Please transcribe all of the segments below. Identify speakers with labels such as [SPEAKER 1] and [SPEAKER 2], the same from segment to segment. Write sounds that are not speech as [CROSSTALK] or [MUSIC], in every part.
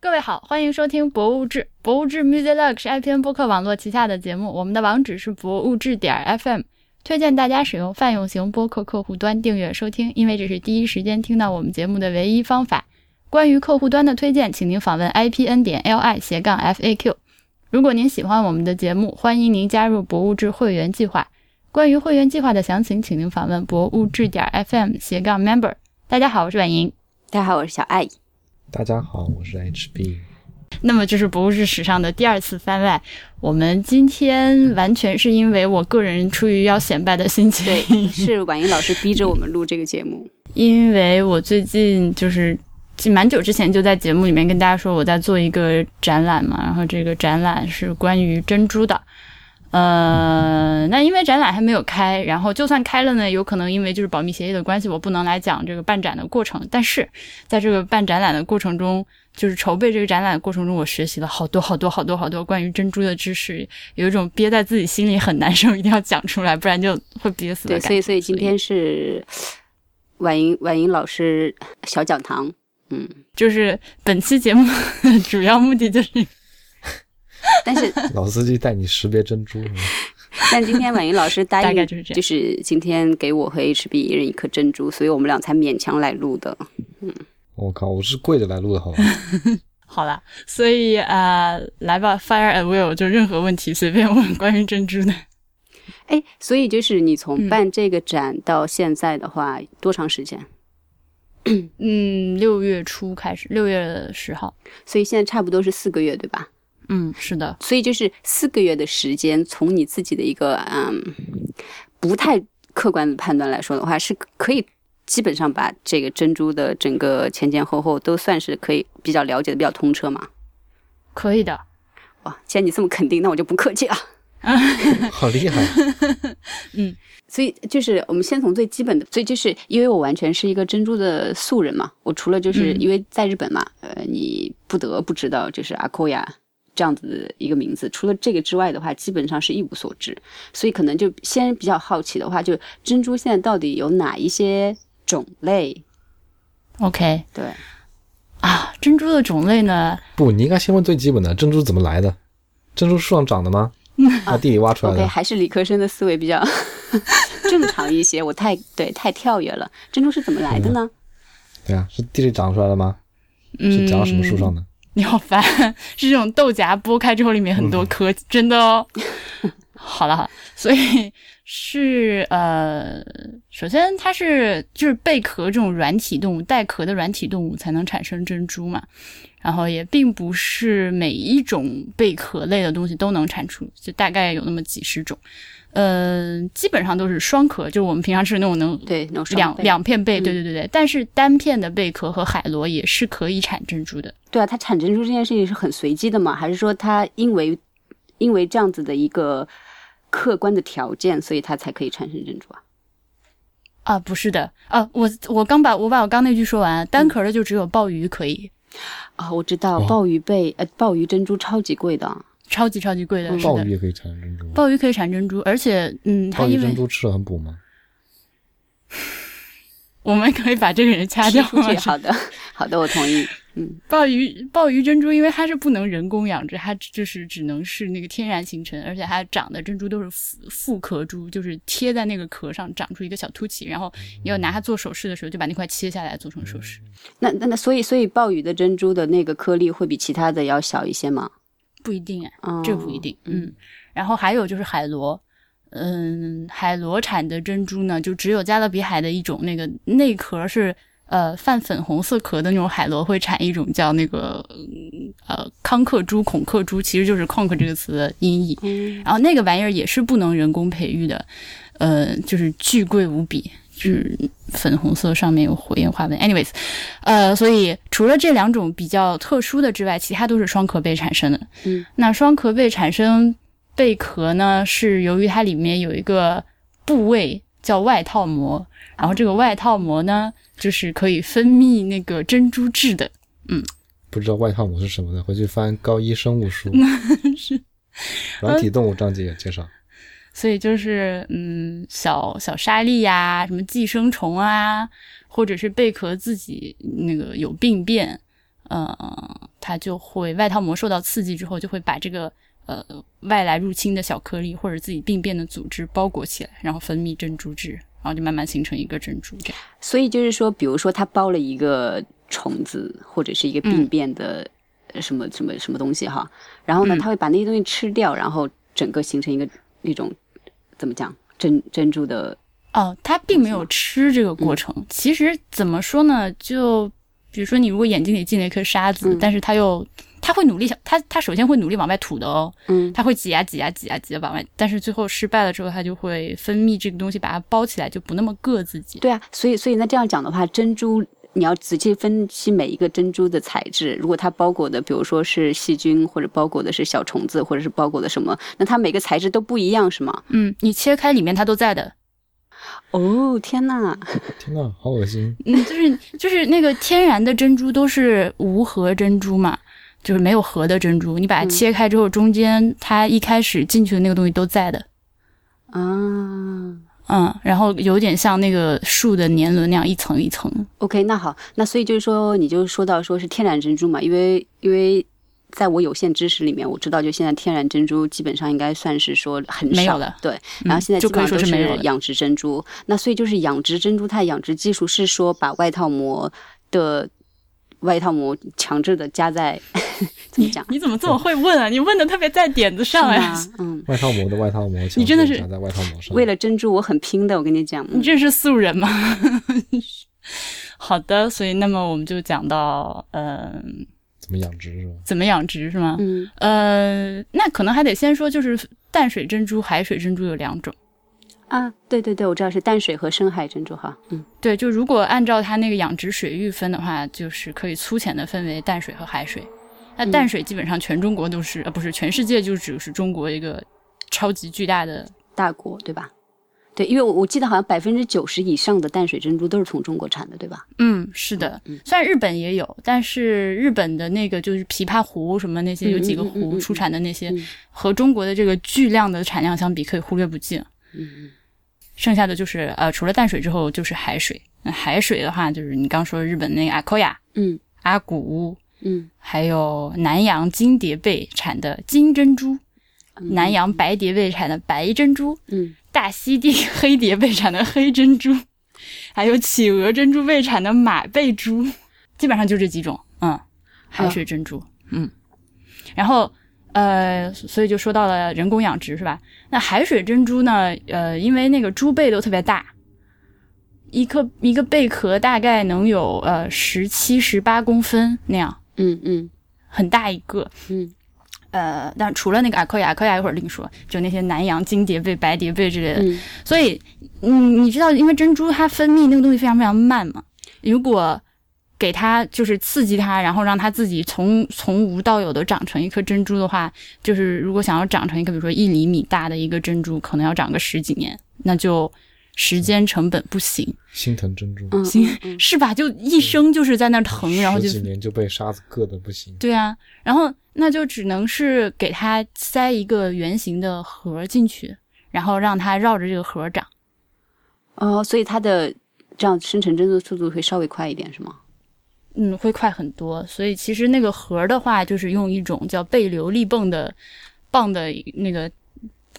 [SPEAKER 1] 各位好，欢迎收听《博物志》。《博物志 Music Log》是 IPN 播客网络旗下的节目，我们的网址是博物志点 FM。推荐大家使用泛用型播客客户端订阅收听，因为这是第一时间听到我们节目的唯一方法。关于客户端的推荐，请您访问 IPN 点 LI 斜杠 FAQ。如果您喜欢我们的节目，欢迎您加入《博物志》会员计划。关于会员计划的详情，请您访问博物志点 FM 斜杠 member。大家好，我是婉莹。
[SPEAKER 2] 大家好，我是小爱。
[SPEAKER 3] 大家好，我是 HB。
[SPEAKER 1] 那么就是博物志史上的第二次番外。我们今天完全是因为我个人出于要显摆的心情，
[SPEAKER 2] 对，是婉莹老师逼着我们录这个节
[SPEAKER 1] [LAUGHS]
[SPEAKER 2] 目。
[SPEAKER 1] 因为我最近就是蛮久之前就在节目里面跟大家说我在做一个展览嘛，然后这个展览是关于珍珠的。呃，那因为展览还没有开，然后就算开了呢，有可能因为就是保密协议的关系，我不能来讲这个办展的过程。但是在这个办展览的过程中，就是筹备这个展览的过程中，我学习了好多好多好多好多关于珍珠的知识，有一种憋在自己心里很难受，一定要讲出来，不然就会憋死的感
[SPEAKER 2] 对，
[SPEAKER 1] 觉。
[SPEAKER 2] 所以所以今天是婉莹婉莹老师小讲堂。嗯，
[SPEAKER 1] 就是本期节目 [LAUGHS] 的主要目的就是 [LAUGHS]
[SPEAKER 2] 但是
[SPEAKER 3] 老司机带你识别珍珠是吗？
[SPEAKER 2] 但今天婉莹老师答
[SPEAKER 1] 大概
[SPEAKER 2] 应，
[SPEAKER 1] 就是这样
[SPEAKER 2] 就是今天给我和 HB 一人一颗珍珠，所以我们俩才勉强来录的。
[SPEAKER 3] 我靠，我是跪着来录的，
[SPEAKER 1] [LAUGHS]
[SPEAKER 3] 好吧？
[SPEAKER 1] 好了，所以呃，来吧，fire at will，就任何问题随便问关于珍珠的。
[SPEAKER 2] 哎，所以就是你从
[SPEAKER 1] 嗯
[SPEAKER 2] 办这个展到现在的话，多长时间？
[SPEAKER 1] 嗯，六月初开始，六月十号。
[SPEAKER 2] 所以现在差不多是四个月，对吧？
[SPEAKER 1] 嗯，是的，
[SPEAKER 2] 所以就是四个月的时间，从你自己的一个嗯不太客观的判断来说的话，是可以基本上把这个珍珠的整个前前后后都算是可以比较了解的、比较通彻嘛。
[SPEAKER 1] 可以的。
[SPEAKER 2] 哇，既然你这么肯定，那我就不客气了。
[SPEAKER 3] 好厉害！
[SPEAKER 2] 所以就是我们先从最基本的，所以就是因为我完全是一个珍珠的素人嘛，我除了就是
[SPEAKER 1] 嗯
[SPEAKER 2] 因为在日本嘛，呃，你不得不知道就是阿库亚这样子的一个名字，除了这个之外的话，基本上是一无所知，所以可能就先比较好奇的话，就珍珠现在到底有哪一些种类？
[SPEAKER 1] OK
[SPEAKER 2] 对，
[SPEAKER 1] 啊，珍珠的种类呢？
[SPEAKER 3] 不，你应该先问最基本的，珍珠怎么来的？珍珠树上长的吗？
[SPEAKER 1] 嗯
[SPEAKER 3] 啊，地里挖出来
[SPEAKER 2] OK，
[SPEAKER 3] 的。
[SPEAKER 2] 还是理科生的思维比较正常一些，我太对太跳跃了。珍珠是怎么来的呢？
[SPEAKER 3] 对啊，是地里长出来的吗？
[SPEAKER 1] 嗯，
[SPEAKER 3] 是长到什么树上的？
[SPEAKER 1] [LAUGHS] 你好烦，是这种豆荚剥开之后里面很多颗，真的哦。 [LAUGHS] 好了好了，所以是呃，首先它是就是贝壳这种软体动物，带壳的软体动物才能产生珍珠嘛，然后也并不是每一种贝壳类的东西都能产出，就大概有那么几十种，呃，基本上都是双壳，就是我们平常吃的那种能
[SPEAKER 2] 对，那种双
[SPEAKER 1] 两
[SPEAKER 2] 倍
[SPEAKER 1] 两片贝，
[SPEAKER 2] 嗯
[SPEAKER 1] 对对对对，但是单片的贝壳和海螺也是可以产珍珠的。
[SPEAKER 2] 对啊，它产珍珠这件事情是很随机的吗？还是说它因为因为这样子的一个客观的条件，所以它才可以产生珍珠啊？
[SPEAKER 1] 啊，不是的，啊，我我刚把我把我刚那句说完，
[SPEAKER 2] 嗯
[SPEAKER 1] 单壳的就只有鲍鱼可以，
[SPEAKER 2] 啊、我知道，
[SPEAKER 3] 哦
[SPEAKER 2] 鲍鱼贝呃，鲍鱼珍珠超级贵的 [LAUGHS] 啊，
[SPEAKER 1] 超级超级贵的，是
[SPEAKER 3] 鲍
[SPEAKER 1] 的
[SPEAKER 3] 鱼，也可以产生珍珠吗。
[SPEAKER 1] 鲍鱼可以产珍珠，而且，嗯，它
[SPEAKER 3] 鲍鱼
[SPEAKER 1] 因
[SPEAKER 3] 珍
[SPEAKER 1] 为
[SPEAKER 3] 珠吃了很补吗？
[SPEAKER 1] 我们可以把这个人掐
[SPEAKER 2] 踢
[SPEAKER 1] 掉
[SPEAKER 2] 出去。
[SPEAKER 1] 吗？
[SPEAKER 2] 好 [LAUGHS] 的，好的，我同意。嗯，
[SPEAKER 1] 鲍鱼鲍鱼珍珠，因为它是不能人工养殖，它就是只能是那个天然形成，而且它长的珍珠都是复复壳珠，就是贴在那个壳上长出一个小凸起，然后你要拿
[SPEAKER 3] 嗯
[SPEAKER 1] 它做首饰的时候，就把那块切下来做成首饰，
[SPEAKER 2] 那那那，所以所以鲍鱼的珍珠的那个颗粒会比其他的要小一些吗？
[SPEAKER 1] 不一定哎。
[SPEAKER 2] 啊、
[SPEAKER 1] 这不一定，嗯。然后还有就是海螺，嗯，海螺产的珍珠呢，就只有加勒比海的一种，那个内壳是呃泛粉红色壳的那种海螺会产一种叫那个嗯呃康克珠、孔克珠，其实就是 conch 这个词的音译。
[SPEAKER 2] 嗯。
[SPEAKER 1] 然后那个玩意儿也是不能人工培育的，呃，就是巨贵无比，就是粉红色上面有火焰花纹。anyways，呃，所以除了这两种比较特殊的之外，其他都是双壳贝产生的。
[SPEAKER 2] 嗯，
[SPEAKER 1] 那双壳贝产生贝壳呢，是由于它里面有一个部位叫外套膜，然后这个外套膜呢，就是可以分泌那个珍珠质的。
[SPEAKER 3] 不知道外套膜是什么的，回去翻高一生
[SPEAKER 1] [LAUGHS]
[SPEAKER 3] 物书。软体动物章节也介绍。
[SPEAKER 1] 所以就是嗯，小小沙粒呀、什么寄生虫啊，或者是贝壳自己那个有病变，呃，它就会外套膜受到刺激之后，就会把这个呃外来入侵的小颗粒或者自己病变的组织包裹起来，然后分泌珍珠质，然后就慢慢形成一个珍珠。这样，
[SPEAKER 2] 所以就是说，比如说它包了一个虫子或者是一个病变的什么、什么什么东西哈，然后呢，
[SPEAKER 1] 嗯
[SPEAKER 2] 它会把那些东西吃掉，然后整个形成一个那种怎么讲珍珍珠的
[SPEAKER 1] 哦，它并没有吃这个过程。其实怎么说呢？就比如说，你如果眼睛里进了一颗沙子，
[SPEAKER 2] 嗯
[SPEAKER 1] 但是它又它会努力想，它它首先会努力往外吐的哦，
[SPEAKER 2] 嗯
[SPEAKER 1] 它会挤呀挤呀挤呀挤呀往外，但是最后失败了之后，它就会分泌这个东西把它包起来，就不那么硌自己。
[SPEAKER 2] 对啊，所以所以那这样讲的话，珍珠你要仔细分析每一个珍珠的材质，如果它包裹的，比如说是细菌，或者包裹的是小虫子，或者是包裹的什么，那它每个材质都不一样，是吗？
[SPEAKER 1] 嗯，你切开里面它都在的。
[SPEAKER 2] 哦，天呐，
[SPEAKER 3] 天呐，好恶心！
[SPEAKER 1] 嗯，就是就是那个天然的珍珠都是无核珍珠嘛，就是没有核的珍珠。你把它
[SPEAKER 2] 嗯
[SPEAKER 1] 切开之后，中间它一开始进去的那个东西都在的。
[SPEAKER 2] 啊
[SPEAKER 1] 嗯，然后有点像那个树的年轮那样一层一层。
[SPEAKER 2] ，OK，那好，那所以就是说，你就说到说是天然珍珠嘛，因为因为。在我有限知识里面，我知道就现在天然珍珠基本上应该算是说很少
[SPEAKER 1] 没有了
[SPEAKER 2] 对，
[SPEAKER 1] 嗯
[SPEAKER 2] 然后现在基
[SPEAKER 1] 就可
[SPEAKER 2] 本
[SPEAKER 1] 以说
[SPEAKER 2] 上都
[SPEAKER 1] 是没有
[SPEAKER 2] 是
[SPEAKER 1] 了。
[SPEAKER 2] 养殖珍珠，那所以就是养殖珍珠，它的养殖技术是说把外套膜的外套膜强制的加在 [LAUGHS] 怎么讲？
[SPEAKER 1] 你怎么这么会问啊？你问的特别在点子 [LAUGHS] 上哎、
[SPEAKER 2] 是吗
[SPEAKER 1] [LAUGHS]
[SPEAKER 2] 嗯，
[SPEAKER 3] 外套膜的外套膜，
[SPEAKER 1] 你真的是
[SPEAKER 3] 夹在外套膜上。
[SPEAKER 2] 为了珍珠我很拼的，我跟你讲，
[SPEAKER 1] 你这是素人吗？ [LAUGHS] 好的，所以那么我们就讲到，嗯、
[SPEAKER 3] 怎么养殖是吧？
[SPEAKER 1] 怎么养殖是吗？
[SPEAKER 2] 嗯，
[SPEAKER 1] 呃，那可能还得先说，就是淡水珍珠、海水珍珠有两种。
[SPEAKER 2] 啊，对对对，我知道是淡水和深海珍珠哈，嗯
[SPEAKER 1] 对，就如果按照它那个养殖水域分的话，就是可以粗浅的分为淡水和海水。那淡水基本上全中国都是，呃，不是全世界，就只是中国一个超级巨大的。
[SPEAKER 2] 大国对吧？对，因为我我记得好像百分之九十以上的淡水珍珠都是从中国产的，对吧？
[SPEAKER 1] 嗯，是的，
[SPEAKER 2] 嗯
[SPEAKER 1] 虽然日本也有，但是日本的那个就是琵琶湖什么那些
[SPEAKER 2] 嗯
[SPEAKER 1] 有几个
[SPEAKER 2] 嗯嗯嗯
[SPEAKER 1] 湖
[SPEAKER 2] 嗯
[SPEAKER 1] 出产的那些，
[SPEAKER 2] 嗯
[SPEAKER 1] 和中国的这个巨量的产量相比，可以忽略不计。
[SPEAKER 2] 嗯
[SPEAKER 1] 剩下的就是呃，除了淡水之后就是海水。那海水的话，就是你刚说日本那个阿科亚、
[SPEAKER 2] 嗯
[SPEAKER 1] 阿古屋，
[SPEAKER 2] 嗯
[SPEAKER 1] 还有南洋金蝶贝产的金珍珠，
[SPEAKER 2] 嗯，
[SPEAKER 1] 南洋白蝶贝产的白珍珠，
[SPEAKER 2] 嗯
[SPEAKER 1] 大溪地黑蝶贝产的黑珍珠， [LAUGHS] 还有企鹅珍珠贝产的马贝珠，基本上就这几种。嗯，海水珍珠，嗯，然后呃，所以就说到了人工养殖是吧？那海水珍珠呢？呃，因为那个珠贝都特别大。一颗一个贝壳大概能有呃十七十八公分那样，
[SPEAKER 2] 嗯嗯
[SPEAKER 1] 很大一个。
[SPEAKER 2] 嗯
[SPEAKER 1] 呃，但除了那个阿科亚，阿科亚一会儿另说，就那些南洋金蝶贝、白蝶贝之类的。
[SPEAKER 2] 嗯，
[SPEAKER 1] 所以，嗯，你知道，因为珍珠它分泌那个东西非常非常慢嘛，如果给它就是刺激它，然后让它自己从从无到有的长成一颗珍珠的话，就是如果想要长成一个，比如说一厘米大的一个珍珠，可能要长个十几年，那就时间成本不行，
[SPEAKER 3] 心疼珍珠，
[SPEAKER 2] 嗯
[SPEAKER 1] 行
[SPEAKER 2] 嗯
[SPEAKER 1] [LAUGHS]
[SPEAKER 2] 嗯
[SPEAKER 1] 是吧？就一生就是在那儿疼，然后就
[SPEAKER 3] 十几年就被沙子硌的不行。
[SPEAKER 1] 对啊，然后那就只能是给它塞一个圆形的盒儿进去，然后让它绕着这个盒儿长。
[SPEAKER 2] 哦，所以它的这样生成珍珠的速度会稍微快一点，是吗？
[SPEAKER 1] 嗯，会快很多。所以其实那个盒儿的话，就是用一种叫背流力泵的棒的那个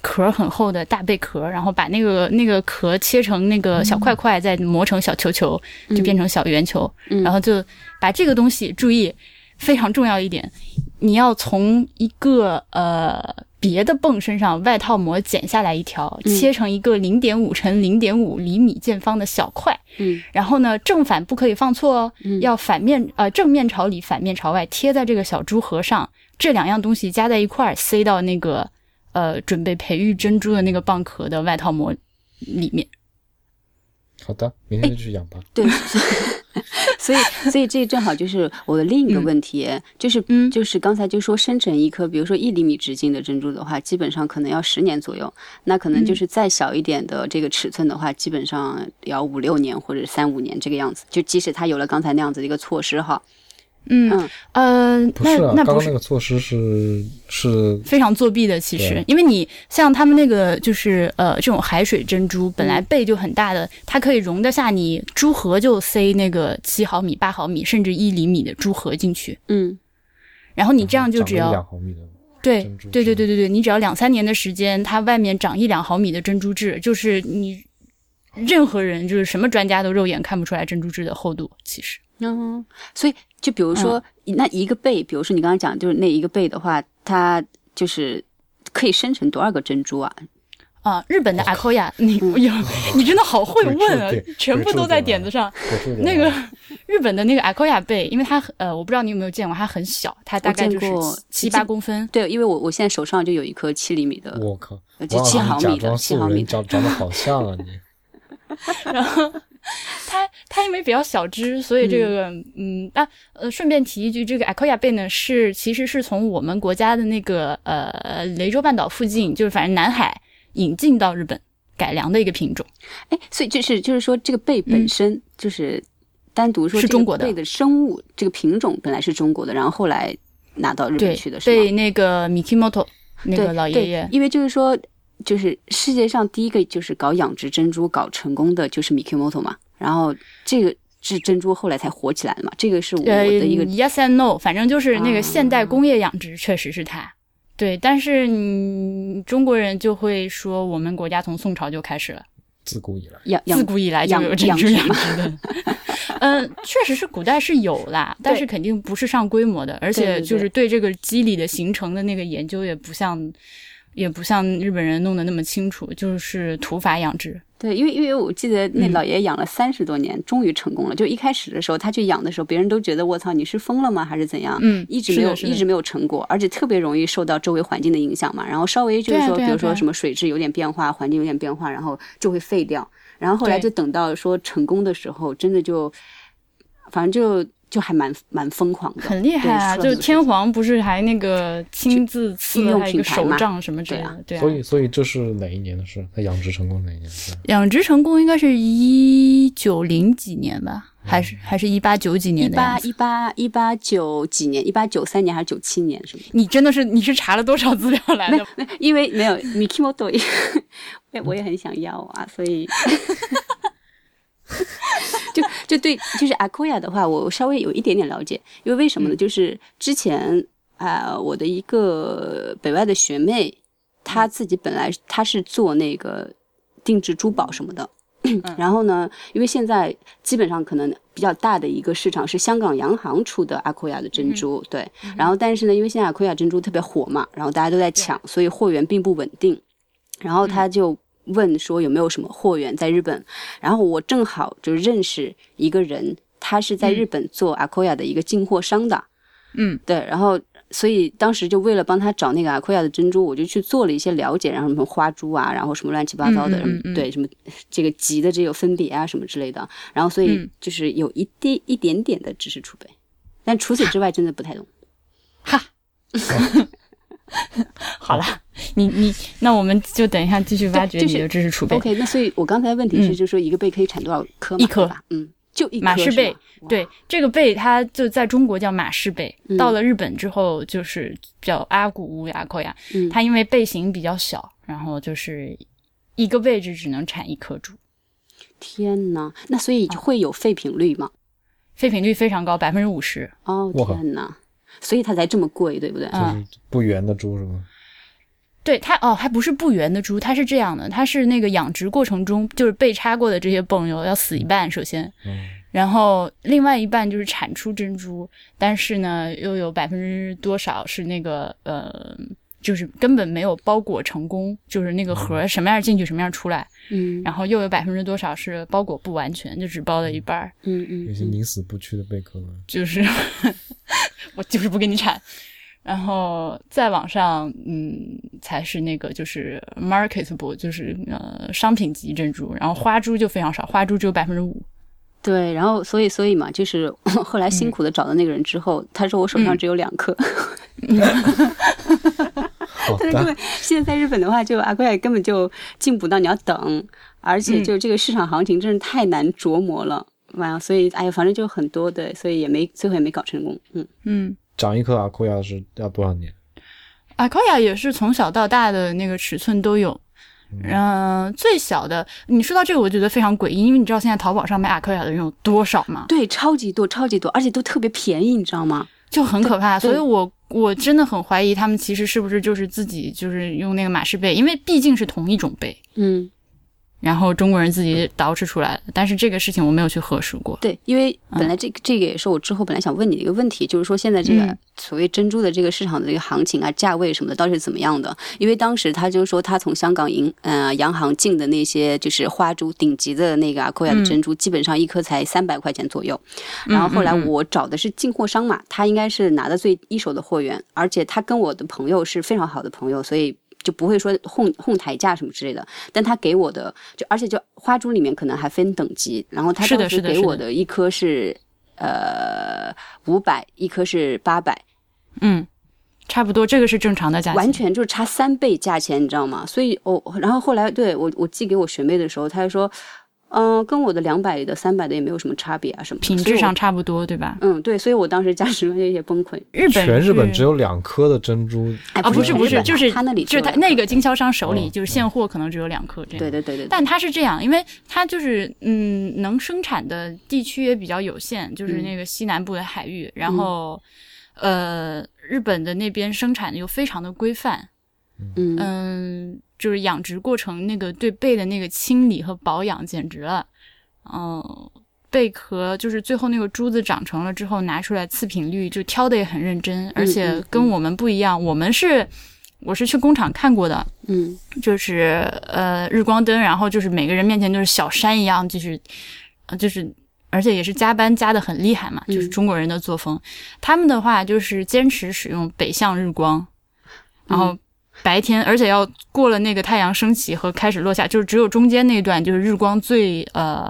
[SPEAKER 1] 壳儿很厚的大贝壳儿，然后把那个那个壳切成那个小块块，再磨成小球球，就变成小圆球，
[SPEAKER 2] 嗯
[SPEAKER 1] 然后就把这个东西注意非常重要一点，你要从一个呃。别的泵身上外套膜剪下来一条，
[SPEAKER 2] 嗯
[SPEAKER 1] 切成一个零点五乘零点五厘米见方的小块，
[SPEAKER 2] 嗯
[SPEAKER 1] 然后呢，正反不可以放错哦，
[SPEAKER 2] 嗯
[SPEAKER 1] 要反面呃正面朝里，反面朝外贴在这个小珠盒上，这两样东西加在一块儿塞到那个呃准备培育珍珠的那个蚌壳的外套膜里面。
[SPEAKER 3] 好的，明天就去养吧。
[SPEAKER 1] 哎
[SPEAKER 2] 对， [LAUGHS] 所以所以这正好就是我的另一个问题，就是
[SPEAKER 1] 嗯
[SPEAKER 2] 就是刚才就说生成一颗，比如说一厘米直径的珍珠的话，基本上可能要十年左右，那可能就是再小一点的这个尺寸的话，基本上也要五六年或者三五年这个样子。就即使它有了刚才那样子的一个措施哈，
[SPEAKER 1] 嗯
[SPEAKER 2] 嗯
[SPEAKER 1] 呃，
[SPEAKER 3] 不
[SPEAKER 1] 那
[SPEAKER 3] 是啊，
[SPEAKER 1] 那
[SPEAKER 3] 刚
[SPEAKER 1] 不
[SPEAKER 3] 刚
[SPEAKER 1] 是
[SPEAKER 3] 那个措施是是
[SPEAKER 1] 非常作弊的，其实
[SPEAKER 3] 对，
[SPEAKER 1] 因为你像他们那个就是呃这种海水珍珠，
[SPEAKER 3] 嗯
[SPEAKER 1] 本来贝就很大的，它可以容得下你珠盒就塞那个七毫米、八毫米甚至一厘米的珠盒进去。
[SPEAKER 2] 嗯
[SPEAKER 1] 然后你这样就只
[SPEAKER 3] 长
[SPEAKER 1] 要
[SPEAKER 3] 个一两毫米的
[SPEAKER 1] 对
[SPEAKER 3] 珍珠
[SPEAKER 1] 对对
[SPEAKER 3] 是
[SPEAKER 1] 对对对，你只要两三年的时间，它外面长一两毫米的珍珠痣，就是你任何人就是什么专家都肉眼看不出来珍珠痣的厚度。其实，
[SPEAKER 2] 嗯，所以就比如说、那一个贝，比如说你刚刚讲就是那一个贝的话，它就是可以生成多少个珍珠啊？
[SPEAKER 1] 啊，日本的阿 y 亚，你有你真的好会问啊
[SPEAKER 3] 鬼畜点，
[SPEAKER 1] 全部都在点子上。
[SPEAKER 3] 我注意到
[SPEAKER 1] 那
[SPEAKER 3] 了
[SPEAKER 1] 个日本的那个 a k o y a 贝，因为它很呃，我不知道你有没有见过，它很小，它大概就
[SPEAKER 2] 我见过
[SPEAKER 1] 是七八公分。
[SPEAKER 2] 对，因为我我现在手上就有一颗七厘米的，
[SPEAKER 3] 我
[SPEAKER 1] [LAUGHS]
[SPEAKER 3] 靠，
[SPEAKER 2] 呃就
[SPEAKER 3] 王老师
[SPEAKER 2] 七毫
[SPEAKER 3] 你假
[SPEAKER 2] 米的，
[SPEAKER 3] 装
[SPEAKER 2] 七
[SPEAKER 3] 素
[SPEAKER 2] 毫米
[SPEAKER 3] 人
[SPEAKER 2] 的。
[SPEAKER 3] 长长得好像啊你，
[SPEAKER 1] 它它因为比较小只，所以这个嗯，那、呃，顺便提一句，这个 a k o y a 贝呢是其实是从我们国家的那个呃雷州半岛附近，就是反正南海引进到日本改良的一个品种。
[SPEAKER 2] 哎，所以就是就是说这个贝本身就是单独说
[SPEAKER 1] 嗯是
[SPEAKER 2] 这
[SPEAKER 1] 中
[SPEAKER 2] 个
[SPEAKER 1] 国的
[SPEAKER 2] 贝的生物这个品种本来是中国的，然后后来拿到日本
[SPEAKER 1] 对
[SPEAKER 2] 去的，是吗？
[SPEAKER 1] 被那个 Mikimoto 那
[SPEAKER 2] 对
[SPEAKER 1] 个老
[SPEAKER 2] 对
[SPEAKER 1] 爷爷
[SPEAKER 2] 因为就是说，就是世界上第一个就是搞养殖珍珠搞成功的就是 Mikimoto 嘛，然后这个是珍珠后来才火起来的嘛，这个是我
[SPEAKER 1] 呃
[SPEAKER 2] 的一个、
[SPEAKER 1] yes and no，反正就是那
[SPEAKER 2] 啊
[SPEAKER 1] 个现代工业养殖确实是它。对，但是你中国人就会说，我们国家从宋朝就开始了，
[SPEAKER 3] 自古以来
[SPEAKER 2] 养养
[SPEAKER 1] 自古以来就
[SPEAKER 2] 养
[SPEAKER 1] 有珍
[SPEAKER 2] 养
[SPEAKER 1] 珠
[SPEAKER 2] 殖
[SPEAKER 1] 养
[SPEAKER 2] 嘛
[SPEAKER 1] 殖的。 [LAUGHS] 嗯，确实是古代是有啦，但
[SPEAKER 2] 对
[SPEAKER 1] 是肯定不是上规模的，而
[SPEAKER 2] 对
[SPEAKER 1] 且
[SPEAKER 2] 对对
[SPEAKER 1] 就是对这个机理的形成的那个研究也不像，也不像日本人弄得那么清楚，就是土法养殖。
[SPEAKER 2] 对，因为因为我记得那
[SPEAKER 1] 嗯
[SPEAKER 2] 老爷养了三十多年，终于成功了。就一开始的时候，他去养的时候，别人都觉得我操，你是疯了吗？还是怎样？
[SPEAKER 1] 嗯
[SPEAKER 2] 一直
[SPEAKER 1] 是
[SPEAKER 2] 没
[SPEAKER 1] 的
[SPEAKER 2] 有
[SPEAKER 1] 是的
[SPEAKER 2] 一直没有成果，而且特别容易受到周围环境的影响嘛。然后稍微就是
[SPEAKER 1] 对啊
[SPEAKER 2] 说，
[SPEAKER 1] 对啊
[SPEAKER 2] 比如
[SPEAKER 1] 对
[SPEAKER 2] 说
[SPEAKER 1] 啊
[SPEAKER 2] 什么水质有点变化，环境有点变化，然后就会废掉。然后后来
[SPEAKER 1] 对
[SPEAKER 2] 就等到说成功的时候，真的就，反正就就还蛮蛮疯狂的。
[SPEAKER 1] 很厉害啊！
[SPEAKER 2] 对出了
[SPEAKER 1] 就
[SPEAKER 2] 很多
[SPEAKER 1] 天皇不是还那个亲自赐了他一个手杖什么之类的，对啊。
[SPEAKER 3] 所以所以这是哪一年的事？他养殖成功哪一年的事？
[SPEAKER 1] 养殖成功应该是一九零几年吧，还
[SPEAKER 3] 嗯
[SPEAKER 1] 是还是一八九几
[SPEAKER 2] 一
[SPEAKER 1] 年的
[SPEAKER 2] 八
[SPEAKER 1] 样子
[SPEAKER 2] 一八一八九几年，一八九三年还是九七年什么的？
[SPEAKER 1] 你真的是你是查了多少资料来的？
[SPEAKER 2] 因为没有 Mikimoto，我也 [LAUGHS] 我也很想要啊，所以就就对，就是 Akoya 的话，我稍微有一点点了解，因为为什么呢？就是之前啊、呃我的一个北外的学妹，她自己本来她是做那个定制珠宝什么的。然后呢，因为现在基本上可能比较大的一个市场是香港洋行出的阿库亚的珍珠，对。然后但是呢，因为现在阿库亚珍珠特别火嘛，然后大家都在抢，所以货源并不稳定。
[SPEAKER 1] 嗯
[SPEAKER 2] 然后他就问说有没有什么货源在日本，然后我正好就认识一个人，他是在
[SPEAKER 1] 嗯
[SPEAKER 2] 日本做阿库亚的一个进货商的，
[SPEAKER 1] 嗯，
[SPEAKER 2] 对，然后所以当时就为了帮他找那个阿奎亚的珍珠，我就去做了一些了解，然后什么花珠啊，然后什么乱七八糟的，
[SPEAKER 1] 嗯嗯嗯嗯
[SPEAKER 2] 对，什么这个级的这个分别啊什么之类的，然后所以
[SPEAKER 1] 嗯
[SPEAKER 2] 就是有一滴一点点的知识储备，但除此之外真的不太
[SPEAKER 1] [LAUGHS]
[SPEAKER 2] 懂。
[SPEAKER 1] 哈，好啦，你你那我们就等一下继续挖掘
[SPEAKER 2] 对就
[SPEAKER 1] 你
[SPEAKER 2] 是
[SPEAKER 1] 的知识储备。
[SPEAKER 2] OK，那所以我刚才的问题
[SPEAKER 1] 嗯
[SPEAKER 2] 是，就是说一个贝可以产多少颗嘛？
[SPEAKER 1] 一颗
[SPEAKER 2] 对吧，嗯，就一颗
[SPEAKER 1] 马氏贝
[SPEAKER 2] 是吗，哇
[SPEAKER 1] 对，这个贝它就在中国叫马氏贝，
[SPEAKER 2] 嗯
[SPEAKER 1] 到了日本之后就是叫阿古乌牙扣牙。
[SPEAKER 2] 嗯
[SPEAKER 1] 它因为贝型比较小，然后就是一个位置只能产一颗珠，
[SPEAKER 2] 天呐，那所以会有废品率吗？
[SPEAKER 1] 废品率非常高，百分之五十。
[SPEAKER 2] 哦
[SPEAKER 3] 我靠
[SPEAKER 2] 天呐，所以它才这么贵，对不对？
[SPEAKER 1] 啊
[SPEAKER 3] 就是不圆的猪是吗？
[SPEAKER 1] 对它哦，还不是不圆的猪，它是这样的，它是那个养殖过程中就是被插过的这些泵友要死一半，首先，
[SPEAKER 3] 嗯，
[SPEAKER 1] 然后另外一半就是产出珍珠，但是呢，又有百分之多少是那个呃，就是根本没有包裹成功，就是那个盒什么样进去什么样出来，
[SPEAKER 2] 嗯
[SPEAKER 1] 然后又有百分之多少是包裹不完全，就只包了一半儿，
[SPEAKER 2] 嗯嗯
[SPEAKER 3] 有些
[SPEAKER 2] 嗯，
[SPEAKER 3] 宁死不屈的贝壳呢。
[SPEAKER 1] 就是 [LAUGHS] 我就是不给你产。然后再往上，嗯，才是那个就是 marketable，就是呃商品级珍珠。然后花珠就非常少，花珠只有百分之五。
[SPEAKER 2] 对，然后所以所以嘛，就是 [LAUGHS] 后来辛苦的找到那个人之后，他说我手
[SPEAKER 3] 嗯
[SPEAKER 2] 上只有两颗， [LAUGHS]
[SPEAKER 3] 好
[SPEAKER 2] 但是根
[SPEAKER 3] 的，
[SPEAKER 2] 本现在在日本的话，就阿怪根本就进补到你要等，而且
[SPEAKER 3] 嗯
[SPEAKER 2] 就这个市场行情真是太难琢磨了。哇，所以哎呀，反正就很多的，所以也没最后也没搞成功。嗯，
[SPEAKER 1] 嗯，
[SPEAKER 3] 长一颗阿库亚是要多少年？
[SPEAKER 1] a q u a 也是从小到大的那个尺寸都有。嗯、最小的，你说到这个，我觉得非常诡异，因为你知道现在淘宝上卖 a q u a 的人有多少吗？
[SPEAKER 2] 对，超级多，超级多，而且都特别便宜，你知道吗？
[SPEAKER 1] 就很可怕。
[SPEAKER 2] 对
[SPEAKER 1] 所以我我真的很怀疑他们其实是不是就是自己就是用那个马氏贝，因为毕竟是同一种贝，
[SPEAKER 2] 嗯，
[SPEAKER 1] 然后中国人自己捯饬出来的。但是这个事情我没嗯有去核实过。
[SPEAKER 2] 对，因为本来这个、这个也是我之后本来想问你的一个问题，就是说现在这个
[SPEAKER 1] 嗯
[SPEAKER 2] 所谓珍珠的这个市场的这个行情啊、价位什么的到底是怎么样的？因为当时他就说他从香港银呃洋行进的那些就是花珠顶级的那个阿库亚
[SPEAKER 1] 嗯
[SPEAKER 2] 的珍珠，基本上一颗才三百块钱左右。然后后来
[SPEAKER 1] 嗯嗯嗯
[SPEAKER 2] 我找的是进货商嘛，他应该是拿的最一手的货源，而且他跟我的朋友是非常好的朋友，所以就不会说哄哄抬价什么之类的。但他给我的就而且就花珠里面可能还分等级，然后他
[SPEAKER 1] 是的
[SPEAKER 2] 当时
[SPEAKER 1] 是的
[SPEAKER 2] 给
[SPEAKER 1] 是的
[SPEAKER 2] 我的一颗是呃五百，一颗是八百，
[SPEAKER 1] 嗯，差不多，这个是正常的价钱。
[SPEAKER 2] 完全就是差三倍价钱，你知道吗？所以哦，然后后来对我我寄给我学妹的时候，她就说，嗯、跟我的两百的、三百的也没有什么差别啊什么的，
[SPEAKER 1] 品
[SPEAKER 2] 所
[SPEAKER 1] 质
[SPEAKER 2] 以我
[SPEAKER 1] 上。差不多，对吧？
[SPEAKER 2] 嗯，对，所以我当时价值观就有些崩溃。
[SPEAKER 1] 日本
[SPEAKER 3] 全日本
[SPEAKER 1] 是
[SPEAKER 3] 只有两颗的珍珠，
[SPEAKER 2] 哎
[SPEAKER 1] 啊，不是不
[SPEAKER 3] 日
[SPEAKER 1] 是，
[SPEAKER 3] 本
[SPEAKER 1] 就是
[SPEAKER 2] 他那里
[SPEAKER 1] 就是
[SPEAKER 2] 只有
[SPEAKER 1] 他
[SPEAKER 2] 两
[SPEAKER 1] 那
[SPEAKER 2] 颗
[SPEAKER 1] 个经啊销商手里
[SPEAKER 3] 哦
[SPEAKER 1] 就是现货，可能只有两颗这样。
[SPEAKER 2] 对对对对，对
[SPEAKER 1] 但它是这样，因为它就是嗯，能生产的地区也比较有限，就是
[SPEAKER 2] 嗯
[SPEAKER 1] 那个西南部的海域，然后呃，日本的那边生产的又非常的规范，
[SPEAKER 2] 嗯
[SPEAKER 1] 嗯，就是养殖过程那个对贝的那个清理和保养简直了，嗯、贝壳就是最后那个珠子长成了之后拿出来次品率就挑的也很认真，
[SPEAKER 2] 嗯
[SPEAKER 1] 而且跟我们不一样，我们是我是去工厂看过的，
[SPEAKER 2] 嗯
[SPEAKER 1] 就是呃日光灯，然后就是每个人面前就是小山一样，就是呃就是，而且也是加班加的很厉害嘛，
[SPEAKER 2] 嗯
[SPEAKER 1] 就是中国人的作风。他们的话就是坚持使用北向日光，然
[SPEAKER 3] 嗯
[SPEAKER 1] 后白天，而且要过了那个太阳升起和开始落下，就是只有中间那段就是日光最呃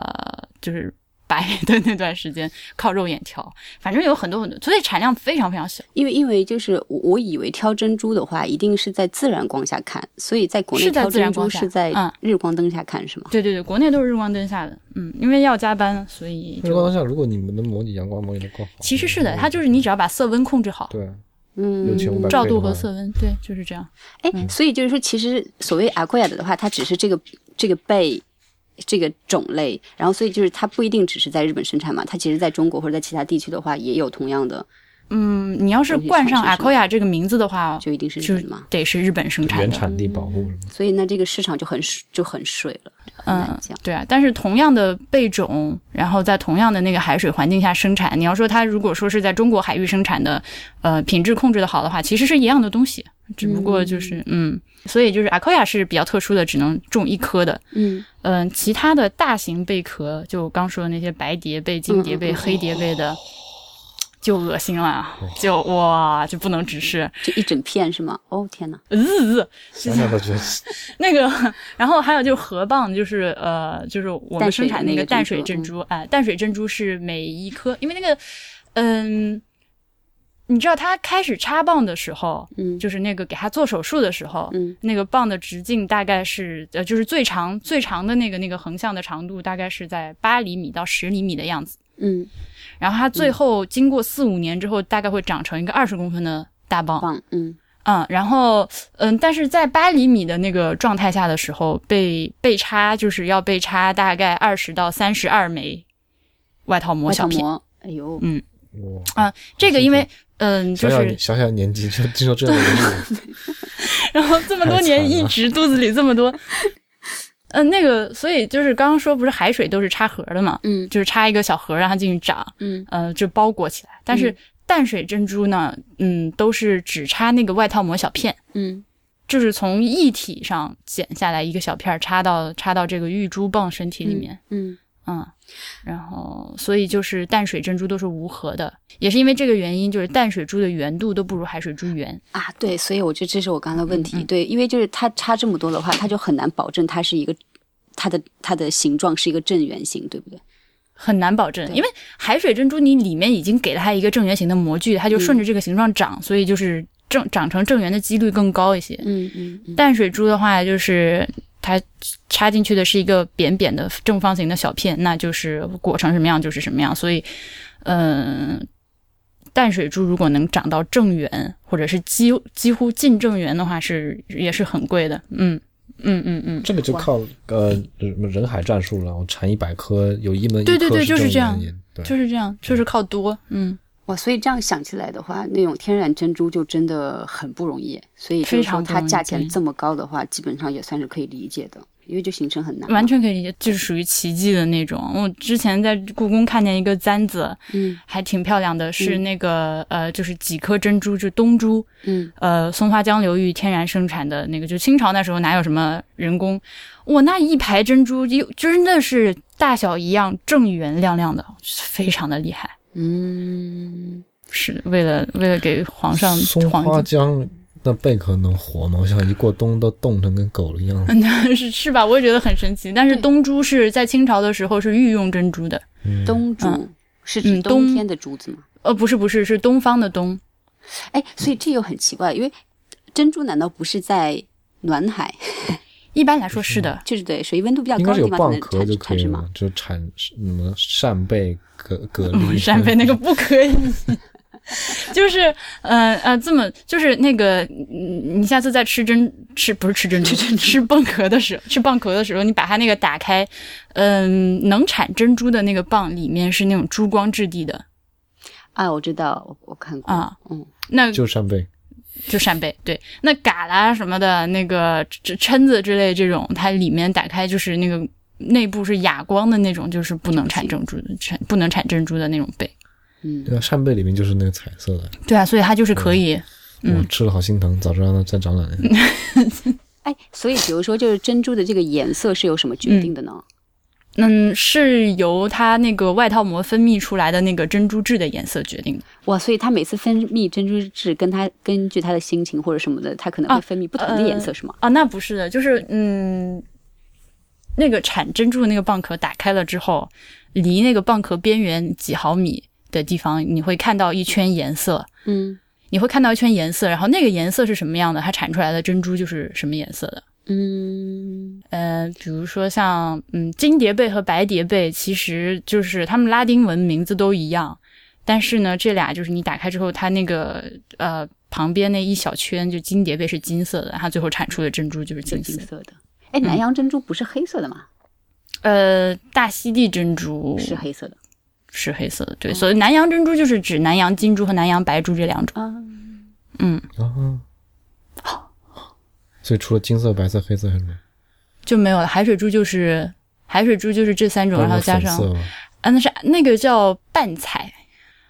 [SPEAKER 1] 就是。白的那段时间靠肉眼挑，反正有很多很多，所以产量非常非常小。
[SPEAKER 2] 因为因为就是我我以为挑珍珠的话，一定是在自然光下看，所以在国内
[SPEAKER 1] 是在
[SPEAKER 2] 挑
[SPEAKER 1] 自然
[SPEAKER 2] 珍珠
[SPEAKER 1] 光下
[SPEAKER 2] 是在
[SPEAKER 1] 嗯
[SPEAKER 2] 日光灯下看是吗？
[SPEAKER 1] 对对对，国内都是日光灯下的，嗯，因为要加班，所以
[SPEAKER 3] 日光
[SPEAKER 1] 就
[SPEAKER 3] 灯下，如果你们能模拟阳光，模拟的更好。
[SPEAKER 1] 其实是的，它就是你只要把色温控制好，
[SPEAKER 3] 对
[SPEAKER 2] 嗯，
[SPEAKER 3] 有前五百
[SPEAKER 1] 照度和色温，对，就是这样。
[SPEAKER 2] 哎，
[SPEAKER 1] 嗯
[SPEAKER 2] 所以就是说，其实所谓阿库亚的话，它只是这个这个贝这个种类，然后所以就是它不一定只是在日本生产嘛，它其实在中国或者在其他地区的话，也有同样的，
[SPEAKER 1] 嗯，你要是冠上 a
[SPEAKER 2] 东西产生
[SPEAKER 1] k o y a 这个名字的话，
[SPEAKER 2] 就一定是日
[SPEAKER 1] 就
[SPEAKER 2] 本嘛。
[SPEAKER 1] 得是日本生产
[SPEAKER 3] 原
[SPEAKER 1] 的。
[SPEAKER 3] 产地保护什么？
[SPEAKER 2] 所以那这个市场就很水就很水了，很
[SPEAKER 1] 嗯
[SPEAKER 2] 难讲。，
[SPEAKER 1] 对啊，但是同样的贝种，然后在同样的那个海水环境下生产，你要说它如果说是在中国海域生产的，呃，品质控制的好的话，其实是一样的东西，只不过就是嗯所以就是 a k o y a 是比较特殊的，只能种一颗的。
[SPEAKER 2] 嗯
[SPEAKER 1] 嗯，其他的大型贝壳，就刚说的那些白蝶贝、金蝶贝、
[SPEAKER 2] 嗯嗯嗯哦
[SPEAKER 1] 黑蝶贝的，就恶心了，就哇，就不能直视，
[SPEAKER 2] 就一整片是吗？哦天哪，
[SPEAKER 1] 呃呃呃
[SPEAKER 3] 想想都觉得
[SPEAKER 1] 那个，然后还有就是河蚌，就是呃，就是我们
[SPEAKER 2] 淡水
[SPEAKER 1] 生
[SPEAKER 2] 的
[SPEAKER 1] 产
[SPEAKER 2] 那
[SPEAKER 1] 个
[SPEAKER 2] 个
[SPEAKER 1] 淡
[SPEAKER 2] 珍
[SPEAKER 1] 水
[SPEAKER 2] 珠
[SPEAKER 1] 珍珠，哎、淡水珍珠是每一颗，因为那个，嗯，你知道它开始插蚌的时候，
[SPEAKER 2] 嗯
[SPEAKER 1] 就是那个给它做手术的时候，
[SPEAKER 2] 嗯
[SPEAKER 1] 那个蚌的直径大概是呃，就是最长最长的那个那个横向的长度大概是在八厘米到十厘米的样子，
[SPEAKER 2] 嗯
[SPEAKER 1] 然后它最后经过四五年之后，大概会长成一个二十公分的大蚌。
[SPEAKER 2] 棒嗯
[SPEAKER 1] 嗯，然后嗯，但是在八厘米的那个状态下的时候，被被插就是要被插大概二十到三十二枚外套膜
[SPEAKER 2] 外
[SPEAKER 1] 小
[SPEAKER 2] 套
[SPEAKER 1] 片。
[SPEAKER 2] 膜，哎呦
[SPEAKER 1] 嗯，
[SPEAKER 3] 哇！
[SPEAKER 1] 这个因为嗯，就
[SPEAKER 3] 想想
[SPEAKER 1] 是
[SPEAKER 3] 想想年纪就经受这样
[SPEAKER 1] [LAUGHS]
[SPEAKER 3] 的
[SPEAKER 1] 然后这么多
[SPEAKER 3] 太惨
[SPEAKER 1] 年
[SPEAKER 3] 了
[SPEAKER 1] 一直肚子里这么
[SPEAKER 2] [LAUGHS]
[SPEAKER 1] 多。嗯，那个，所以就是刚刚说，不是海水都是插盒的嘛，
[SPEAKER 2] 嗯
[SPEAKER 1] 就是插一个小盒让它进去长，
[SPEAKER 2] 嗯
[SPEAKER 1] 呃，就包裹起来。但是
[SPEAKER 2] 嗯
[SPEAKER 1] 淡水珍珠呢，嗯，都是只插那个外套膜小片，
[SPEAKER 2] 嗯
[SPEAKER 1] 就是从液体上剪下来一个小片儿，插到插到这个玉珠蚌身体里面，
[SPEAKER 2] 嗯
[SPEAKER 1] 嗯然后所以就是淡水珍珠都是无核的，也是因为这个原因，就是淡水珠的圆度都不如海水珠圆。
[SPEAKER 2] 啊对，所以我觉得这是我刚才的问题，
[SPEAKER 1] 嗯嗯
[SPEAKER 2] 对，因为就是它差这么多的话，它就很难保证它是一个它的它的形状是一个正圆形，对不对？
[SPEAKER 1] 很难保证，
[SPEAKER 2] 对
[SPEAKER 1] 因为海水珍珠你里面已经给了它一个正圆形的模具，它就顺着这个形状长，所以就是正长成正圆的几率更高一些。
[SPEAKER 2] 嗯嗯嗯
[SPEAKER 1] 淡水珠的话，就是它插进去的是一个扁扁的正方形的小片，那就是裹成什么样就是什么样。所以，嗯、淡水珠如果能长到正圆，或者是几几乎近正圆的话是，也是很贵的。嗯嗯嗯嗯，
[SPEAKER 3] 这个就靠呃什么人海战术了，我产一百颗，有一门一
[SPEAKER 1] 对对
[SPEAKER 3] 颗
[SPEAKER 1] 对就是
[SPEAKER 3] 正
[SPEAKER 1] 这样
[SPEAKER 3] 圆也对，
[SPEAKER 1] 就是这样，就是靠多。嗯
[SPEAKER 2] 哇，所以这样想起来的话，那种天然珍珠就真的很不容易，所以就是
[SPEAKER 1] 非
[SPEAKER 2] 说
[SPEAKER 1] 常不
[SPEAKER 2] 它
[SPEAKER 1] 容易
[SPEAKER 2] 价钱
[SPEAKER 1] 对
[SPEAKER 2] 这么高的话，基本上也算是可以理解的，因为就形成很难嘛。
[SPEAKER 1] 完全可以理解，就是属于奇迹的那种。我之前在故宫看见一个簪子，
[SPEAKER 2] 嗯
[SPEAKER 1] 还挺漂亮的，是
[SPEAKER 3] 嗯
[SPEAKER 1] 那个、呃，就是几颗珍珠，就是东珠，
[SPEAKER 2] 嗯，
[SPEAKER 1] 呃，松花江流域天然生产的那个，就清朝那时候哪有什么人工，哇，那一排珍珠就真的是大小一样，正圆亮亮的，非常的厉害。
[SPEAKER 2] 嗯，
[SPEAKER 1] 是为了为了给皇上
[SPEAKER 3] 松
[SPEAKER 1] 皇
[SPEAKER 3] 花
[SPEAKER 1] 帝
[SPEAKER 3] 江那贝壳能活吗？我想一过冬都冻成跟狗一
[SPEAKER 1] 嗯
[SPEAKER 3] 样。
[SPEAKER 1] [LAUGHS] 是是吧？我也觉得很神奇。但是
[SPEAKER 2] 对
[SPEAKER 1] 东珠是在清朝的时候是御用珍珠的，
[SPEAKER 3] 嗯，
[SPEAKER 2] 冬竹、
[SPEAKER 1] 嗯
[SPEAKER 2] 是指
[SPEAKER 1] 嗯
[SPEAKER 2] 冬
[SPEAKER 1] 冬
[SPEAKER 2] 天的竹子吗？
[SPEAKER 1] 呃，不是不是，是东方的东，
[SPEAKER 2] 哎，所以这又很奇怪，因为珍珠难道不是在暖海， [LAUGHS]
[SPEAKER 1] 一般来说是的。
[SPEAKER 2] 就是对水域温度比较
[SPEAKER 3] 应
[SPEAKER 2] 高
[SPEAKER 3] 该是
[SPEAKER 2] 的
[SPEAKER 3] 有
[SPEAKER 2] 地方才
[SPEAKER 3] 蚌
[SPEAKER 2] 能
[SPEAKER 3] 壳就
[SPEAKER 2] 产
[SPEAKER 3] 可
[SPEAKER 2] 产
[SPEAKER 3] 以
[SPEAKER 2] 生
[SPEAKER 3] 了
[SPEAKER 2] 吗？，
[SPEAKER 3] 就产什么扇贝、蛤蛤
[SPEAKER 1] [LAUGHS]
[SPEAKER 3] 蜊。
[SPEAKER 1] 哦扇贝那个不可以， [LAUGHS] 就是呃呃，这么就是那个，嗯你下次在吃珍吃不是吃珍珠， [LAUGHS] 吃蚌壳的时候，吃蚌壳的时候，你把它那个打开，嗯、能产珍珠的那个蚌里面是那种珠光质地的
[SPEAKER 2] 啊，我知道，我我看过，
[SPEAKER 1] 啊，
[SPEAKER 2] 嗯，
[SPEAKER 1] 那
[SPEAKER 3] [LAUGHS] 就扇贝，
[SPEAKER 1] 就扇贝，对，那嘎啦什么的，那个这蛏子之类这种，它里面打开就是那个内部是哑光的那种，就是不能产珍珠的，产不能产珍珠的那种贝。
[SPEAKER 2] 嗯，
[SPEAKER 3] 对啊，扇贝里面就是那个彩色的，
[SPEAKER 1] 对啊，所以它就是可以，嗯
[SPEAKER 3] 我吃了好心疼，早知道它再长两年。
[SPEAKER 2] 哎，所以比如说，就是珍珠的这个颜色是由什么决定的呢？
[SPEAKER 1] 嗯，是由它那个外套膜分泌出来的那个珍珠质的颜色决定的。
[SPEAKER 2] 哇，所以它每次分泌珍珠质，跟它根据它的心情或者什么的，它可能会
[SPEAKER 1] 啊
[SPEAKER 2] 分泌不同的颜色，是吗？
[SPEAKER 1] 啊，那不是的，就是嗯，那个产珍珠的那个蚌壳打开了之后，离那个蚌壳边缘几毫米的地方，你会看到一圈颜色。
[SPEAKER 2] 嗯
[SPEAKER 1] 你会看到一圈颜色，然后那个颜色是什么样的，它产出来的珍珠就是什么颜色的。
[SPEAKER 2] 嗯
[SPEAKER 1] 呃，比如说像嗯金蝶贝和白蝶贝，其实就是它们拉丁文名字都一样，但是呢，这俩就是你打开之后，它那个呃旁边那一小圈就金蝶贝是金色的，它最后产出的珍珠就是
[SPEAKER 2] 就
[SPEAKER 1] 金色嗯
[SPEAKER 2] 金
[SPEAKER 1] 的。
[SPEAKER 2] 色的。哎，南洋珍珠不是黑色的吗？
[SPEAKER 1] 呃，大溪地珍珠
[SPEAKER 2] 是黑嗯色的
[SPEAKER 1] 是黑色的，对，所以南洋珍珠就是指南洋金珠和南洋白珠这两种。
[SPEAKER 2] 啊。
[SPEAKER 1] 嗯，
[SPEAKER 3] 啊，所以除了金色、白色、黑色还有什么？
[SPEAKER 1] 就没有了。海水珠就是海水珠就是这三种，然
[SPEAKER 3] 还
[SPEAKER 1] 后
[SPEAKER 3] 有
[SPEAKER 1] 加
[SPEAKER 3] 粉
[SPEAKER 1] 上
[SPEAKER 3] 色吗
[SPEAKER 1] 啊，那是那个叫半彩，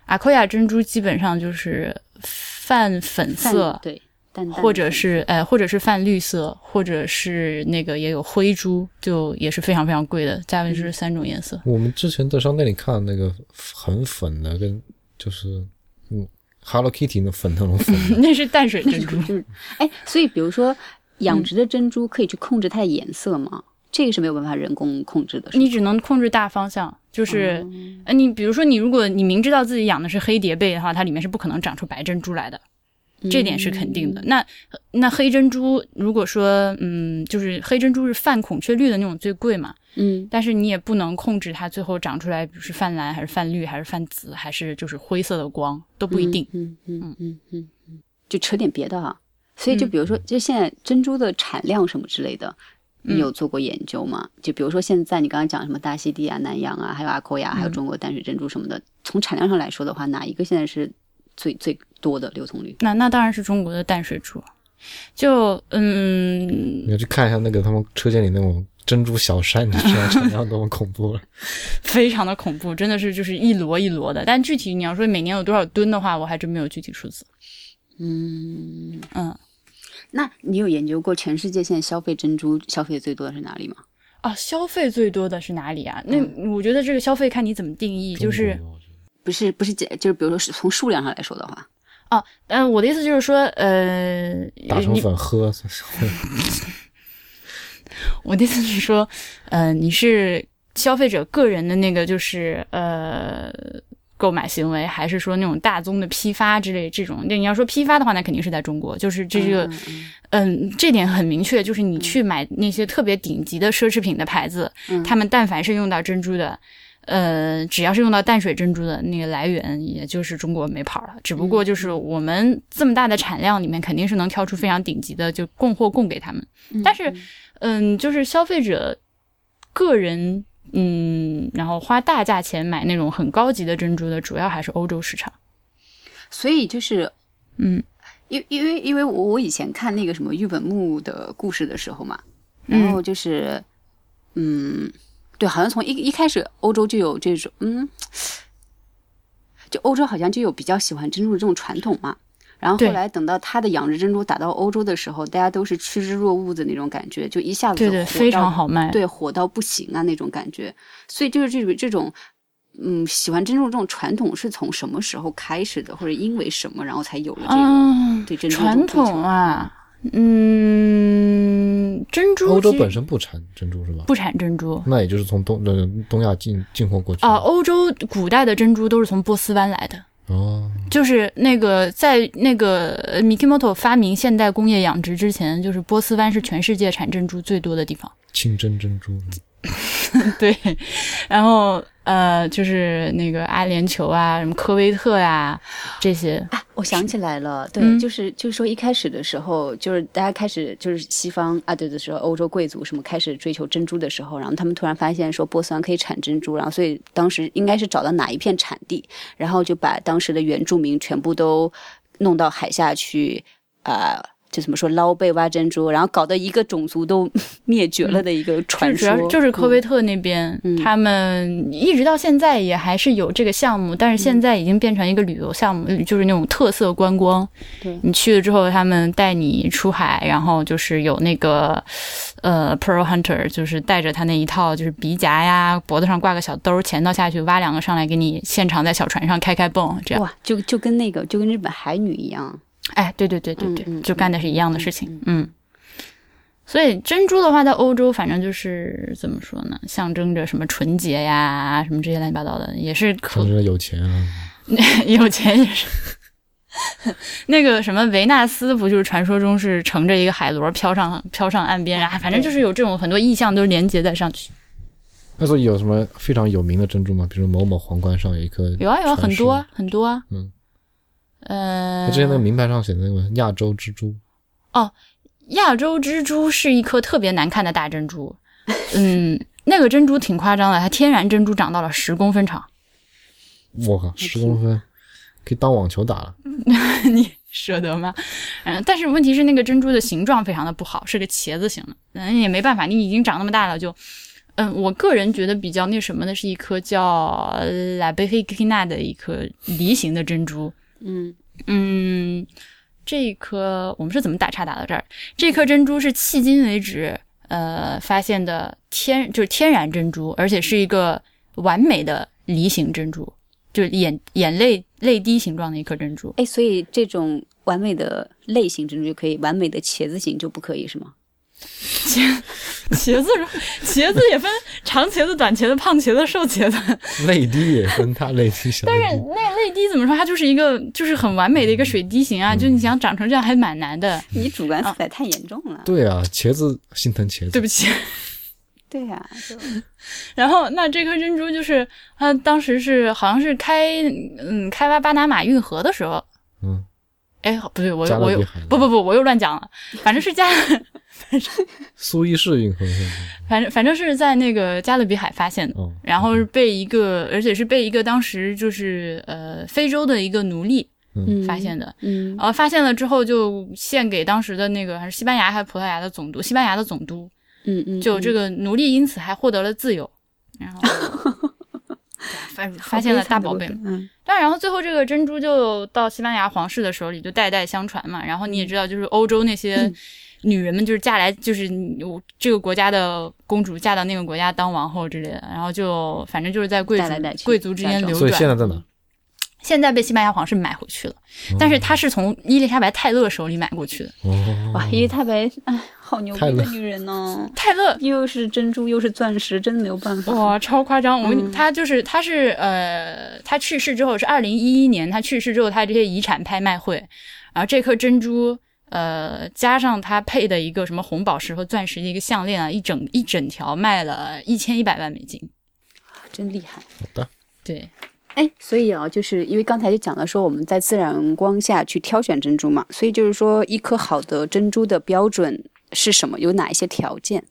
[SPEAKER 1] 阿科亚珍珠基本上就是泛粉
[SPEAKER 2] 淡
[SPEAKER 1] 色，
[SPEAKER 2] 对，淡淡的
[SPEAKER 1] 或者
[SPEAKER 2] 粉
[SPEAKER 1] 是呃，或者是泛绿色，或者是那个也有灰珠，就也是非常非常贵的，价位是三种颜色。 [LAUGHS]
[SPEAKER 3] 我们之前在商店里看那个很粉的，跟就是嗯 Hello Kitty 那粉那种粉的，
[SPEAKER 1] 那是淡水珍珠，
[SPEAKER 2] 就是，哎，所以比如说养
[SPEAKER 1] 嗯
[SPEAKER 2] 殖的珍珠可以去控制它的颜色吗？这个是没有办法人工控制的，是吗
[SPEAKER 1] 你只能控制大方向，就是，
[SPEAKER 2] 哦
[SPEAKER 1] 呃，你比如说你如果你明知道自己养的是黑蝶贝的话，它里面是不可能长出白珍珠来的，
[SPEAKER 2] 哦
[SPEAKER 1] 这点是肯定的。那那黑珍珠如果说嗯，就是黑珍珠是泛孔雀绿的那种最贵嘛，
[SPEAKER 2] 嗯，
[SPEAKER 1] 但是你也不能控制它最后长出来，比如是泛蓝还是泛绿还是泛紫，还是就是灰色的光都不一定。
[SPEAKER 2] 嗯嗯嗯嗯嗯嗯，就扯点别的啊。所以就比如说，就现在珍珠的产量什么之类的，你有做过研究吗？就比如说现在你刚刚讲什么大溪地啊、南洋啊，还有阿扣亚，还有中国淡水珍珠什么的，从产量上来说的话，哪一个现在是最最多的流通率？
[SPEAKER 1] 那那当然是中国的淡水珠，就嗯
[SPEAKER 3] 你，要去看一下那个他们车间里那种珍珠小山，你知道产量多么恐怖了。啊
[SPEAKER 1] 非常的恐怖，真的是就是一摞一摞的。但具体你要说每年有多少吨的话，我还真没有具体数字。
[SPEAKER 2] 嗯，
[SPEAKER 1] 嗯，
[SPEAKER 2] 那你有研究过全世界现在消费珍珠消费最多的是哪里吗？
[SPEAKER 1] 啊，消费最多的是哪里啊？那、我觉得这个消费看你怎么定义， [LAUGHS] 就是
[SPEAKER 3] 中国的
[SPEAKER 2] 不是不是，就是比如说是从数量上来说的话，
[SPEAKER 1] 哦，嗯、我的意思就是说，呃，
[SPEAKER 3] [LAUGHS] 打成
[SPEAKER 1] 你
[SPEAKER 3] 粉喝，
[SPEAKER 1] 我的意思是说，呃，你是消费者个人的那个就是呃购买行为，还是说那种大宗的批发之类这种？那你要说批发的话，那肯定是在中国，就是这个，
[SPEAKER 2] 嗯
[SPEAKER 1] 嗯、这点很明确，就是你去买那些特别顶级的奢侈品的牌子，
[SPEAKER 2] 嗯
[SPEAKER 1] 他们但凡是用到珍珠的。呃，只要是用到淡水珍珠的那个来源，也就是中国没跑了。只不过就是我们这么大的产量里面，肯定是能挑出非常顶级的，就供货供给他们。但是，嗯，就是消费者个人，嗯，然后花大价钱买那种很高级的珍珠的，主要还是欧洲市场。
[SPEAKER 2] 所以就是
[SPEAKER 1] 嗯
[SPEAKER 2] 因因为因为我我以前看那个什么玉本木的故事的时候嘛，
[SPEAKER 1] 嗯
[SPEAKER 2] 然后就是嗯对，好像从一一开始欧洲就有这种嗯，就欧洲好像就有比较喜欢珍珠的这种传统嘛。然后
[SPEAKER 1] 对
[SPEAKER 2] 后来等到他的养殖珍珠打到欧洲的时候，大家都是趋之若鹜的那种感觉，就一下子
[SPEAKER 1] 对对，
[SPEAKER 2] 火
[SPEAKER 1] 非
[SPEAKER 2] 到
[SPEAKER 1] 常好卖。
[SPEAKER 2] 对，火到不行啊那种感觉。所以就是这种这种，嗯，喜欢珍珠这种传统是从什么时候开始的，或者因为什么，然后才有了这个、
[SPEAKER 1] 啊，
[SPEAKER 2] 对珍珠
[SPEAKER 1] 传统啊，嗯，珍珠
[SPEAKER 3] [LAUGHS] 欧洲
[SPEAKER 1] 其实
[SPEAKER 3] 本身不产珍珠是吧？
[SPEAKER 1] 不产珍珠。
[SPEAKER 3] 那也就是从东呃东亚进进货过去
[SPEAKER 1] 啊，欧洲古代的珍珠都是从波斯湾来的，
[SPEAKER 3] 哦，
[SPEAKER 1] 就是那个在那个呃 Mikimoto 发明现代工业养殖之前，就是波斯湾是全世界产珍珠最多的地方。 [LAUGHS]
[SPEAKER 3] 清真珍珠
[SPEAKER 1] 对，然后呃，就是那个阿联酋啊，什么科威特呀、这些，
[SPEAKER 2] 啊，我想起来了，对，
[SPEAKER 1] 嗯
[SPEAKER 2] 就是就是说一开始的时候，就是大家开始就是西方啊，对的时候，欧洲贵族什么开始追求珍珠的时候，然后他们突然发现说波斯湾可以产珍珠，然后所以当时应该是找到哪一片产地，然后就把当时的原住民全部都弄到海下去，啊、就怎么说捞贝挖珍珠，然后搞得一个种族都 [LAUGHS] 灭绝了的一个
[SPEAKER 1] 嗯
[SPEAKER 2] 传
[SPEAKER 1] 就主
[SPEAKER 2] 说，
[SPEAKER 1] 要是就是科
[SPEAKER 2] 嗯
[SPEAKER 1] 威特那边，
[SPEAKER 2] 嗯
[SPEAKER 1] 他们一直到现在也还是有这个项目，但是
[SPEAKER 2] 嗯
[SPEAKER 1] 现在已经变成一个旅游项目，就是那种特色观光。
[SPEAKER 2] 对
[SPEAKER 1] 你去了之后，他们带你出海，然后就是有那个呃 pearl hunter，就是带着他那一套就是鼻夹呀，脖子上挂个小兜，钱到下去挖两个上来，给你现场在小船上开开蹦，这样。
[SPEAKER 2] 哇，就就跟那个就跟日本海女一样，
[SPEAKER 1] 哎，对对对对对，
[SPEAKER 2] 嗯嗯
[SPEAKER 1] 就干的是一样的事情，嗯。所以珍珠的话，在欧洲反正就是怎么说呢，象征着什么纯洁呀，什么这些乱七八糟的，也是可
[SPEAKER 3] 象征着有钱啊，
[SPEAKER 1] [LAUGHS] 有钱也是。那个什么维纳斯不就是传说中是乘着一个海螺飘上飘上岸边啊？反正就是有这种很多意象都是连接在上去。
[SPEAKER 3] 那所以有什么非常有名的珍珠吗？比如某某皇冠上有一颗，
[SPEAKER 1] 有啊有啊，很多啊很多啊。
[SPEAKER 3] 嗯，
[SPEAKER 1] 呃
[SPEAKER 3] 它，之前那个名牌上写的那个亚洲蜘蛛，
[SPEAKER 1] 亚洲蜘蛛是一颗特别难看的大珍珠，嗯，那个珍珠挺夸张的，它天然珍珠长到了十公分长， [LAUGHS]
[SPEAKER 3] 我靠，十公分可以当网球打
[SPEAKER 1] [LAUGHS]
[SPEAKER 3] 了。
[SPEAKER 1] 你舍得吗？嗯，但是问题是那个珍珠的形状非常的不好，是个茄子形的，嗯，也没办法，你已经长那么大了就。嗯，我个人觉得比较那什么的是一颗叫呃拉贝黑基纳的一颗梨形的珍珠，
[SPEAKER 2] 嗯，
[SPEAKER 1] 嗯，这一颗我们是怎么打岔打到这儿？这颗珍珠是迄今为止呃发现的天就是天然珍珠，而且是一个完美的梨形珍珠，就是眼眼泪泪滴形状的一颗珍珠。
[SPEAKER 2] 哎，所以这种完美的类型珍珠就可以，完美的茄子型就不可以是吗？
[SPEAKER 1] 茄子，茄子也分长茄子、短茄子、胖茄子、瘦茄子。
[SPEAKER 3] 泪滴也分它泪滴小
[SPEAKER 1] 但
[SPEAKER 3] 泪
[SPEAKER 1] 是
[SPEAKER 3] 滴，
[SPEAKER 1] 那泪滴怎么说？它就是一个就是很完美的一个水滴形啊，就你想长成这样还蛮难的。
[SPEAKER 2] 你主观
[SPEAKER 1] 啊
[SPEAKER 2] 色彩太严重了。
[SPEAKER 3] 对啊，茄子心疼茄
[SPEAKER 1] 对
[SPEAKER 3] 子，
[SPEAKER 1] 不起。
[SPEAKER 2] 对啊呀、就
[SPEAKER 1] 然后那这颗珍珠就是它当时是好像是开嗯开挖巴拿马运河的时候，
[SPEAKER 3] 嗯，
[SPEAKER 1] 哎不对，我
[SPEAKER 3] 加
[SPEAKER 1] 我
[SPEAKER 3] 勒比
[SPEAKER 1] 又
[SPEAKER 3] 海的
[SPEAKER 1] 不不不，我又乱讲了，反正是加 [LAUGHS]
[SPEAKER 3] 苏伊士运河是吧
[SPEAKER 1] 反正反正是在那个加勒比海发现的。
[SPEAKER 3] 哦，
[SPEAKER 1] 然后是被一个，而且是被一个当时就是呃非洲的一个奴隶发现的，
[SPEAKER 2] 嗯，
[SPEAKER 1] 然后发现了之后就献给当时的那个还是西班牙还是葡萄牙的总督，西班牙的总督，
[SPEAKER 2] 嗯嗯，
[SPEAKER 1] 就
[SPEAKER 2] 嗯
[SPEAKER 1] 这个奴隶因此还获得了自由，然
[SPEAKER 2] [LAUGHS]
[SPEAKER 1] 后发发现了大宝贝。
[SPEAKER 2] 嗯，
[SPEAKER 1] 但然后最后这个珍珠就到西班牙皇室的手里，就代代相传嘛。然后
[SPEAKER 2] 嗯
[SPEAKER 1] 你也知道，就是欧洲那些女人们就是嫁来，就是你我这个国家的公主嫁到那个国家当王后之类的，然后就反正就是在贵族
[SPEAKER 2] 带来带去
[SPEAKER 1] 贵族之间
[SPEAKER 2] 嫁
[SPEAKER 1] 流
[SPEAKER 2] 妆
[SPEAKER 3] 所以现在
[SPEAKER 1] 转。
[SPEAKER 3] 在哪？
[SPEAKER 1] 现在被西班牙皇室买回去了，但是她是从伊丽莎白泰勒手里买过去的。
[SPEAKER 3] 哦，
[SPEAKER 2] 哇，伊丽莎白，哎，好牛逼
[SPEAKER 3] 太
[SPEAKER 2] 的
[SPEAKER 3] 冷
[SPEAKER 2] 女人呢、
[SPEAKER 1] 泰勒
[SPEAKER 2] 又是珍珠又是钻石，真的没有办法。
[SPEAKER 1] 哇，超夸张！我跟你，
[SPEAKER 2] 嗯
[SPEAKER 1] 他就是他是呃，他去世之后是二零一一年，他去世之后他这些遗产拍卖会，然后这颗珍珠呃加上他配的一个什么红宝石和钻石的一个项链啊，一整一整条卖了一千一百万美金。
[SPEAKER 2] 真厉害！
[SPEAKER 3] 好的，
[SPEAKER 1] 对，
[SPEAKER 2] 哎，所以啊，就是因为刚才就讲了说我们在自然光下去挑选珍珠嘛，所以就是说一颗好的珍珠的标准是什么？有哪一些条件？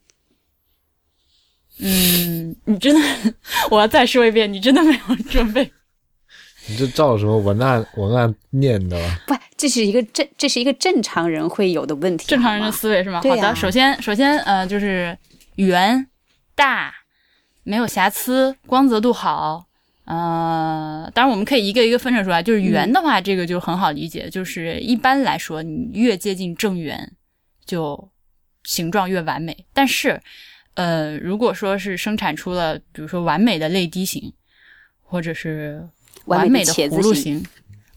[SPEAKER 1] [LAUGHS] 嗯，你真的，我要再说一遍，你真的没有准备。
[SPEAKER 3] 你这照什么文案文案念的吧？
[SPEAKER 2] 不，这是一个正，这是一个正常人会有的问题。
[SPEAKER 1] 正常人
[SPEAKER 2] 好
[SPEAKER 1] 的
[SPEAKER 2] 吗
[SPEAKER 1] 思维是吗？
[SPEAKER 2] 对
[SPEAKER 1] 好
[SPEAKER 2] 呀
[SPEAKER 1] 的，首先首先呃，就是圆大，没有瑕疵，光泽度好。呃，当然我们可以一个一个分扯出来。就是圆
[SPEAKER 2] 嗯
[SPEAKER 1] 的话，这个就很好理解，就是一般来说，你越接近正圆，就形状越完美。但是，呃，如果说是生产出了，比如说完美的泪滴形，或者是完
[SPEAKER 2] 完
[SPEAKER 1] 美
[SPEAKER 2] 美
[SPEAKER 1] 的
[SPEAKER 2] 的茄
[SPEAKER 1] 葫
[SPEAKER 2] 子
[SPEAKER 1] 芦
[SPEAKER 2] 形
[SPEAKER 1] 形，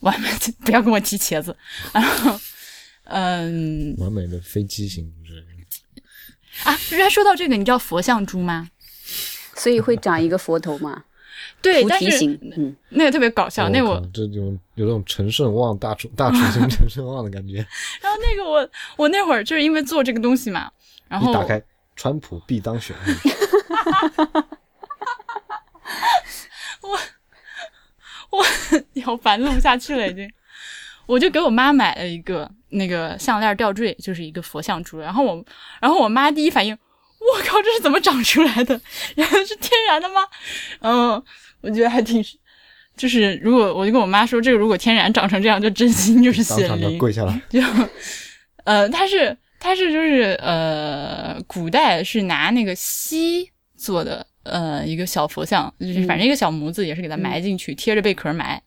[SPEAKER 1] 完美的不要跟我提茄子，然后，嗯，
[SPEAKER 3] 完美的飞机型之类的。
[SPEAKER 1] 啊，然说到这个，你知道佛像猪吗？
[SPEAKER 2] 所以会长一个佛头嘛，
[SPEAKER 1] [LAUGHS] 对，
[SPEAKER 2] 菩
[SPEAKER 1] 但
[SPEAKER 2] 提
[SPEAKER 1] 是
[SPEAKER 2] 形。嗯，
[SPEAKER 1] 那个特别搞笑，那
[SPEAKER 3] 我
[SPEAKER 1] 我
[SPEAKER 3] 靠这种有种陈胜旺大厨大厨
[SPEAKER 1] [LAUGHS]
[SPEAKER 3] 型陈胜旺的感觉。
[SPEAKER 1] 然后那个我我那会儿就是因为做这个东西嘛，然后
[SPEAKER 3] 一打
[SPEAKER 1] [LAUGHS]
[SPEAKER 3] 开，川普必当选。
[SPEAKER 1] 我烦录不下去了已经，我就给我妈买了一个那个项链吊坠，就是一个佛像猪，然后我然后我妈第一反应，我靠，这是怎么长出来的？ [LAUGHS] 然后是天然的吗？嗯，我觉得还挺。就是如果我就跟我妈说，这个如果天然长成这样，就真心就是
[SPEAKER 3] 当
[SPEAKER 1] 显
[SPEAKER 3] 场就
[SPEAKER 1] 灵。
[SPEAKER 3] 跪下来，
[SPEAKER 1] 就呃，它是它是就是呃，古代是拿那个锡做的呃一个小佛像，就是
[SPEAKER 2] 嗯
[SPEAKER 1] 反正一个小模子，也是给它埋进去，贴着贝壳埋。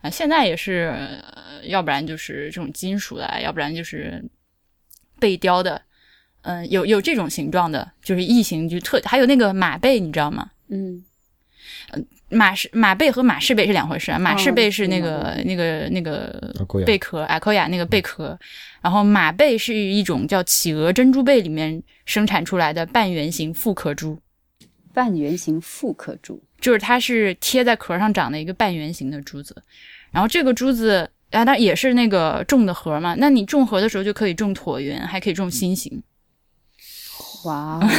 [SPEAKER 1] 啊、现在也是、呃要不然就是这种金属的，啊要不然就是被雕的。嗯、有有这种形状的，就是异形，就特还有那个马背，你知道吗？
[SPEAKER 2] 嗯，
[SPEAKER 1] 马氏马背和马氏背是两回事啊，
[SPEAKER 2] 哦
[SPEAKER 1] 马氏背是那
[SPEAKER 2] 明
[SPEAKER 1] 个、
[SPEAKER 2] 白
[SPEAKER 1] 那个那个
[SPEAKER 3] 啊狗牙
[SPEAKER 1] 贝壳，阿科亚那个贝壳，然后马背是一种叫企鹅珍珠贝里面生产出来的半圆形复壳珠，
[SPEAKER 2] 半圆形复刻柱，
[SPEAKER 1] 就是它是贴在壳上长的一个半圆形的珠子，然后这个珠子啊，它也是那个种的核嘛，那你种核的时候就可以种椭圆，还可以种心形，[LAUGHS]
[SPEAKER 2] 哇哦！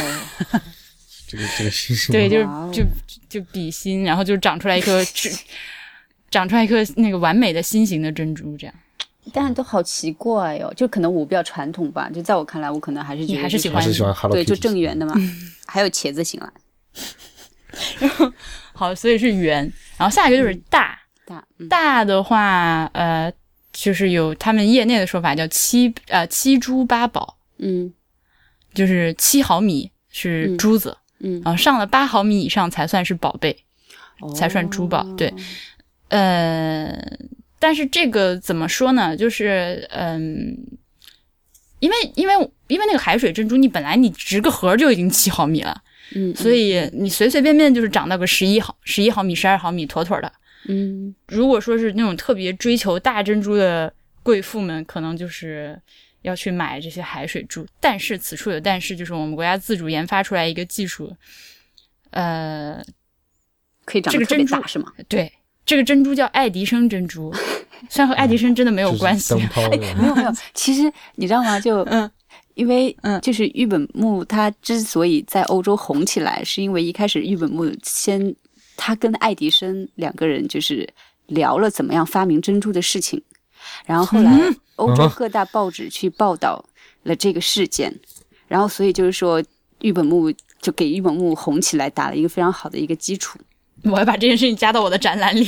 [SPEAKER 3] 这个这个星星，
[SPEAKER 1] 对，就是
[SPEAKER 2] 哇哦
[SPEAKER 1] 就就比心，然后就长出来一颗 [LAUGHS] 长出来一颗那个完美的心形的珍珠，这样。
[SPEAKER 2] 但都好奇怪哟、就可能我比较传统吧，就在我看来，我可能还是觉
[SPEAKER 1] 你
[SPEAKER 2] 得
[SPEAKER 1] 还是
[SPEAKER 2] 就
[SPEAKER 1] 喜
[SPEAKER 3] 还
[SPEAKER 1] 欢嗯
[SPEAKER 3] 是喜欢 Hello
[SPEAKER 2] 对，就
[SPEAKER 3] Kitty
[SPEAKER 2] 正圆的嘛，还有茄子型啦，
[SPEAKER 1] 好，所以是圆。然后下一个就是大，
[SPEAKER 2] 大嗯
[SPEAKER 1] 大的话，呃，就是有他们业内的说法叫七呃七珠八宝，
[SPEAKER 2] 嗯
[SPEAKER 1] 就是七毫米是珠子，
[SPEAKER 2] 嗯，
[SPEAKER 1] 然后上了八毫米以上才算是宝贝。才算珠宝
[SPEAKER 2] 哦
[SPEAKER 1] 对呃，但是这个怎么说呢？就是嗯。因为因为因为那个海水珍珠，你本来你植个核就已经七毫米了，
[SPEAKER 2] 嗯，嗯，
[SPEAKER 1] 所以你随随便便就是长到个十一毫十一毫米、十二毫米，妥妥的。
[SPEAKER 2] 嗯
[SPEAKER 1] 如果说是那种特别追求大珍珠的贵妇们，可能就是要去买这些海水珠。但是此处有但是，就是我们国家自主研发出来一个技术，呃，
[SPEAKER 2] 可以长
[SPEAKER 1] 这
[SPEAKER 2] 得
[SPEAKER 1] 个
[SPEAKER 2] 特别
[SPEAKER 1] 珍珠
[SPEAKER 2] 大是吗？
[SPEAKER 1] 对，这个珍珠叫爱迪生灯珠， [LAUGHS] 虽然和爱迪生真的没有关系
[SPEAKER 3] 就是，灯泡那种
[SPEAKER 2] 哎没有没有， [LAUGHS] 其实你知道吗？就
[SPEAKER 1] 嗯
[SPEAKER 2] 因为
[SPEAKER 1] 嗯
[SPEAKER 2] 就是玉本木，它之所以在欧洲红起来，是因为一开始玉本木先他跟爱迪生两个人就是聊了怎么样发明珍珠的事情，然后后来欧洲各大报纸去报道了这个事件，然后所以就是说玉本木就给玉本木红起来打了一个非常好的一个基础。
[SPEAKER 1] [LAUGHS] 我要把这件事情加到我的展览里。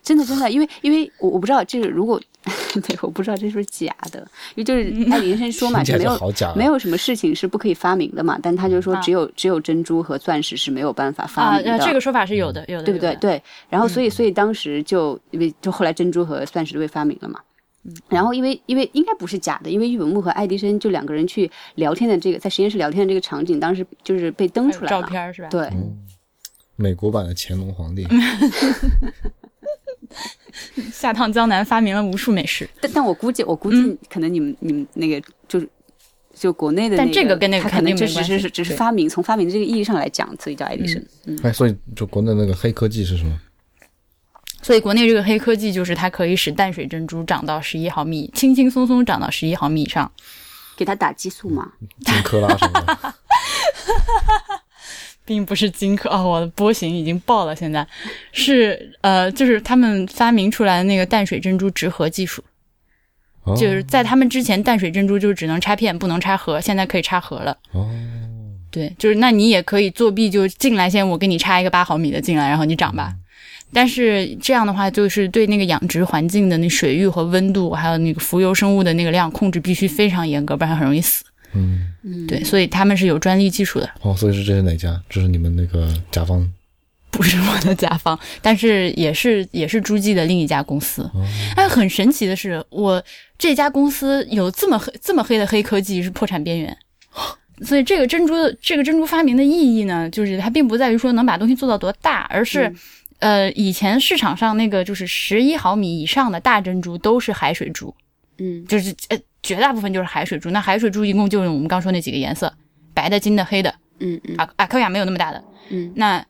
[SPEAKER 2] 真的真的，因为因为我我不知道这个如果， [LAUGHS] 对，我不知道这是不是假的，因为就是爱迪生说嘛， [LAUGHS]
[SPEAKER 3] 听起
[SPEAKER 2] 就没
[SPEAKER 3] 来就
[SPEAKER 2] 有
[SPEAKER 3] 好假啊，
[SPEAKER 2] 没有什么事情是不可以发明的嘛，但他就说
[SPEAKER 1] 啊
[SPEAKER 2] 只有、只有珍珠和钻石是没有办法发 [LAUGHS]
[SPEAKER 1] 啊，
[SPEAKER 2] 明的，
[SPEAKER 1] 那这个说法是有的，有的，
[SPEAKER 2] 嗯对不
[SPEAKER 1] 有
[SPEAKER 2] 对？
[SPEAKER 1] 的？
[SPEAKER 2] 对，然后
[SPEAKER 1] 嗯
[SPEAKER 2] 所以所以当时就因为就后来珍珠和钻石都被发明了嘛。
[SPEAKER 1] 嗯
[SPEAKER 2] 然后，因为因为应该不是假的，因为玉本木和爱迪生就两个人去聊天的这个在实验室聊天的这个场景，当时就是被登
[SPEAKER 1] 还有
[SPEAKER 2] 出来
[SPEAKER 1] 照
[SPEAKER 2] 了。
[SPEAKER 1] 片嗯是吧？
[SPEAKER 2] 对，
[SPEAKER 3] 美国版的乾隆皇帝，
[SPEAKER 1] 下趟江南发明了无数美食，
[SPEAKER 2] 但但我估计，我估计
[SPEAKER 1] 嗯
[SPEAKER 2] 可能你们、你们那个就是就国内的、那
[SPEAKER 1] 但这个跟那个
[SPEAKER 2] 他可
[SPEAKER 1] 肯定
[SPEAKER 2] 能就
[SPEAKER 1] 没
[SPEAKER 2] 只
[SPEAKER 1] 关系
[SPEAKER 2] 是只是
[SPEAKER 1] 对
[SPEAKER 2] 发明，从发明这个意义上来讲，所以叫爱迪生。嗯
[SPEAKER 3] 哎，所以就国内那个黑科技是什么？
[SPEAKER 1] 所以国内这个黑科技就是它可以使淡水珍珠长到十一毫米，轻轻松松长到十一毫米以上。
[SPEAKER 2] 给他打激素嘛，
[SPEAKER 3] 金克拉什么
[SPEAKER 2] [LAUGHS]
[SPEAKER 3] 的，
[SPEAKER 1] 并不是金克哦，我的波形已经爆了，现在是呃，就是他们发明出来的那个淡水珍珠植核技术，
[SPEAKER 3] 哦
[SPEAKER 1] 就是在他们之前，淡水珍珠就是只能插片，不能插核，现在可以插核了。
[SPEAKER 3] 哦，
[SPEAKER 1] 对，就是那你也可以作弊，就进来先我给你插一个八毫米的进来，然后你长吧。但是这样的话，就是对那个养殖环境的那水域和温度，还有那个浮游生物的那个量控制必须非常严格，不然很容易死。
[SPEAKER 3] 嗯，
[SPEAKER 2] 嗯，
[SPEAKER 1] 对，所以他们是有专利技术的，
[SPEAKER 3] 哦，所以是这是哪家？这是你们那个甲方
[SPEAKER 1] 不是我的甲方，但是也是也是诸暨的另一家公司。
[SPEAKER 3] 哦，
[SPEAKER 1] 但很神奇的是，我这家公司有这么黑这么黑的黑科技是破产边缘，所以这个珍珠的这个珍珠发明的意义呢，就是它并不在于说能把东西做到多大，而是、呃以前市场上那个就是十一毫米以上的大珍珠都是海水珠，
[SPEAKER 2] 嗯
[SPEAKER 1] 就是呃绝大部分就是海水珠。那海水珠一共就是我们刚说那几个颜色，白的、金的、黑的。
[SPEAKER 2] 嗯嗯
[SPEAKER 1] 阿阿克亚没有那么大的，
[SPEAKER 2] 嗯
[SPEAKER 1] 那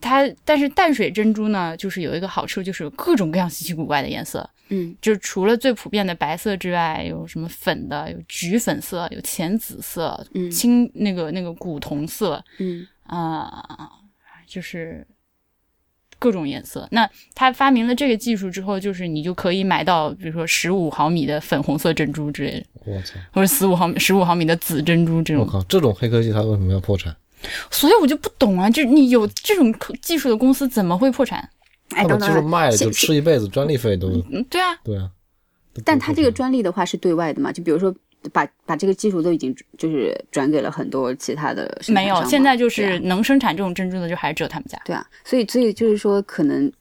[SPEAKER 1] 它但是淡水珍珠呢，就是有一个好处，就是有各种各样稀奇古怪的颜色，
[SPEAKER 2] 嗯
[SPEAKER 1] 就是除了最普遍的白色之外，有什么粉的，有橘粉色，有浅紫色，
[SPEAKER 2] 嗯
[SPEAKER 1] 青那个那个古铜色
[SPEAKER 2] 嗯
[SPEAKER 1] 啊、就是。各种颜色。那他发明了这个技术之后，就是你就可以买到，比如说十五毫米的粉红色珍珠之类的，
[SPEAKER 3] 我操！
[SPEAKER 1] 或者十五毫米、十五毫米的紫珍珠这
[SPEAKER 3] 我
[SPEAKER 1] 种
[SPEAKER 3] 靠，这种黑科技它为什么要破产？
[SPEAKER 1] 所以我就不懂啊，就你有这种科技术的公司怎么会破产？
[SPEAKER 2] 哎，
[SPEAKER 3] 他把
[SPEAKER 2] 等
[SPEAKER 3] 技
[SPEAKER 2] 等
[SPEAKER 3] 术
[SPEAKER 2] 等，
[SPEAKER 3] 卖了
[SPEAKER 2] 是
[SPEAKER 3] 就是吃一辈子，专利费都
[SPEAKER 1] 嗯，对啊，
[SPEAKER 3] 对啊。都不
[SPEAKER 2] 但他这个
[SPEAKER 3] 破产
[SPEAKER 2] 专利的话是对外的嘛？就比如说把把这个技术都已经就是转给了很多其他的生产
[SPEAKER 1] 没有
[SPEAKER 2] 商，嘛
[SPEAKER 1] 现在就
[SPEAKER 2] 对
[SPEAKER 1] 是
[SPEAKER 2] 啊
[SPEAKER 1] 能生产这种珍珠的，就还是只有他们家。
[SPEAKER 2] 对啊，所以所以就是说可能。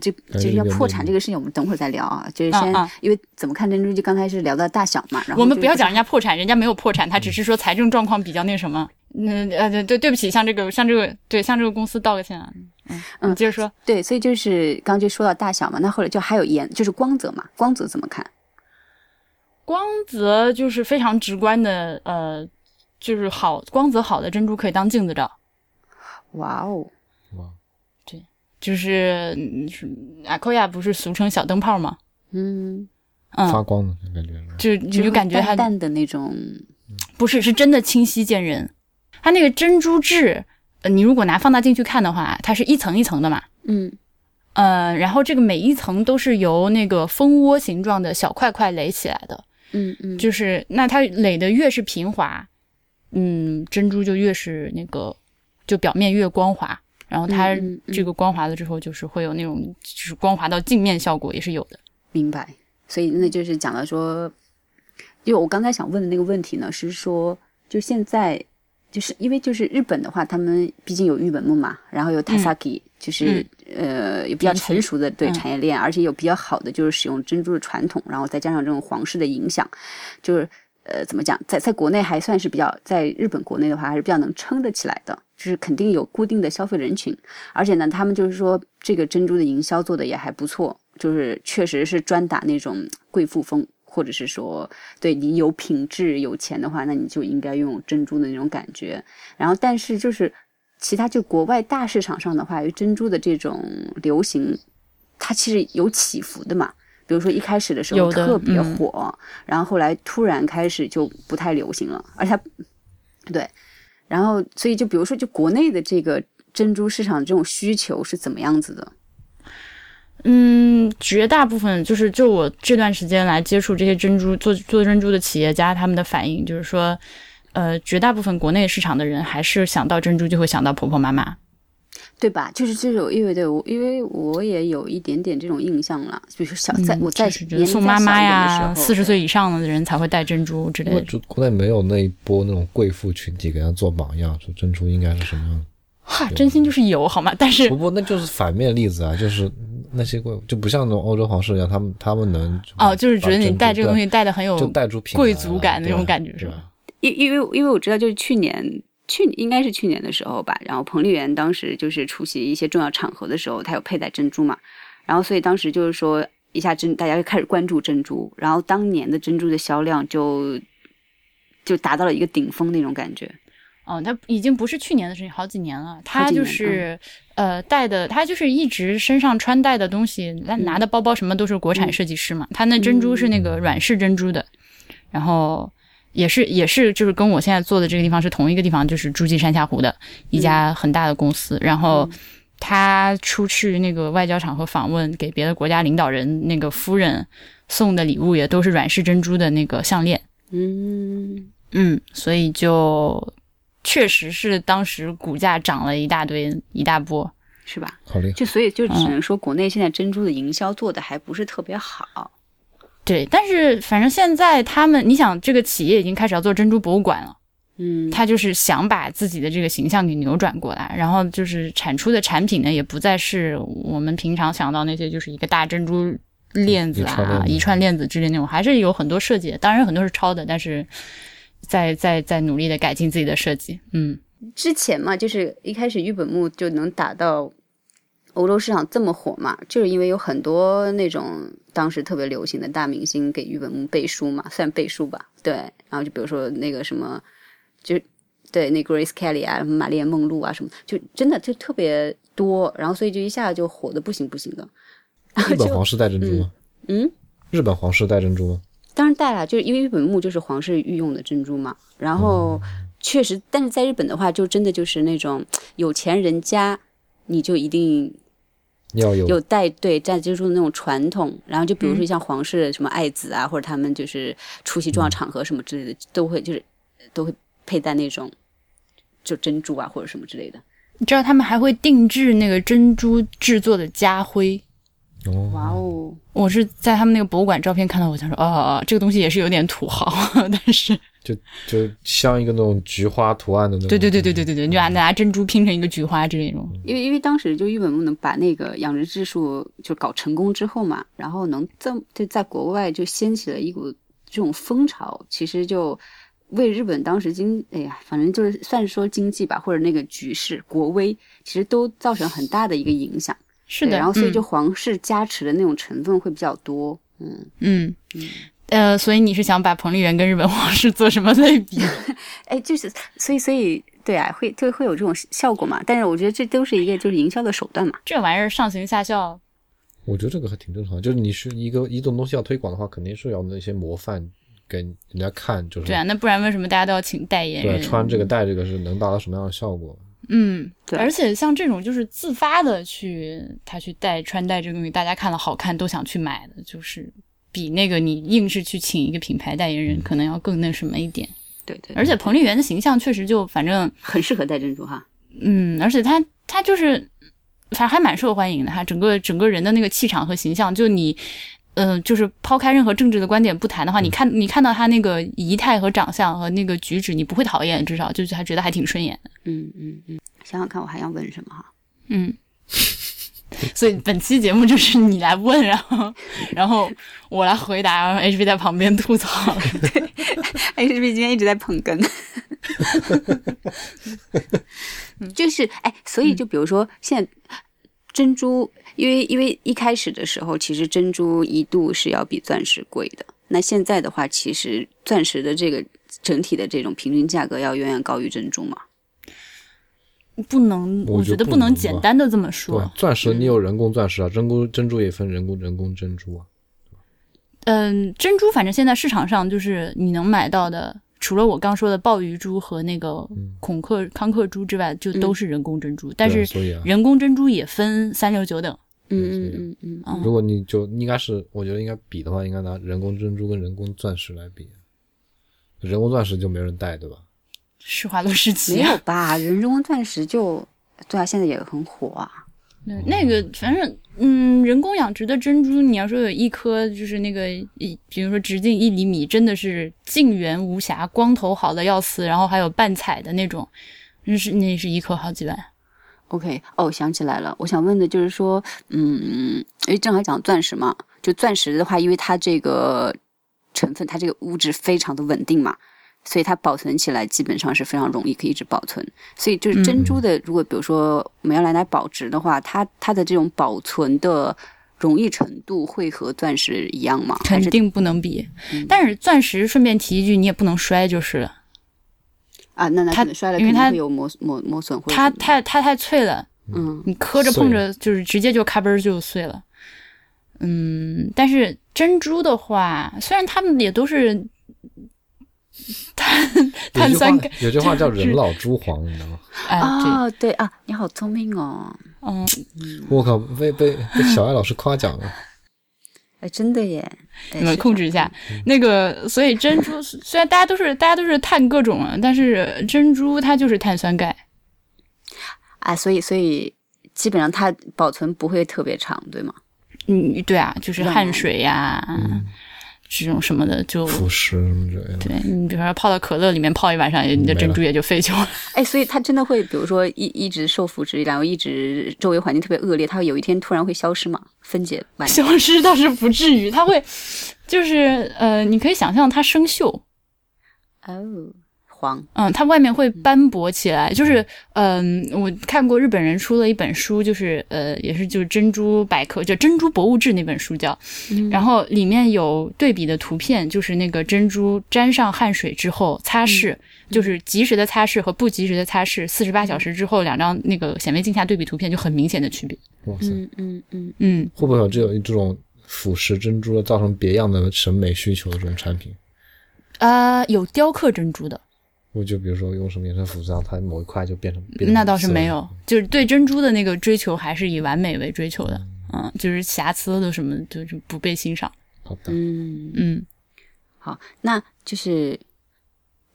[SPEAKER 2] 就
[SPEAKER 3] 感
[SPEAKER 2] 就
[SPEAKER 3] 觉
[SPEAKER 2] 是要
[SPEAKER 3] 哎有点
[SPEAKER 2] 破
[SPEAKER 3] 内
[SPEAKER 2] 产
[SPEAKER 3] 幕
[SPEAKER 2] 这个事情，我们等会儿再聊啊。就是
[SPEAKER 1] 啊
[SPEAKER 2] 先，
[SPEAKER 1] 啊
[SPEAKER 2] 因为怎么看珍珠，就刚开始聊到大小嘛，然后
[SPEAKER 1] 我们
[SPEAKER 2] 就嗯
[SPEAKER 1] 不要
[SPEAKER 2] 是
[SPEAKER 1] 讲人家破产，人家没有破产，他只是说财政状况比较那什么。嗯呃对对对不起，向这个向这个对向这个公司道个歉啊。嗯
[SPEAKER 2] 嗯
[SPEAKER 1] 你接着说。
[SPEAKER 2] 对，所以就是刚刚就说到大小嘛，那后来就还有颜，就是光泽嘛，光泽怎么看？
[SPEAKER 1] 光泽就是非常直观的，呃，就是好光泽好的珍珠可以当镜子照，
[SPEAKER 2] 哇哦，
[SPEAKER 3] 哇，
[SPEAKER 1] 就是嗯是阿科亚不是俗称小灯泡吗？
[SPEAKER 2] 嗯，
[SPEAKER 3] 发
[SPEAKER 1] 嗯，
[SPEAKER 3] 光的感觉是吧。
[SPEAKER 1] 就你
[SPEAKER 2] 是
[SPEAKER 1] 就感觉它
[SPEAKER 2] 淡淡的那种，
[SPEAKER 1] 不是，是真的清晰见人。它那个珍珠质，呃，你如果拿放大镜去看的话，它是一层一层的嘛。
[SPEAKER 2] 嗯
[SPEAKER 1] 呃，然后这个每一层都是由那个蜂窝形状的小块块垒起来的，
[SPEAKER 2] 嗯嗯，
[SPEAKER 1] 就是那它垒的越是平滑，嗯，珍珠就越是那个就表面越光滑，然后它
[SPEAKER 2] 嗯嗯嗯
[SPEAKER 1] 这个光滑了之后，就是会有那种就是光滑到镜面效果也是有的。
[SPEAKER 2] 明白。所以那就是讲到说，因为我刚才想问的那个问题呢，是说就现在，就是因为就是日本的话，他们毕竟有玉本木嘛，然后有 Tasaki，、就是、呃嗯有比较
[SPEAKER 1] 明星
[SPEAKER 2] 成熟的对
[SPEAKER 1] 嗯
[SPEAKER 2] 产业链，而且有比较好的就是使用珍珠的传统，然后再加上这种皇室的影响，就是。呃，怎么讲，在在国内还算是比较，在日本国内的话还是比较能撑得起来的，就是肯定有固定的消费人群，而且呢，他们就是说这个珍珠的营销做的也还不错，就是确实是专打那种贵妇风，或者是说对你有品质、有钱的话，那你就应该拥有珍珠的那种感觉。然后，但是就是其他就国外大市场上的话，珍珠的这种流行，它其实有起伏的嘛。比如说一开始的时候
[SPEAKER 1] 有的
[SPEAKER 2] 特别
[SPEAKER 1] 嗯
[SPEAKER 2] 火，然后后来突然开始就不太流行了，而且它对，然后所以就比如说就国内的这个珍珠市场这种需求是怎么样子的？
[SPEAKER 1] 嗯，绝大部分就是就我这段时间来接触这些珍珠做做珍珠的企业家，他们的反应就是说，呃，绝大部分国内市场的人还是想到珍珠就会想到婆婆妈妈。
[SPEAKER 2] 对吧？就是这种，因为对我，因为我也有一点点这种印象了。比如说小，在、
[SPEAKER 1] 嗯
[SPEAKER 2] 我
[SPEAKER 1] 就
[SPEAKER 2] 在
[SPEAKER 1] 是觉
[SPEAKER 2] 年
[SPEAKER 1] 得
[SPEAKER 2] 龄
[SPEAKER 1] 宋
[SPEAKER 2] 再
[SPEAKER 1] 妈
[SPEAKER 2] 小
[SPEAKER 1] 妈
[SPEAKER 2] 一点
[SPEAKER 1] 呀，
[SPEAKER 2] 的时候
[SPEAKER 1] 四十岁以上的人才会戴珍珠之类
[SPEAKER 3] 那
[SPEAKER 1] 的。
[SPEAKER 3] 就国内没有那一波那种贵妇群体给他做榜样，说珍珠应该是什么样的。
[SPEAKER 1] 哈，真心就是有好吗？但是
[SPEAKER 3] 不。过那就是反面例子啊，就是那些贵就不像那种欧洲皇室一样，他们他们能
[SPEAKER 1] 哦，就是觉得你戴这个东西戴的很有
[SPEAKER 3] 把珍珠对就带出品
[SPEAKER 1] 贵
[SPEAKER 3] 来
[SPEAKER 1] 族
[SPEAKER 3] 了
[SPEAKER 1] 感那
[SPEAKER 3] 对啊
[SPEAKER 1] 种感觉是
[SPEAKER 3] 对
[SPEAKER 1] 吧？
[SPEAKER 2] 因因为因为我知道，就是去年去应该是去年的时候吧，然后彭丽媛当时就是出席一些重要场合的时候，她有佩戴珍珠嘛，然后所以当时就是说一下珍，大家就开始关注珍珠，然后当年的珍珠的销量就就达到了一个顶峰那种感觉。
[SPEAKER 1] 哦，它已经不是去年的事情，好几年了。他
[SPEAKER 2] 几
[SPEAKER 1] 就
[SPEAKER 2] 年嗯
[SPEAKER 1] 是、呃戴的，他就是一直身上穿戴的东西，他
[SPEAKER 2] 嗯
[SPEAKER 1] 拿的包包什么都是国产设计师嘛。他那珍珠是那个软式珍珠的，然后也是也是就是跟我现在做的这个地方是同一个地方，就是诸暨山下湖的一
[SPEAKER 2] 嗯
[SPEAKER 1] 家很大的公司。然后他出去那个外交场合访问，给别的国家领导人那个夫人送的礼物也都是软式珍珠的那个项链。
[SPEAKER 2] 嗯，
[SPEAKER 1] 嗯，所以就确实是当时股价涨了一大堆一大波。嗯
[SPEAKER 2] 是吧？[LAUGHS]
[SPEAKER 3] 好厉害！
[SPEAKER 2] 就所以就只能说，国内现在珍珠的营销做的还不是特别好。
[SPEAKER 1] 对，但是反正现在他们，你想这个企业已经开始要做珍珠博物馆了，
[SPEAKER 2] 嗯，
[SPEAKER 1] 他就是想把自己的这个形象给扭转过来，然后就是产出的产品呢，也不再是我们平常想到那些就是一个大珍珠链子啊、
[SPEAKER 3] 一
[SPEAKER 1] 一
[SPEAKER 3] 串
[SPEAKER 1] 串链子之类那种，还是有很多设计的，当然很多是抄的，但是在在在努力的改进自己的设计，嗯。
[SPEAKER 2] 之前嘛，就是一开始玉本木就能打到欧洲市场这么火嘛，就是因为有很多那种当时特别流行的大明星给玉本木背书嘛，算背书吧，对。然后就比如说那个什么，就对那 Grace Kelly 啊，什么玛丽莲梦露啊，什么，就真的就特别多，然后所以就一下就火的不行不行的。然后
[SPEAKER 3] 日本
[SPEAKER 2] 就
[SPEAKER 3] 皇室戴珍珠吗？
[SPEAKER 2] 嗯嗯
[SPEAKER 3] 日本皇室戴珍珠吗？
[SPEAKER 2] 当然带了，就是因为日本木就是皇室御用的珍珠嘛。然后确实，但是在日本的话，就真的就是那种有钱人家，你就一定
[SPEAKER 3] 要有
[SPEAKER 2] 有带对带珍珠的那种传统。然后就比如说
[SPEAKER 1] 嗯
[SPEAKER 2] 像皇室什么爱子啊，或者他们就是出席重要场合什么之类的，都会就是都会佩戴那种就珍珠啊或者什么之类的。
[SPEAKER 1] 你知道他们还会定制那个珍珠制作的家徽。
[SPEAKER 3] 哦，
[SPEAKER 2] 哇哦，
[SPEAKER 1] 我是在他们那个博物馆照片看到，我想说，哦哦，哦这个东西也是有点土豪， [LAUGHS] 但是，
[SPEAKER 3] 就就像一个那种菊花图案的那种。
[SPEAKER 1] 对对对对对对对，你就把拿珍珠拼成一个菊花之类的那种。
[SPEAKER 2] 因为因为当时就玉本木能把那个养殖技术就搞成功之后嘛，然后能这么就在国外就掀起了一股这种风潮，其实就为日本当时经哎呀，反正就是算是说经济吧，或者那个局势国威，其实都造成很大的一个影响。
[SPEAKER 1] 是的，
[SPEAKER 2] 对然后所以
[SPEAKER 1] 嗯
[SPEAKER 2] 就皇室加持的那种成分会比较多。嗯，
[SPEAKER 1] 嗯呃，所以你是想把彭丽媛跟日本皇室做什么类比？
[SPEAKER 2] 哎，就是所以所以对啊，会就会有这种效果嘛。但是我觉得这都是一个就是营销的手段嘛。
[SPEAKER 1] 这玩意儿上行下效，
[SPEAKER 3] 我觉得这个还挺正常，就是你是一个一种东西要推广的话，肯定是要那些模范给人家看，就是
[SPEAKER 1] 对啊，那不然为什么大家都要请代言
[SPEAKER 3] 对啊
[SPEAKER 1] 人？
[SPEAKER 3] 穿这个戴这个是能达到什么样的效果？
[SPEAKER 1] 嗯，
[SPEAKER 2] 对
[SPEAKER 1] 而且像这种就是自发的去他去戴穿戴这个东西，大家看了好看都想去买的，就是比那个你硬是去请一个品牌代言人可能要更那什么一点。
[SPEAKER 2] 对对，对
[SPEAKER 1] 而且彭丽媛的形象确实就反正
[SPEAKER 2] 很适合戴珍珠哈。
[SPEAKER 1] 嗯，而且她她就是反正还蛮受欢迎的，她整个整个人的那个气场和形象，就你。嗯、就是抛开任何政治的观点不谈的话，你看你看到她那个仪态和长相和那个举止，你不会讨厌，至少就是还觉得还挺顺眼。
[SPEAKER 2] 嗯嗯嗯，想想看，我还要问什么哈？
[SPEAKER 1] 嗯，所以本期节目就是你来问， [LAUGHS] 然后然后我来回答，然后 HB 在旁边吐槽。
[SPEAKER 2] 哎，是不是今天一直在捧 [LAUGHS] 哏？就是哎，所以就比如说现在珍珠，因为因为一开始的时候，其实珍珠一度是要比钻石贵的。那现在的话，其实钻石的这个整体的这种平均价格要远远高于珍珠嘛。
[SPEAKER 1] [LAUGHS] 不能，
[SPEAKER 3] 我
[SPEAKER 1] 我觉
[SPEAKER 3] 觉得
[SPEAKER 1] 得
[SPEAKER 3] 不
[SPEAKER 1] 不
[SPEAKER 3] 能
[SPEAKER 1] 能
[SPEAKER 3] 吧
[SPEAKER 1] 简单的这么
[SPEAKER 3] 对
[SPEAKER 1] 说
[SPEAKER 3] 吧，。钻石你有人工钻石啊，珍珠珍珠也分人工人工珍珠啊。
[SPEAKER 1] 嗯，珍珠反正现在市场上就是你能买到的，除了我刚说的鲍鱼珠和那个孔克康克珠之外，就都是人工珍珠。但
[SPEAKER 3] 嗯对啊
[SPEAKER 1] 是
[SPEAKER 3] 所以啊
[SPEAKER 1] 人工珍珠也分三六九等，
[SPEAKER 2] 嗯嗯嗯嗯，
[SPEAKER 3] 如果你就应该是，我觉得应该比的话，应该拿人工珍珠跟人工钻石来比。人工钻石就没人戴，对吧？
[SPEAKER 1] 施华洛世
[SPEAKER 2] 没
[SPEAKER 1] 奇。啊
[SPEAKER 2] 有吧？人中钻石就对啊，现在也很火啊。
[SPEAKER 1] 对，那个反正嗯，人工养殖的珍珠，你要说有一颗就是那个一，比如说直径一厘米，真的是净圆无瑕，光头好的要死，然后还有半彩的那种，那是那是一颗好几万。
[SPEAKER 2] OK，哦，想起来了，我想问的就是说，嗯，因为正好讲钻石嘛，就钻石的话，因为它这个成分，它这个物质非常的稳定嘛，所以它保存起来基本上是非常容易，可以一直保存。所以就是珍珠的，如果比如说我们要来来保值的话，它它的这种保存的容易程度会和钻石一样吗？还
[SPEAKER 1] 肯
[SPEAKER 2] 是
[SPEAKER 1] 定不能比。
[SPEAKER 3] 嗯
[SPEAKER 1] 但是钻石，顺便提一句，你也不能摔就是了，
[SPEAKER 2] 啊，那那
[SPEAKER 1] 它
[SPEAKER 2] 可能摔了
[SPEAKER 1] 因为
[SPEAKER 2] 肯定
[SPEAKER 1] 它
[SPEAKER 2] 会有磨磨磨损或者
[SPEAKER 1] 它
[SPEAKER 2] 什么的
[SPEAKER 1] 太它太脆了，
[SPEAKER 2] 嗯
[SPEAKER 1] 你磕着
[SPEAKER 3] 碎
[SPEAKER 1] 碰着就是直接就咔嘣儿就碎了。嗯，但是珍珠的话，虽然它们也都是 [LAUGHS]
[SPEAKER 3] 有
[SPEAKER 1] 碳
[SPEAKER 3] 句
[SPEAKER 1] 酸
[SPEAKER 3] 话
[SPEAKER 1] 钙
[SPEAKER 3] 有句话叫“人老珠黄”，你知道吗？
[SPEAKER 1] 哎，对，
[SPEAKER 2] 啊，对啊，你好聪明哦，
[SPEAKER 1] 嗯，
[SPEAKER 3] 我靠，被被被小艾老师夸奖了。
[SPEAKER 2] 哎，真的耶，哎
[SPEAKER 1] 你们
[SPEAKER 2] 是
[SPEAKER 1] 控制一下。那个，所以珍珠虽然大家都是大家都是碳各种啊，但是珍珠它就是碳酸钙。
[SPEAKER 2] 哎啊，所以所以基本上它保存不会特别长，对吗？
[SPEAKER 1] 嗯，对啊，就是汗水呀、这种什么的，就
[SPEAKER 3] 腐蚀什么之类的。
[SPEAKER 1] 对你比如说泡到可乐里面泡一晚上，也你的
[SPEAKER 3] 没
[SPEAKER 1] 珍
[SPEAKER 3] 了
[SPEAKER 1] 珠也就废球了。 [LAUGHS]
[SPEAKER 2] 哎，所以它真的会，比如说一一直受腐殖，然后一直周围环境特别恶劣，它会有一天突然会消失吗？分解完？
[SPEAKER 1] 消失倒是不至于，它会就是呃，你可以想象它生锈，
[SPEAKER 2] 哦，黄，
[SPEAKER 1] 嗯，它外面会斑驳起来，就是嗯、我看过日本人出了一本书，就是呃，也是就是珍珠百科，就《珍珠博物志》那本书叫，然后里面有对比的图片，就是那个珍珠沾上汗水之后擦拭，就是及时的擦拭和不及时的擦拭，四十八小时之后两张那个显微镜下对比图片就很明显的区别，
[SPEAKER 3] 哇塞，
[SPEAKER 2] 嗯嗯嗯，
[SPEAKER 1] 嗯。
[SPEAKER 3] 会不会有这种这种腐蚀珍珠的造成别样的审美需求的这种产品？
[SPEAKER 1] 呃，有雕刻珍珠的，
[SPEAKER 3] 我就比如说用什么颜色腐蚀，它某一块就变成变成
[SPEAKER 1] 那倒是
[SPEAKER 3] 紫色
[SPEAKER 1] 没
[SPEAKER 3] 的
[SPEAKER 1] 有，就是对珍珠的那个追求还是以完美为追求的，嗯，就是瑕疵的什么就是不被欣赏，
[SPEAKER 3] 好的，
[SPEAKER 2] 嗯，
[SPEAKER 1] 嗯
[SPEAKER 2] 好，那就是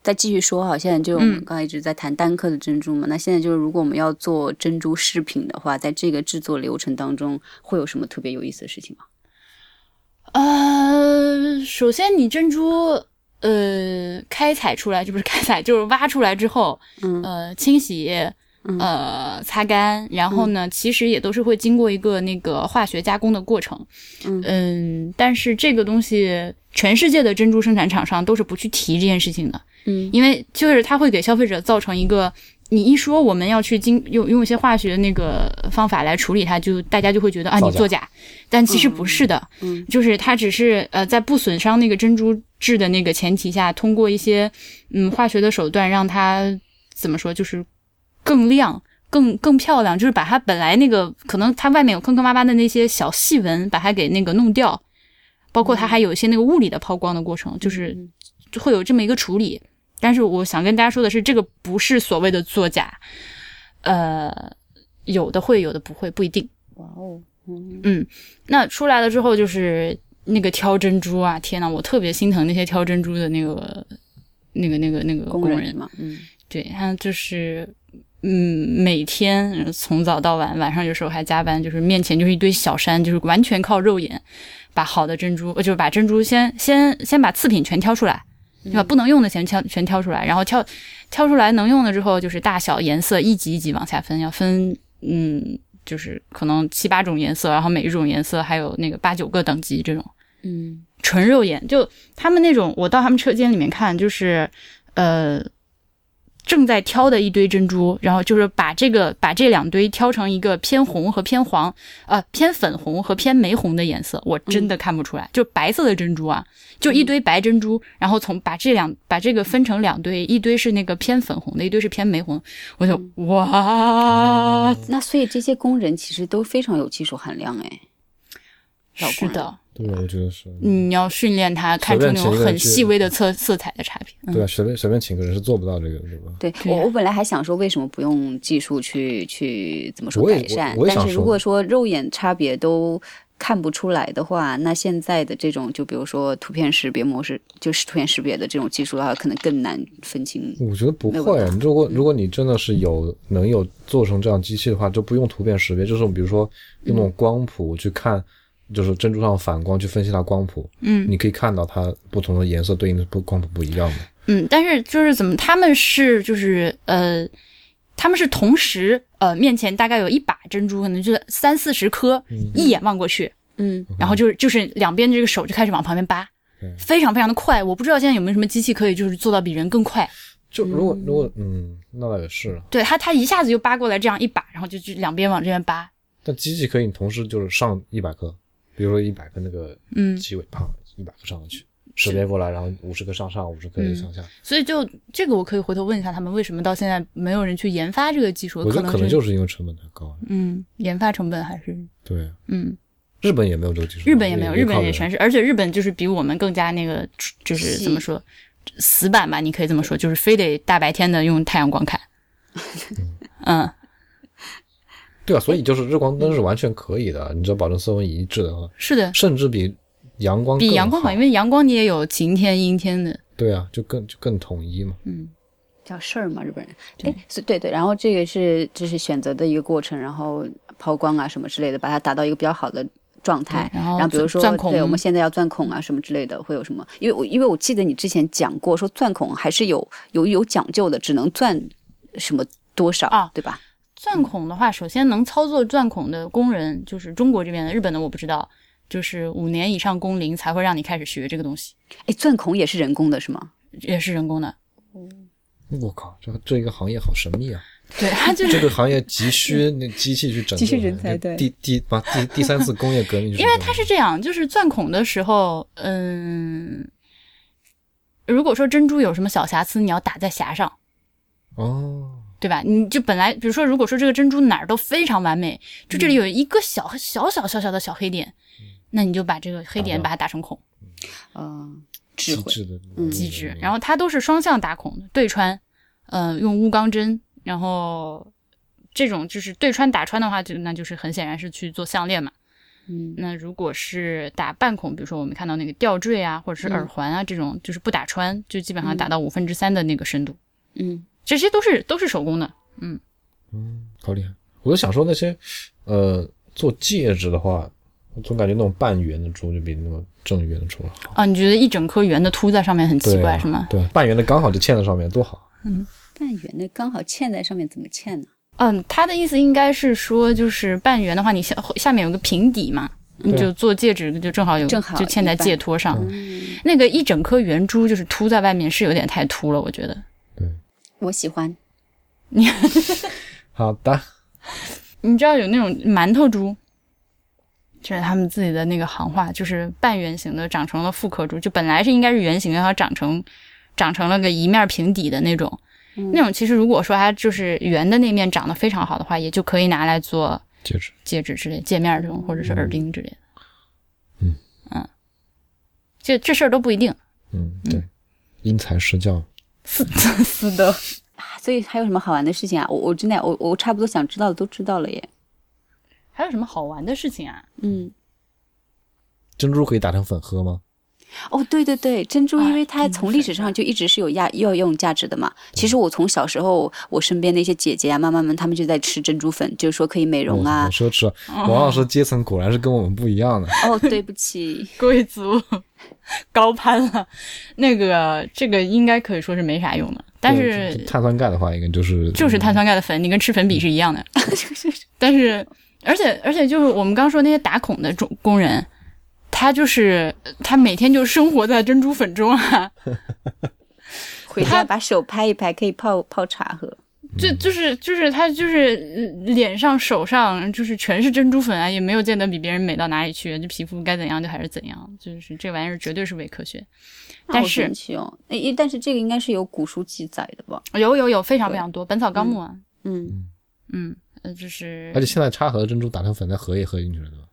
[SPEAKER 2] 再继续说哈。现在就我们
[SPEAKER 1] 嗯
[SPEAKER 2] 刚才一直在谈单颗的珍珠嘛，那现在就是如果我们要做珍珠饰品的话，在这个制作流程当中，会有什么特别有意思的事情吗？
[SPEAKER 1] 呃，首先你珍珠呃开采出来，就不是开采，就是挖出来之后，
[SPEAKER 2] 嗯
[SPEAKER 1] 呃，清洗，
[SPEAKER 2] 嗯
[SPEAKER 1] 呃，擦干，然后呢，其实也都是会经过一个那个化学加工的过程，
[SPEAKER 2] 嗯
[SPEAKER 1] 但是这个东西，全世界的珍珠生产厂商都是不去提这件事情的。
[SPEAKER 2] 嗯
[SPEAKER 1] 因为就是它会给消费者造成一个，你一说我们要去经用用一些化学那个方法来处理它，就大家就会觉得啊
[SPEAKER 3] 造
[SPEAKER 1] 你
[SPEAKER 3] 假
[SPEAKER 1] 作假，但其实不是的，
[SPEAKER 2] 嗯嗯
[SPEAKER 1] 就是它只是呃在不损伤那个珍珠质的那个前提下，通过一些嗯化学的手段让它怎么说就是更亮。更更漂亮，就是把它本来那个可能它外面有坑坑洼洼的那些小细纹，把它给那个弄掉，包括它还有一些那个物理的抛光的过程，就是
[SPEAKER 2] 嗯
[SPEAKER 1] 就会有这么一个处理。但是我想跟大家说的是，这个不是所谓的作假，呃，有的会，有的不会，不一定。
[SPEAKER 2] 哇哦，嗯
[SPEAKER 1] 那出来了之后，就是那个挑珍珠啊，天呐，我特别心疼那些挑珍珠的那个、那个、那个、那个
[SPEAKER 2] 工
[SPEAKER 1] 人
[SPEAKER 2] 人嘛，嗯
[SPEAKER 1] 对，他就是嗯，每天呃从早到晚，晚上有时候还加班，就是面前就是一堆小山，就是完全靠肉眼把好的珍珠，呃就是把珍珠先先先把次品全挑出来。对吧？不能用的全挑全挑出来，然后挑挑出来能用的之后，就是大小、颜色一级一级往下分，要分嗯，就是可能七八种颜色，然后每一种颜色还有那个八九个等级这种。
[SPEAKER 2] 嗯
[SPEAKER 1] 纯肉眼，就他们那种，我到他们车间里面看，就是呃正在挑的一堆珍珠，然后就是把这个把这两堆挑成一个偏红和偏黄，呃偏粉红和偏玫红的颜色，我真
[SPEAKER 2] 嗯
[SPEAKER 1] 的看不出来，就白色的珍珠啊，就一堆白珍珠，然后从把这两把这个分成两堆，一堆是那个偏粉红的，一堆是偏玫红，我就
[SPEAKER 2] 嗯
[SPEAKER 1] 哇，
[SPEAKER 2] 那所以这些工人其实都非常有技术含量哎。老
[SPEAKER 1] 是
[SPEAKER 2] 公
[SPEAKER 1] 的，
[SPEAKER 3] 对，我觉得是。
[SPEAKER 1] 你要训练它看出那种
[SPEAKER 3] 随便请一个
[SPEAKER 1] 很
[SPEAKER 3] 去
[SPEAKER 1] 细微的色色彩的差别，嗯
[SPEAKER 3] 对啊，随便随便请个人是做不到这个，是吧？
[SPEAKER 2] 对
[SPEAKER 1] 对
[SPEAKER 2] 我，
[SPEAKER 1] 呀
[SPEAKER 2] 我本来还想说，为什么不用技术去去怎么说
[SPEAKER 3] 我也
[SPEAKER 2] 改善
[SPEAKER 3] 我？我也想
[SPEAKER 2] 但是如
[SPEAKER 3] 说
[SPEAKER 2] 果说肉眼差别都看不出来的话，那现在的这种就比如说图片识别模式，就是图片识别的这种技术的话，可能更难分清。
[SPEAKER 3] 我觉得不
[SPEAKER 2] 没有
[SPEAKER 3] 会啊
[SPEAKER 2] 办法。
[SPEAKER 3] 如果如果你真的是有能有做成这样机器的话，就不用图片识别，就是比如说用那种光谱去看，就是珍珠上反光去分析它光谱，
[SPEAKER 1] 嗯
[SPEAKER 3] 你可以看到它不同的颜色对应的不光谱不一样的。
[SPEAKER 1] 嗯，但是就是怎么，他们是就是呃，他们是同时呃，面前大概有一把珍珠，可能就是三四十颗，一眼望过去，
[SPEAKER 2] 嗯
[SPEAKER 1] 然后就是就是两边这个手就开始往旁边扒
[SPEAKER 3] 对，
[SPEAKER 1] 非常非常的快。我不知道现在有没有什么机器可以就是做到比人更快。
[SPEAKER 3] 就如果如果嗯，那倒也是。
[SPEAKER 1] 对他，他一下子就扒过来这样一把，然后就就两边往这边扒。
[SPEAKER 3] 但机器可以同时就是上一百颗，比如说一百颗那个
[SPEAKER 1] 嗯
[SPEAKER 3] 鸡尾胖一百颗上上去，识别过来，然后五十颗上上，五十颗上下。
[SPEAKER 1] 所以就这个，我可以回头问一下他们，为什么到现在没有人去研发这个技术？
[SPEAKER 3] 我觉得可能
[SPEAKER 1] 是
[SPEAKER 3] 就是因为成本太高了。
[SPEAKER 1] 嗯，研发成本还是
[SPEAKER 3] 对，
[SPEAKER 1] 嗯。
[SPEAKER 3] 日本也没有这个技术，
[SPEAKER 1] 日本也没有，日本也
[SPEAKER 3] 全
[SPEAKER 1] 全是，而且日本就是比我们更加那个，就是
[SPEAKER 2] 细
[SPEAKER 1] 怎么说，死板吧，你可以这么说，就是非得大白天的用太阳光
[SPEAKER 3] [LAUGHS]
[SPEAKER 1] 看。嗯，
[SPEAKER 3] 对啊，所以就是日光灯是完全可以的，你只要保证色温一致的话，
[SPEAKER 1] 是的，
[SPEAKER 3] 甚至比阳光
[SPEAKER 1] 比
[SPEAKER 3] 更
[SPEAKER 1] 阳光好，
[SPEAKER 3] 好
[SPEAKER 1] 因为阳光你也有晴天、阴天的。
[SPEAKER 3] 对啊，就更就更统一嘛。
[SPEAKER 1] 嗯，
[SPEAKER 2] 叫事儿嘛，日本人。哎，是对对，然后这个是就是选择的一个过程，然后抛光啊什么之类的，把它达到一个比较好的状态。
[SPEAKER 1] 对然后
[SPEAKER 2] 比如说，
[SPEAKER 1] 钻孔
[SPEAKER 2] 对，我们现在要钻孔啊什么之类的，会有什么？因为我因为我记得你之前讲过，说钻孔还是有有有讲究的，只能钻什么多少，
[SPEAKER 1] 啊
[SPEAKER 2] 对吧？
[SPEAKER 1] 钻孔的话，首先能操作钻孔的工人就是中国这边的，日本的我不知道，就是五年以上工龄才会让你开始学这个东西，
[SPEAKER 2] 哎，钻孔也是人工的，是吗？
[SPEAKER 1] 也是人工的。
[SPEAKER 3] 我靠，这这一个行业好神秘啊！
[SPEAKER 1] 对，它就是
[SPEAKER 3] 这个行业急
[SPEAKER 1] [LAUGHS]
[SPEAKER 3] 需那机器去拯救
[SPEAKER 4] 急需人才
[SPEAKER 3] 就
[SPEAKER 4] 对
[SPEAKER 3] 第第把第第三次工业革命去拯救，
[SPEAKER 1] 因为它是这样，就是钻孔的时候，嗯，如果说珍珠有什么小瑕疵，你要打在匣上，
[SPEAKER 3] 哦，
[SPEAKER 1] 对吧？你就本来比如说，如果说这个珍珠哪儿都非常完美，就这里有一个小小小小小的小黑点，那你就把这个黑点
[SPEAKER 3] 打掉
[SPEAKER 1] 把它打成孔，呃
[SPEAKER 2] 嗯，智
[SPEAKER 3] 机
[SPEAKER 2] 慧
[SPEAKER 3] 智的
[SPEAKER 2] 嗯
[SPEAKER 1] 机制。然后它都是双向打孔的，对穿，呃，用钨钢针，然后这种就是对穿打穿的话，就那就是很显然是去做项链嘛。
[SPEAKER 2] 嗯
[SPEAKER 1] 那如果是打半孔，比如说我们看到那个吊坠啊，或者是
[SPEAKER 2] 嗯
[SPEAKER 1] 耳环啊、这种，就是不打穿，就基本上打到五分之三的那个深度，
[SPEAKER 2] 嗯，
[SPEAKER 1] 这些都是都是手工的。
[SPEAKER 3] 嗯，好厉害！我就想说那些呃做戒指的话，我总感觉那种半圆的珠就比那种正圆的珠好。
[SPEAKER 1] 啊，你觉得一整颗圆的凸在上面很奇
[SPEAKER 3] 对
[SPEAKER 1] 怪、
[SPEAKER 3] 啊
[SPEAKER 1] 是吗？
[SPEAKER 3] 对，半圆的刚好就嵌在上面，多好！啊
[SPEAKER 2] 半圆的刚好嵌在上面，怎么嵌呢？
[SPEAKER 1] 嗯，他的意思应该是说，就是半圆的话，你下下面有个平底嘛，你
[SPEAKER 3] 对
[SPEAKER 1] 就做戒指就正好有，
[SPEAKER 2] 啊正好
[SPEAKER 1] 就嵌在
[SPEAKER 2] 一半
[SPEAKER 1] 戒托上。
[SPEAKER 2] 嗯，
[SPEAKER 1] 那个一整颗圆珠就是凸在外面，是有点太凸了，我觉得。
[SPEAKER 2] 我喜欢。
[SPEAKER 3] 好的，
[SPEAKER 1] 你知道有那种馒头珠，这是他们自己的那个行话，就是半圆形的长成了复刻珠，就本来是应该是圆形的，然后长成长成了个一面平底的那种。那种其实如果说它就是圆的那面长得非常好的话，也就可以拿来做
[SPEAKER 3] 戒指
[SPEAKER 1] 戒指之类、戒面这种，或者是耳钉之类的。
[SPEAKER 3] 嗯
[SPEAKER 1] 嗯，就这事儿都不一定。
[SPEAKER 3] 嗯，对，因材施教，
[SPEAKER 1] 是的，
[SPEAKER 2] 所以还有什么好玩的事情啊？我我真的我我差不多想知道的都知道了耶。
[SPEAKER 1] 还有什么好玩的事情啊？
[SPEAKER 2] 嗯，
[SPEAKER 3] 珍珠可以打成粉喝吗？
[SPEAKER 2] 哦，对对对，珍珠，
[SPEAKER 1] 哎
[SPEAKER 2] 因为它
[SPEAKER 1] 真的
[SPEAKER 2] 从
[SPEAKER 1] 是
[SPEAKER 2] 历史上就一直是有价药用价值的嘛。其实我从小时候，我身边的一些姐姐啊、妈妈们，她们就在吃珍珠粉，就是说可以美容啊
[SPEAKER 3] 好。奢
[SPEAKER 1] 哦
[SPEAKER 3] 侈啊！王老师阶层果然是跟我们不一样的。
[SPEAKER 1] 嗯
[SPEAKER 2] 哦，对不
[SPEAKER 1] [LAUGHS]
[SPEAKER 2] 起，
[SPEAKER 1] 贵族高攀了，那个这个应该可以说是没啥用的，但
[SPEAKER 3] 对
[SPEAKER 1] 是
[SPEAKER 3] 就碳酸钙的话，应该就是
[SPEAKER 1] 就是碳酸钙的粉，你跟吃粉比是一样的。 [LAUGHS] 但是，而且而且就是我们刚说那些打孔的中工人，他就是他每天就生活在珍珠粉中啊，
[SPEAKER 2] 回家把手拍一拍，可以泡泡茶喝。
[SPEAKER 1] 就就是就是他就是呃脸上手上就是全是珍珠粉啊，也没有见得比别人美到哪里去，就皮肤该怎样就还是怎样，就是这玩意儿绝对是伪科学。 [LAUGHS] 但
[SPEAKER 2] 那好
[SPEAKER 1] 是
[SPEAKER 2] 神奇哦，诶，但是这个应该是有古书记载的吧？
[SPEAKER 1] 有有有非常非
[SPEAKER 2] 对
[SPEAKER 1] 常多，《本草纲目》啊，
[SPEAKER 2] 嗯，
[SPEAKER 1] 嗯，呃，就是
[SPEAKER 3] 而且现在插盒的珍珠打成粉，再合也合进去了，对吧？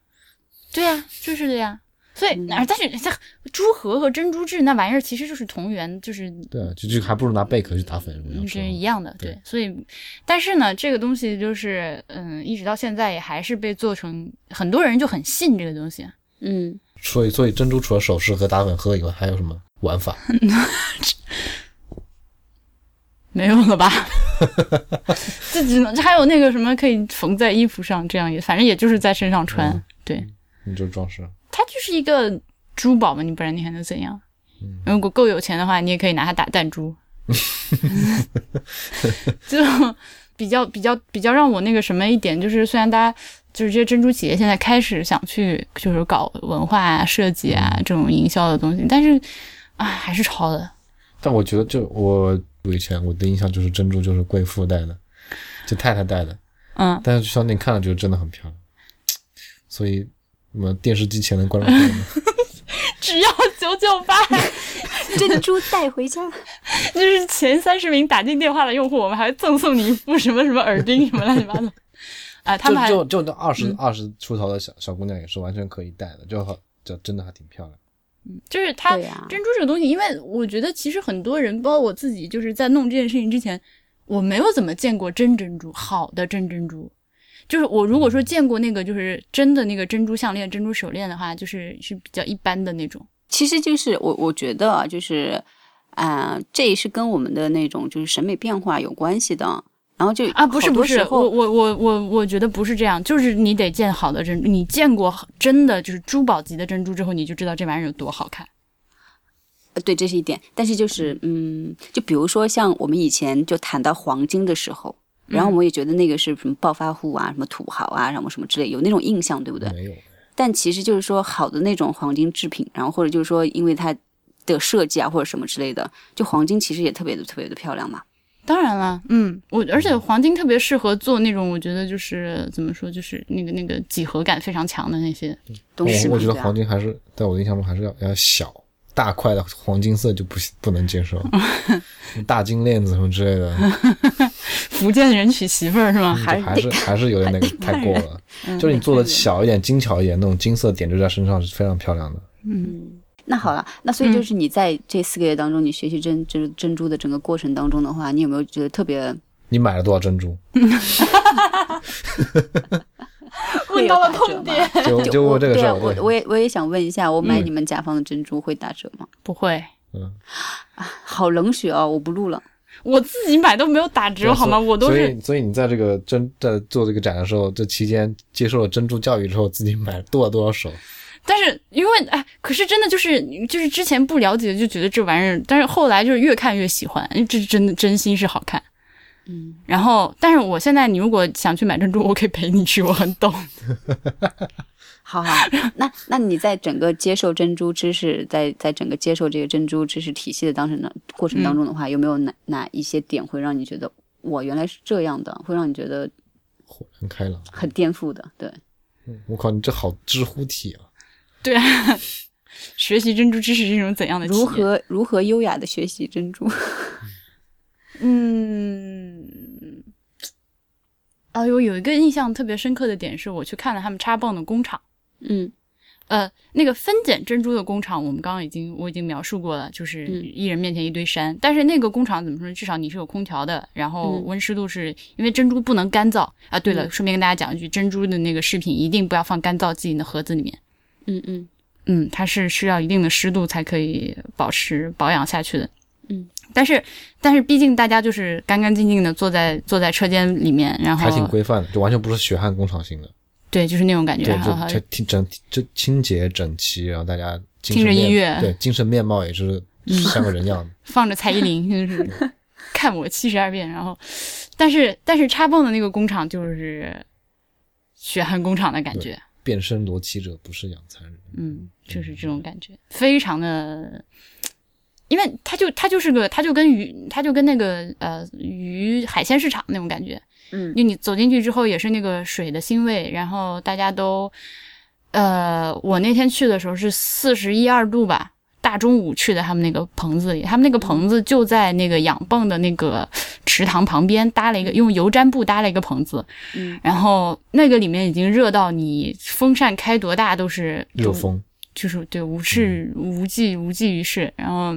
[SPEAKER 1] 对呀、就是的呀。所以，
[SPEAKER 3] 嗯
[SPEAKER 1] 啊但是这珠核和珍珠质那玩意儿其实就是同源，就是
[SPEAKER 3] 对啊，就就还不如拿贝壳去打粉，我想
[SPEAKER 1] 嗯
[SPEAKER 3] 说
[SPEAKER 1] 这是一样的。
[SPEAKER 3] 对
[SPEAKER 1] 对，所以，但是呢，这个东西就是，嗯，一直到现在也还是被做成，很多人就很信这个东西。 [LAUGHS]
[SPEAKER 2] 嗯，
[SPEAKER 3] 所以，所以珍珠除了首饰和打粉喝以外，还有什么
[SPEAKER 1] [LAUGHS]
[SPEAKER 3] 玩法？
[SPEAKER 1] 没有了吧？ [LAUGHS] 这只能这还有那个什么可以缝在衣服上，这样也反正也就是在身上穿。
[SPEAKER 3] 嗯
[SPEAKER 1] 对，
[SPEAKER 3] 你就是装饰。
[SPEAKER 1] 它就是一个珠宝嘛，你不然你还能怎样？如果够有钱的话，你也可以拿它打弹珠。 [LAUGHS] 就比较比较比较让我那个什么一点，就是虽然大家就是这些珍珠企业现在开始想去就是搞文化啊、设计啊这种营销的东西，但是啊还是抄的。
[SPEAKER 3] 但我觉得就，我我以前我的印象就是珍珠就是贵妇戴的，就太太戴的。
[SPEAKER 1] 嗯，
[SPEAKER 3] 但是商店看了就真的很漂亮，所以我们电视机前的观众朋友们，
[SPEAKER 1] [LAUGHS] 只要九九八，
[SPEAKER 2] 珍珠带回家。
[SPEAKER 1] [LAUGHS] 就是前三十名打进电话的用户，我们还会赠送你一副什么什么耳钉什么乱七八糟。啊，他们还
[SPEAKER 3] 就就就那二十二十出头的小小姑娘也是完全可以戴的，就很就真的还挺漂亮。
[SPEAKER 1] 就是它
[SPEAKER 2] 对啊呀
[SPEAKER 1] 珍珠这个东西，因为我觉得其实很多人，包括我自己，就是在弄这件事情之前，我没有怎么见过真珍珠，好的真珍珠。就是我如果
[SPEAKER 2] 嗯
[SPEAKER 1] 说见过那个就是真的那个珍珠项链、珍珠手链的话，就是是比较一般的那种。
[SPEAKER 2] 其实就是我我觉得啊，就是啊、这也是跟我们的那种就是审美变化有关系的。然后就
[SPEAKER 1] 啊，不是
[SPEAKER 2] 好多
[SPEAKER 1] 不是
[SPEAKER 2] 时，
[SPEAKER 1] 我
[SPEAKER 2] 候
[SPEAKER 1] 我我我我觉得不是这样，就是你得见好的珍珠，你见过真的就是珠宝级的珍珠之后，你就知道这玩意儿有多好看。
[SPEAKER 2] 呃对，这是一点。但是就是，嗯，就比如说像我们以前就谈到黄金的时候，
[SPEAKER 3] 嗯
[SPEAKER 2] 然后我们也觉得那个是什么暴发户啊、什么土豪啊、什么什么之类，有那种印象，对不对？
[SPEAKER 3] 没有，
[SPEAKER 2] 但其实就是说，好的那种黄金制品，然后或者就是说，因为它的设计啊或者什么之类的，就黄金其实也特别的特别的漂亮嘛。
[SPEAKER 1] 当然了，嗯，我而且黄金特别适合做那种，我觉得就是怎么说，就是那个那个几何感非常强的那些。
[SPEAKER 2] 东西嘛
[SPEAKER 3] 我我觉得
[SPEAKER 2] 对啊
[SPEAKER 3] 黄金还是在我的印象中还是要要小。大块的黄金色就不不能接受，大金链子什么之类的，
[SPEAKER 1] 福建人娶媳妇儿是吗？
[SPEAKER 3] 就
[SPEAKER 2] 还
[SPEAKER 3] 还是还是有点那个太过了。就是你做的小一点、精巧一点，那种金色点缀在身上是非常漂亮的。
[SPEAKER 2] 嗯那好了，那所以
[SPEAKER 3] 嗯
[SPEAKER 2] 就是你在这四个月当中，你学习珍珍珍珠的整个过程当中的话，你有没有觉得特别
[SPEAKER 3] 你买了多少珍珠？
[SPEAKER 2] 嗯 [LAUGHS] 会有打折吗？
[SPEAKER 3] 就就问这个事
[SPEAKER 2] 对啊，，
[SPEAKER 3] 儿
[SPEAKER 2] 我我也我也想问一下，我买
[SPEAKER 1] 嗯
[SPEAKER 2] 你们甲方的珍珠会打折吗？
[SPEAKER 1] 不会，
[SPEAKER 2] 好冷血哦，我不录了。
[SPEAKER 1] 我自己买都没有打折好吗？我都
[SPEAKER 3] 啊所
[SPEAKER 1] 是
[SPEAKER 3] 以所以你在这个珍在做这个展的时候，这期间接受了珍珠教育之后，自己买剁了多少手？
[SPEAKER 1] 但是因为哎，可是真的就是就是之前不了解就觉得这玩意儿，但是后来就是越看越喜欢，这是真的真心是好看。
[SPEAKER 2] 嗯，
[SPEAKER 1] 然后，但是我现在你如果想去买珍珠，我可以陪你去，我很懂。 [LAUGHS]
[SPEAKER 2] 好好， [LAUGHS] 那那你在整个接受珍珠知识，在在整个接受这个珍珠知识体系的当时呢过程当中的
[SPEAKER 1] 嗯
[SPEAKER 2] 话，有没有哪哪一些点会让你觉得我原来是这样的，会让你觉得
[SPEAKER 3] 豁然开朗！
[SPEAKER 2] 很颠覆的？对，
[SPEAKER 3] 我靠，你这好知乎体啊！
[SPEAKER 1] 对啊，学习珍珠知识是一种怎样的体验
[SPEAKER 2] 如？何如何优雅的学习珍珠？
[SPEAKER 1] 嗯，哎呦，有一个印象特别深刻的点是，我去看了他们插泵的工厂。
[SPEAKER 2] [LAUGHS] 嗯
[SPEAKER 1] 呃，那个分拣珍珠的工厂，我们刚刚已经我已经描述过了，就是
[SPEAKER 2] 嗯
[SPEAKER 1] 一人面前一堆山。但是那个工厂怎么说呢？至少你是有空调的，然后
[SPEAKER 2] 嗯
[SPEAKER 1] 温湿度是、因为珍珠不能干燥啊。对了，
[SPEAKER 2] 嗯
[SPEAKER 1] 顺便跟大家讲一句，珍珠的那个饰品一定不要放干燥剂的盒子里面，
[SPEAKER 2] 嗯嗯
[SPEAKER 1] 嗯，它是需要一定的湿度才可以保持保养下去的。
[SPEAKER 2] 嗯，
[SPEAKER 1] 但是但是毕竟大家就是干干净净的坐在坐在车间里面，然后
[SPEAKER 3] 还挺规范的，就完全不是血汗工厂型的。
[SPEAKER 1] 对，就是那种感觉，
[SPEAKER 3] 对，
[SPEAKER 1] 然后
[SPEAKER 3] 就就挺整就清洁整齐，然后大家精
[SPEAKER 1] 听着
[SPEAKER 3] 神面
[SPEAKER 1] 音乐嗯
[SPEAKER 3] 对精神面貌也是像个人样的。
[SPEAKER 1] 放着蔡依林，就是 [LAUGHS] 看我七十二变。然后，但是但是插泵的那个工厂就是血汗工厂的感觉，
[SPEAKER 3] 变身罗妻者不是养蚕人，
[SPEAKER 1] 嗯，就是这种感觉，非常的。因为它就它就是个，它就跟鱼，它就跟那个呃鱼海鲜市场那种感觉，
[SPEAKER 2] 嗯
[SPEAKER 1] 就你走进去之后也是那个水的腥味，然后大家都，呃，我那天去的时候是四十一二度吧，大中午去的他们那个棚子里，他们那个棚子就在那个养蚌的那个池塘旁边搭了一个用油毡布搭了一个棚子，
[SPEAKER 2] 嗯
[SPEAKER 1] 然后那个里面已经热到你风扇开多大都是
[SPEAKER 3] 热风。
[SPEAKER 1] 嗯就是对无事无济无济于事，然后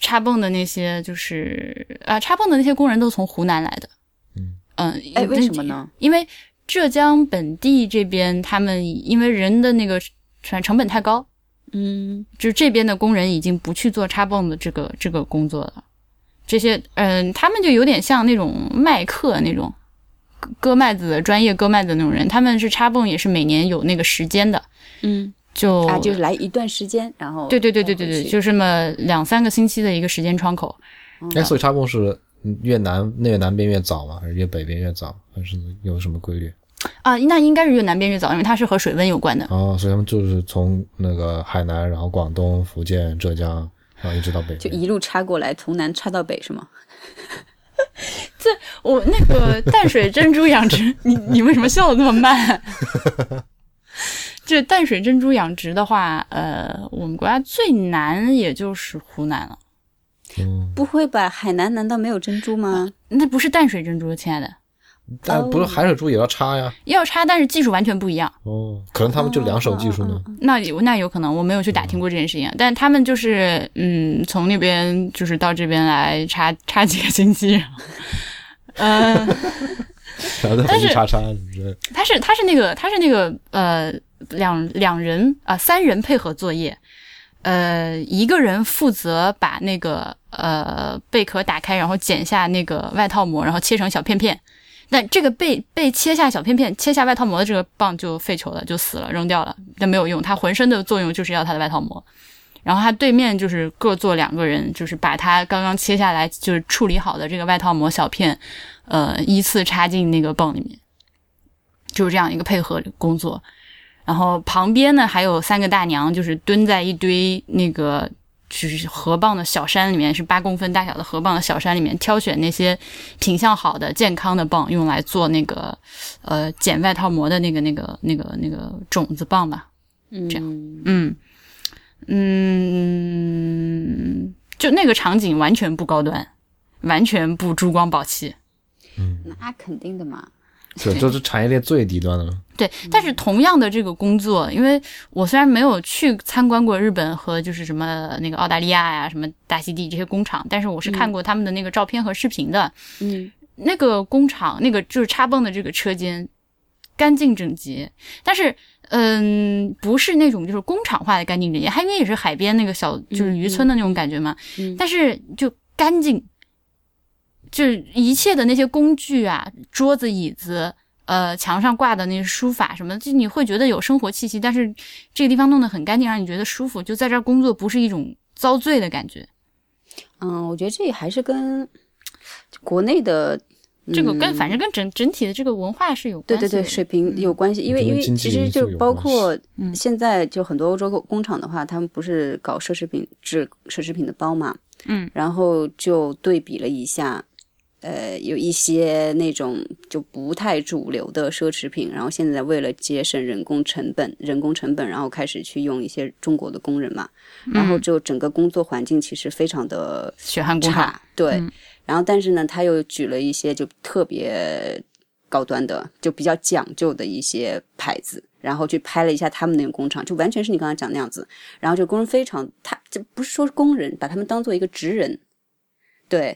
[SPEAKER 1] 插泵的那些就是啊，插泵的那些工人都从湖南来的，
[SPEAKER 3] 嗯
[SPEAKER 1] 嗯，
[SPEAKER 2] 哎
[SPEAKER 1] 因
[SPEAKER 2] 为什么呢？
[SPEAKER 1] 因为浙江本地这边他们因为人的那个成成本太高，
[SPEAKER 2] 嗯
[SPEAKER 1] 就是这边的工人已经不去做插泵的这个这个工作了，这些嗯、他们就有点像那种麦客那种割割麦子的专业割麦子的那种人，他们是插泵也是每年有那个时间的。
[SPEAKER 2] 嗯
[SPEAKER 1] 就哦
[SPEAKER 2] 啊，就是来一段时间，然后
[SPEAKER 1] 对对对对对
[SPEAKER 2] 再回
[SPEAKER 1] 对，
[SPEAKER 2] 去
[SPEAKER 1] 就这么两三个星期的一个时间窗口。
[SPEAKER 3] 哎，所以插泵是嗯越南那越南边越早吗？还是越北边越早？还是有什么规律？
[SPEAKER 1] 啊，那应该是越南边越早，因为它是和水温有关的。
[SPEAKER 3] 哦，所以他们就是从那个海南，然后广东、福建、浙江，然后一直到北
[SPEAKER 2] 就
[SPEAKER 3] 边。
[SPEAKER 2] 一路插过来，从南插到北是吗？
[SPEAKER 1] 我那个淡水珍珠养殖，你你为什么笑的那么慢？ [LAUGHS] 这淡水珍珠养殖的话，呃，我们国家最难也就是湖南了。
[SPEAKER 3] 嗯，
[SPEAKER 2] 不会吧？海南难道没有珍珠吗？
[SPEAKER 1] 那不是淡水珍珠，亲爱的，
[SPEAKER 3] 但不是海水珠也要插呀？
[SPEAKER 1] 要插，但是技术完全不一样。
[SPEAKER 3] 哦，可能他们就两手技术呢。
[SPEAKER 1] 那有那有可能，我没有去打听过这件事情，啊但他们就是嗯，从那边就是到这边来插插几个星期，嗯、呃，
[SPEAKER 3] 然后再回去插插什么之类的。
[SPEAKER 1] 他是他是那个他是那个呃两两人啊、三人配合作业，呃，一个人负责把那个呃贝壳打开，然后剪下那个外套膜，然后切成小片片。那这个被被切下小片片、切下外套膜的这个蚌就废球了，就死了，扔掉了，但没有用。它浑身的作用就是要它的外套膜。然后它对面就是各坐两个人，就是把它刚刚切下来就是处理好的这个外套膜小片，呃，依次插进那个蚌里面，就是这样一个配合工作。然后旁边呢还有三个大娘，就是蹲在一堆那个就是河蚌的小山里面，是八公分大小的河蚌的小山里面挑选那些品相好的、健康的蚌，用来做那个呃剪外套膜的那个那个那个那个种子蚌吧。
[SPEAKER 2] 嗯，
[SPEAKER 1] 这
[SPEAKER 2] 样，
[SPEAKER 1] 嗯嗯，就那个场景完全不高端，完全不珠光宝气。
[SPEAKER 2] 那肯定的嘛。
[SPEAKER 3] 对，这是产业链最低端的了。
[SPEAKER 1] 对，但是同样的这个工作，因为我虽然没有去参观过日本和就是什么那个澳大利亚呀、什么大溪地这些工厂，但是我是看过他们的那个照片和视频的。
[SPEAKER 2] 嗯，
[SPEAKER 1] 那个工厂，那个就是插泵的这个车间，干净整洁，但是嗯，不是那种就是工厂化的干净整洁，它因为也是海边那个小就是渔村的那种感觉嘛，
[SPEAKER 2] 嗯
[SPEAKER 1] 但是就干净，就是一切的那些工具啊，桌子、椅子。呃，墙上挂的那些书法什么的，就你会觉得有生活气息，但是这个地方弄得很干净，让你觉得舒服。就在这儿工作，不是一种遭罪的感觉，
[SPEAKER 2] 嗯，我觉得这还是跟国内的
[SPEAKER 1] 这个跟
[SPEAKER 2] 嗯
[SPEAKER 1] 反正跟整整体的这个文化是有
[SPEAKER 2] 对
[SPEAKER 1] 关系
[SPEAKER 2] 对
[SPEAKER 1] 的。
[SPEAKER 2] 对，水平有关系，因为
[SPEAKER 3] 跟
[SPEAKER 2] 因为
[SPEAKER 3] 经济
[SPEAKER 2] 其实
[SPEAKER 3] 因素
[SPEAKER 2] 就
[SPEAKER 3] 有
[SPEAKER 2] 包
[SPEAKER 3] 关
[SPEAKER 2] 括
[SPEAKER 1] 嗯
[SPEAKER 2] 现在就很多欧洲工工厂的话，他们不是搞奢侈品制奢侈品的包嘛，
[SPEAKER 1] 嗯，
[SPEAKER 2] 然后就对比了一下，呃，有一些那种就不太主流的奢侈品，然后现在为了节省人工成本，人工成本，然后开始去用一些中国的工人嘛，然
[SPEAKER 1] 嗯
[SPEAKER 2] 后就整个工作环境其实非常的
[SPEAKER 1] 血汗工厂，嗯
[SPEAKER 2] 差，对。然后，但是呢，他又举了一些就特别高端的，就比较讲究的一些牌子，然后去拍了一下他们那个工厂，就完全是你刚才讲那样子。然后就工人非常，他这不是说工人，把他们当做一个职人，对。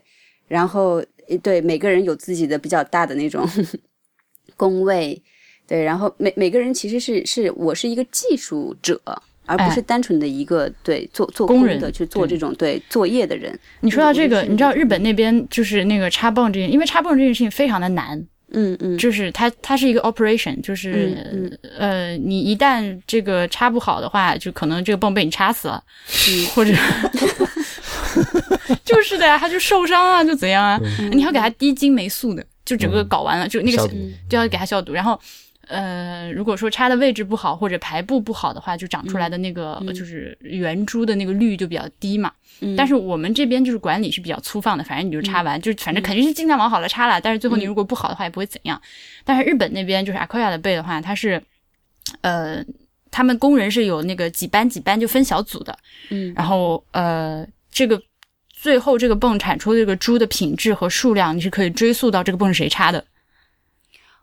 [SPEAKER 2] 然后呃对每个人有自己的比较大的那种 [LAUGHS] 工位，对。然后每每个人其实是是我是一个技术者。而不
[SPEAKER 1] 哎
[SPEAKER 2] 是单纯的一个对做做
[SPEAKER 1] 工
[SPEAKER 2] 工
[SPEAKER 1] 人
[SPEAKER 2] 的去做
[SPEAKER 1] 对
[SPEAKER 2] 这种对作业的人，
[SPEAKER 1] 你说到这个，
[SPEAKER 2] 嗯
[SPEAKER 1] 你知道日本那边就是那个插泵这件，因为插泵这件事情非常的难，
[SPEAKER 2] 嗯嗯，
[SPEAKER 1] 就是它它是一个 operation，就是、
[SPEAKER 2] 嗯
[SPEAKER 1] 呃，你一旦这个插不好的话，就可能这个泵被你插死了，
[SPEAKER 2] 嗯
[SPEAKER 1] 或
[SPEAKER 2] [LAUGHS]
[SPEAKER 1] 者 [LAUGHS] 就是的呀，它就受伤啊，就怎样啊，你要给它滴金霉素的，就整个搞完了，就那
[SPEAKER 3] 嗯消
[SPEAKER 1] 个
[SPEAKER 3] 毒
[SPEAKER 1] 就要给它消毒，然后。呃，如果说插的位置不好或者排布不好的话，就长出来的那个、就是圆珠的那个率就比较低嘛。但是我们这边就是管理是比较粗放的，反正你就插完，就是反正肯定是尽量往好了插了。但是最后你如果不好的话也不会怎样。但是日本那边就是 Aqua 的贝的话，它是，呃，他们工人是有那个几班几班就分小组的，
[SPEAKER 2] 嗯
[SPEAKER 1] 然后呃，这个最后这个泵产出的这个珠的品质和数量，你是可以追溯到这个泵是谁插的。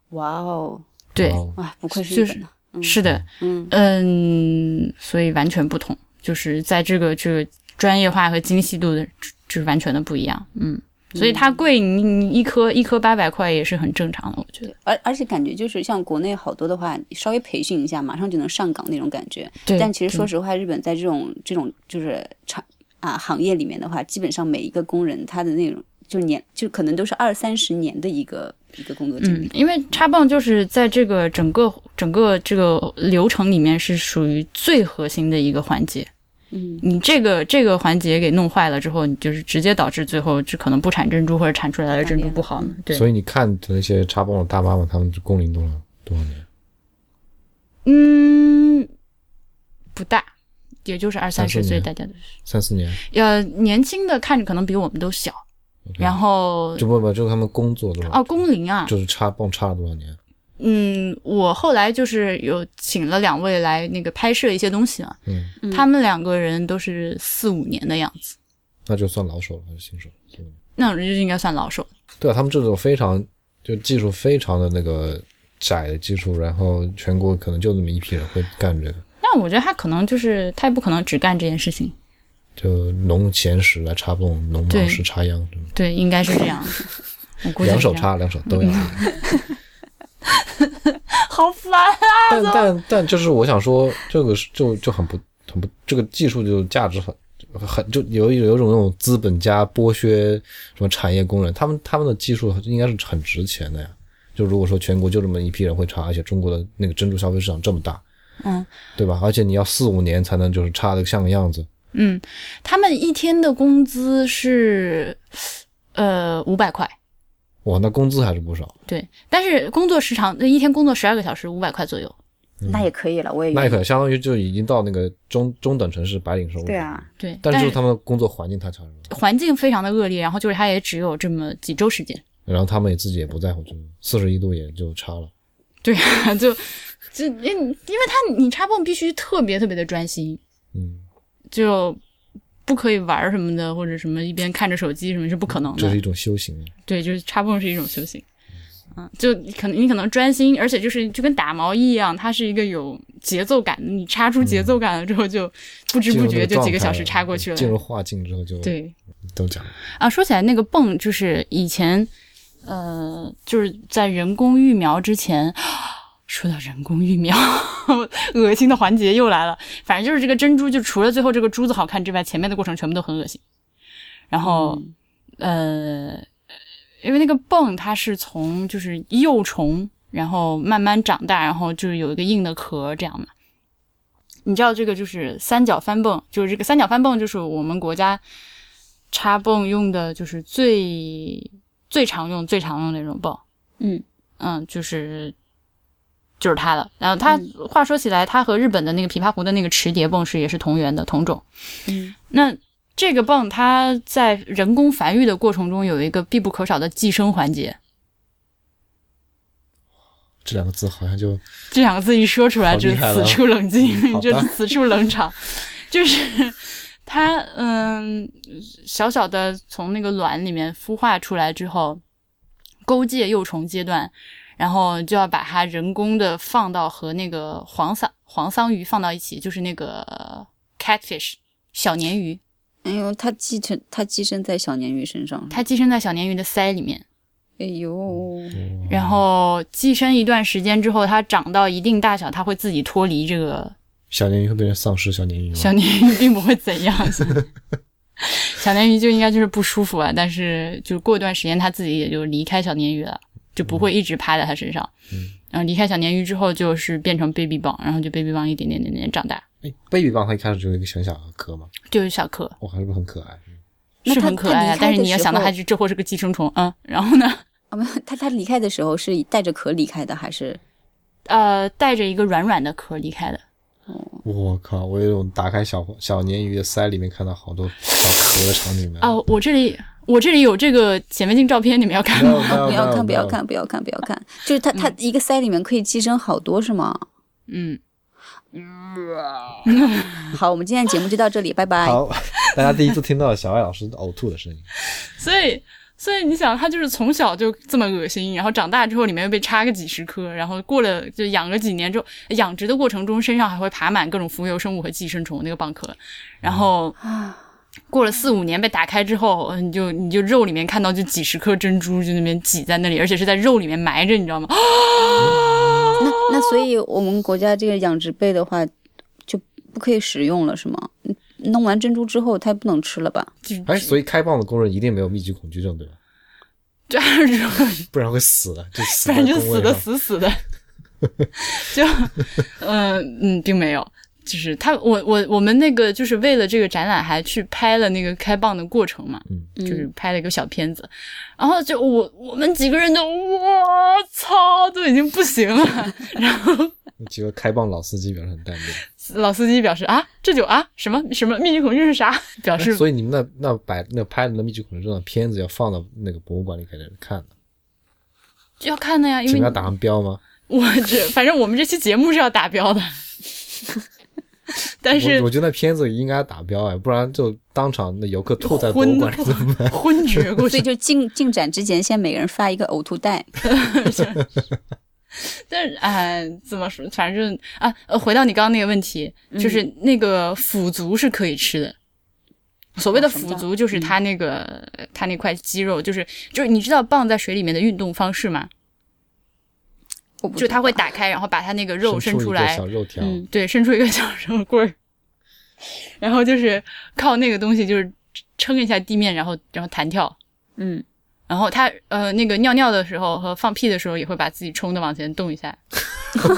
[SPEAKER 2] 哇哦，
[SPEAKER 1] 对，
[SPEAKER 3] 哦
[SPEAKER 2] 哇，不愧是
[SPEAKER 1] 就
[SPEAKER 2] 日
[SPEAKER 1] 是
[SPEAKER 2] 本的，嗯
[SPEAKER 1] 是的，
[SPEAKER 2] 嗯
[SPEAKER 1] 嗯，所以完全不同，就是在这个这个专业化和精细度的，就就是完全的不一样。嗯，所以它贵，你你一颗一颗八百块也是很正常的，我觉得。
[SPEAKER 2] 而而且感觉就是像国内好多的话，你稍微培训一下，马上就能上岗那种感觉。
[SPEAKER 1] 对
[SPEAKER 2] 但其实说实话，日本在这种这种就是产啊行业里面的话，基本上每一个工人他的那种就年就可能都是二三十年的一个一个工作经
[SPEAKER 1] 嗯
[SPEAKER 2] 历。，
[SPEAKER 1] 因为插泵就是在这个整个整个这个流程里面是属于最核心的一个环节。
[SPEAKER 2] 嗯
[SPEAKER 1] 你这个这个环节给弄坏了之后，你就是直接导致最后就可能不产珍珠，或者产出来的珍珠不好
[SPEAKER 2] 嗯
[SPEAKER 1] 呢。对，
[SPEAKER 3] 所以你看的那些插泵的大妈们，她们工龄多少多少年？
[SPEAKER 1] 嗯，不大，也就是二三十岁，
[SPEAKER 3] 年
[SPEAKER 1] 大家都是。
[SPEAKER 3] 三四年？
[SPEAKER 1] 呃，年轻的看着可能比我们都小，然后
[SPEAKER 3] 嗯就不不，就他们工作多少？
[SPEAKER 1] 哦，工龄啊，
[SPEAKER 3] 就是插泵插了多少年？
[SPEAKER 1] 嗯，我后来就是有请了两位来那个拍摄一些东西嘛，
[SPEAKER 3] 嗯，
[SPEAKER 1] 他们两个人都是四五年的样子，
[SPEAKER 3] 那就算老手了还是新手？嗯
[SPEAKER 1] 那种人就应该算老手。
[SPEAKER 3] 对啊，他们这种非常就技术非常的那个窄的技术，然后全国可能就那么一批人会干这个，
[SPEAKER 1] 那我觉得他可能就是他也不可能只干这件事情，
[SPEAKER 3] 就农闲时来插泵，农
[SPEAKER 1] 对
[SPEAKER 3] 忙时插秧，什么
[SPEAKER 1] 对，应该是这
[SPEAKER 3] [LAUGHS]
[SPEAKER 1] 样。我估计
[SPEAKER 3] 两
[SPEAKER 1] 是这
[SPEAKER 3] 手
[SPEAKER 1] 样，
[SPEAKER 3] 插，两手
[SPEAKER 1] [LAUGHS]
[SPEAKER 3] 都要插。
[SPEAKER 1] 好烦啊！
[SPEAKER 3] 但但但就是我想说，这个是就就很不很不，这个技术就价值很很就有一有一种那种资本家剥削什么产业工人，他们他们的技术应该是很值钱的呀。就如果说全国就这么一批人会插，而且中国的那个珍珠消费市场这么大，
[SPEAKER 1] 嗯，
[SPEAKER 3] 对吧？而且你要四五年才能就是插的像个样子，
[SPEAKER 1] 嗯，他们一天的工资是呃五百块，
[SPEAKER 3] 哇，那工资还是不少。
[SPEAKER 1] 对，但是工作时长一天工作十二个小时，五百块左右。
[SPEAKER 2] 那也可以了，我也
[SPEAKER 3] 那也
[SPEAKER 2] 愿
[SPEAKER 3] 可
[SPEAKER 2] 意。
[SPEAKER 3] 能相当于就已经到那个中中等城市白领收入。
[SPEAKER 2] 对啊，
[SPEAKER 1] 对，
[SPEAKER 3] 但
[SPEAKER 1] 但
[SPEAKER 3] 是就是他们的工作环境太差了，
[SPEAKER 1] 环境非常的恶劣，然后就是他也只有这么几周时间。
[SPEAKER 3] 然后他们也自己也不在乎，就四十一度也就差了。
[SPEAKER 1] 对啊， [LAUGHS] 就就因因为他你插泵必须特别特别的专心，
[SPEAKER 3] 嗯，
[SPEAKER 1] 就不可以玩儿什么的，或者什么一边看着手机什么是不可能的。
[SPEAKER 3] 这是一种修行。啊
[SPEAKER 1] 对，就是插泵是一种修行。嗯，就可能你可能专心，而且就是就跟打毛衣一样，它是一个有节奏感的。你插出节奏感了之后，就不知
[SPEAKER 3] 嗯进
[SPEAKER 1] 不
[SPEAKER 3] 入那
[SPEAKER 1] 觉就几
[SPEAKER 3] 状
[SPEAKER 1] 个小
[SPEAKER 3] 态啊
[SPEAKER 1] 时插过去了。
[SPEAKER 3] 进入化境之后就
[SPEAKER 1] 对
[SPEAKER 3] 都讲了
[SPEAKER 1] 啊，说起来那个泵，就是以前，呃，就是在人工育苗之前。说到人工育苗， [LAUGHS] 恶心的环节又来了。反正就是这个珍珠，就除了最后这个珠子好看之外，前面的过程全部都很恶心。然后，呃，因为那个泵它是从就是幼虫，然后慢慢长大，然后就是有一个硬的壳这样嘛。你知道这个就是三角翻泵，就是这个三角翻泵就是我们国家插泵用的，就是最最常用、最常用的那种泵。
[SPEAKER 2] 嗯
[SPEAKER 1] 嗯，就是就是它了。然后它、话说起来，它和日本的那个琵琶湖的那个池蝶泵是也是同源的同种。
[SPEAKER 2] 嗯，
[SPEAKER 1] 那这个泵它在人工繁育的过程中有一个必不可少的寄生环节，
[SPEAKER 3] 这两个字好像就
[SPEAKER 1] 这两个字一说出来，
[SPEAKER 3] 好
[SPEAKER 1] 就
[SPEAKER 3] 厉
[SPEAKER 1] 是
[SPEAKER 3] 害
[SPEAKER 1] 此
[SPEAKER 3] 了
[SPEAKER 1] 处冷
[SPEAKER 3] 嗯
[SPEAKER 1] 静，
[SPEAKER 3] 好
[SPEAKER 1] [LAUGHS] 就
[SPEAKER 3] 的
[SPEAKER 1] 是此处冷场， [LAUGHS] 就是它嗯，小小的从那个卵里面孵化出来之后，勾界幼虫阶段，然后就要把它人工的放到和那个黄桑黄桑鱼放到一起，就是那个 catfish 小鲶鱼，
[SPEAKER 2] 哎呦，它寄生，它寄生在小鲶鱼身上。
[SPEAKER 1] 它寄生在小鲶鱼的鳃里面。
[SPEAKER 2] 哎呦，
[SPEAKER 3] 嗯
[SPEAKER 1] 然后寄生一段时间之后，它长到一定大小，它会自己脱离这个
[SPEAKER 3] 小鲶鱼会变成丧尸小鲶鱼吗？
[SPEAKER 1] 小鲶鱼并不会怎样。小鲶鱼就应该就是不舒服啊，但是就过一段时间，它自己也就离开小鲶鱼了，就不会一直趴在它身上。
[SPEAKER 3] 嗯
[SPEAKER 1] 然后离开小鲶鱼之后，就是变成 baby 棒，然后就 baby 棒一点点点点长大，
[SPEAKER 3] 哎，baby 棒它一开始就有一个小小的壳嘛，
[SPEAKER 1] 就是小壳，
[SPEAKER 3] 哇，还是不是很可爱？
[SPEAKER 1] 嗯
[SPEAKER 2] 那
[SPEAKER 1] 是
[SPEAKER 2] 它
[SPEAKER 1] 很可爱
[SPEAKER 2] 它
[SPEAKER 1] 啊
[SPEAKER 2] 离。开
[SPEAKER 1] 但是
[SPEAKER 2] 的
[SPEAKER 1] 你要
[SPEAKER 2] 时
[SPEAKER 1] 想到
[SPEAKER 2] 候
[SPEAKER 1] 它就这货是个寄生虫，嗯，然后呢，
[SPEAKER 2] 啊，没有，它它离开的时候是带着壳离开的，还是
[SPEAKER 1] 呃，带着一个软软的壳离开的。
[SPEAKER 3] 我靠，我有种打开小小鲶鱼的腮里面看到好多小壳的场景的。
[SPEAKER 1] 哦，我这里我这里有这个显微镜照片，你们要 [LAUGHS] 看
[SPEAKER 3] 没有
[SPEAKER 1] 吗？
[SPEAKER 3] 没有
[SPEAKER 2] 不
[SPEAKER 3] 没
[SPEAKER 2] 要
[SPEAKER 3] 有
[SPEAKER 2] 看，不
[SPEAKER 3] 没
[SPEAKER 2] 要看，不要
[SPEAKER 3] 有，
[SPEAKER 2] 看，不要看，就是它它一个鳃里面可以寄生好多是吗？
[SPEAKER 1] 嗯，
[SPEAKER 2] [LAUGHS] 好，我们今天的节目就到这里，拜拜。
[SPEAKER 3] 好， [LAUGHS] 大家第一次听到小爱老师呕吐的声音。
[SPEAKER 1] 所以，所以你想，他就是从小就这么恶心，然后长大之后里面又被插个几十颗，然后过了就养个几年之后，哎养殖的过程中身上还会爬满各种浮游生物和寄生虫那个蚌壳，然后过了四五年被打开之后，嗯，你就你就肉里面看到就几十颗珍珠就那边挤在那里，而且是在肉里面埋着，你知道吗？
[SPEAKER 2] 那那所以我们国家这个养殖贝的话就不可以食用了是吗？嗯弄完珍珠之后，它不能吃了吧？
[SPEAKER 1] 就
[SPEAKER 3] 哎，所以开蚌的工人一定没有密集恐惧症，对吧？
[SPEAKER 1] 这样子，
[SPEAKER 3] 不然会死的，就死
[SPEAKER 1] 不
[SPEAKER 3] 在
[SPEAKER 1] 然
[SPEAKER 3] 工
[SPEAKER 1] 就死
[SPEAKER 3] 位上。
[SPEAKER 1] 的死死的。
[SPEAKER 3] [LAUGHS]
[SPEAKER 1] 就，嗯嗯，并没有，就是他，我我我们那个就是为了这个展览还去拍了那个开蚌的过程嘛，
[SPEAKER 3] 嗯
[SPEAKER 1] 就是拍了一个小片子，然后就我我们几个人就我操，都已经不行了，然后
[SPEAKER 3] 几个开蚌老司机表示很淡定。
[SPEAKER 1] 老司机表示啊，这就啊什么什么密集恐惧是啥？ [LAUGHS] 表示
[SPEAKER 3] 哎所以你们那那摆那拍的那密集恐惧症的片子要放到那个博物馆里给人看的，
[SPEAKER 1] 要看的呀，因
[SPEAKER 3] 前
[SPEAKER 1] 为
[SPEAKER 3] 面要打上标吗？
[SPEAKER 1] 我这反正我们这期节目是要达标的， [LAUGHS] 但是
[SPEAKER 3] 我我觉得那片子应该打标哎，不然就当场那游客吐在博物
[SPEAKER 1] 昏
[SPEAKER 3] 馆里怎么办？
[SPEAKER 1] 昏厥过
[SPEAKER 2] 所以
[SPEAKER 1] 去。
[SPEAKER 2] 就进进展之前，先每个人发一个呕吐袋。
[SPEAKER 1] 但是哎、怎么说？反正啊，呃，回到你刚刚那个问题，就是那个腐竹是可以吃的。所谓的腐
[SPEAKER 2] 什么
[SPEAKER 1] 竹就是它那个、它那块肌肉，就是就是你知道蚌在水里面的运动方式吗？
[SPEAKER 2] 我不
[SPEAKER 1] 就
[SPEAKER 2] 知
[SPEAKER 1] 它
[SPEAKER 2] 道
[SPEAKER 1] [LAUGHS] 会打开，然后把它那个肉
[SPEAKER 3] 伸
[SPEAKER 1] 伸
[SPEAKER 3] 出一
[SPEAKER 1] 出
[SPEAKER 3] 个
[SPEAKER 1] 来
[SPEAKER 3] 小，肉条，
[SPEAKER 2] 嗯
[SPEAKER 1] 对，伸出一个小肉棍儿。 [LAUGHS] 然后就是靠那个东西就是撑一下地面，然后然后弹跳，
[SPEAKER 2] 嗯，
[SPEAKER 1] 然后它呃那个尿尿的时候和放屁的时候也会把自己冲的往前动一下。 [LAUGHS]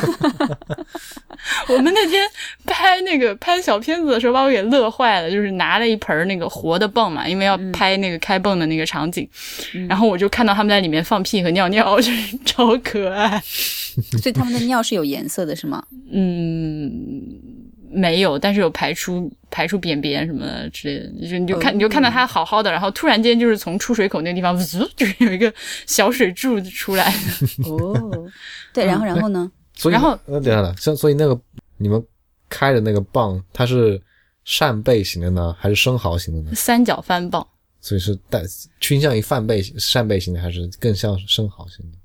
[SPEAKER 1] 我们那天拍那个拍小片子的时候，把我给乐坏了，就是拿了一盆儿那个活的泵嘛，因为要拍那个开泵的那个场景，
[SPEAKER 2] 嗯
[SPEAKER 1] 然后我就看到他们在里面放屁和尿尿，就是超可爱。
[SPEAKER 2] 所以他们的尿是有颜色的，是吗？
[SPEAKER 1] 嗯，没有，但是有排出排出便便什么的之类的，就是你就看、
[SPEAKER 2] 嗯
[SPEAKER 1] 你就看到它好好的，然后突然间就是从出水口那个地方， [LAUGHS] 呜就是有一个小水柱子出来。
[SPEAKER 2] 哦，对，然后
[SPEAKER 1] 嗯
[SPEAKER 2] 然后呢？
[SPEAKER 3] 所以呃
[SPEAKER 1] 然后
[SPEAKER 3] 那等一下了，啊像所以那个你们开的那个棒，它是扇贝型的呢，还是生蚝型的呢？
[SPEAKER 1] 三角翻棒，
[SPEAKER 3] 所以是带倾向于扇贝扇贝型的，还是更像生蚝型的？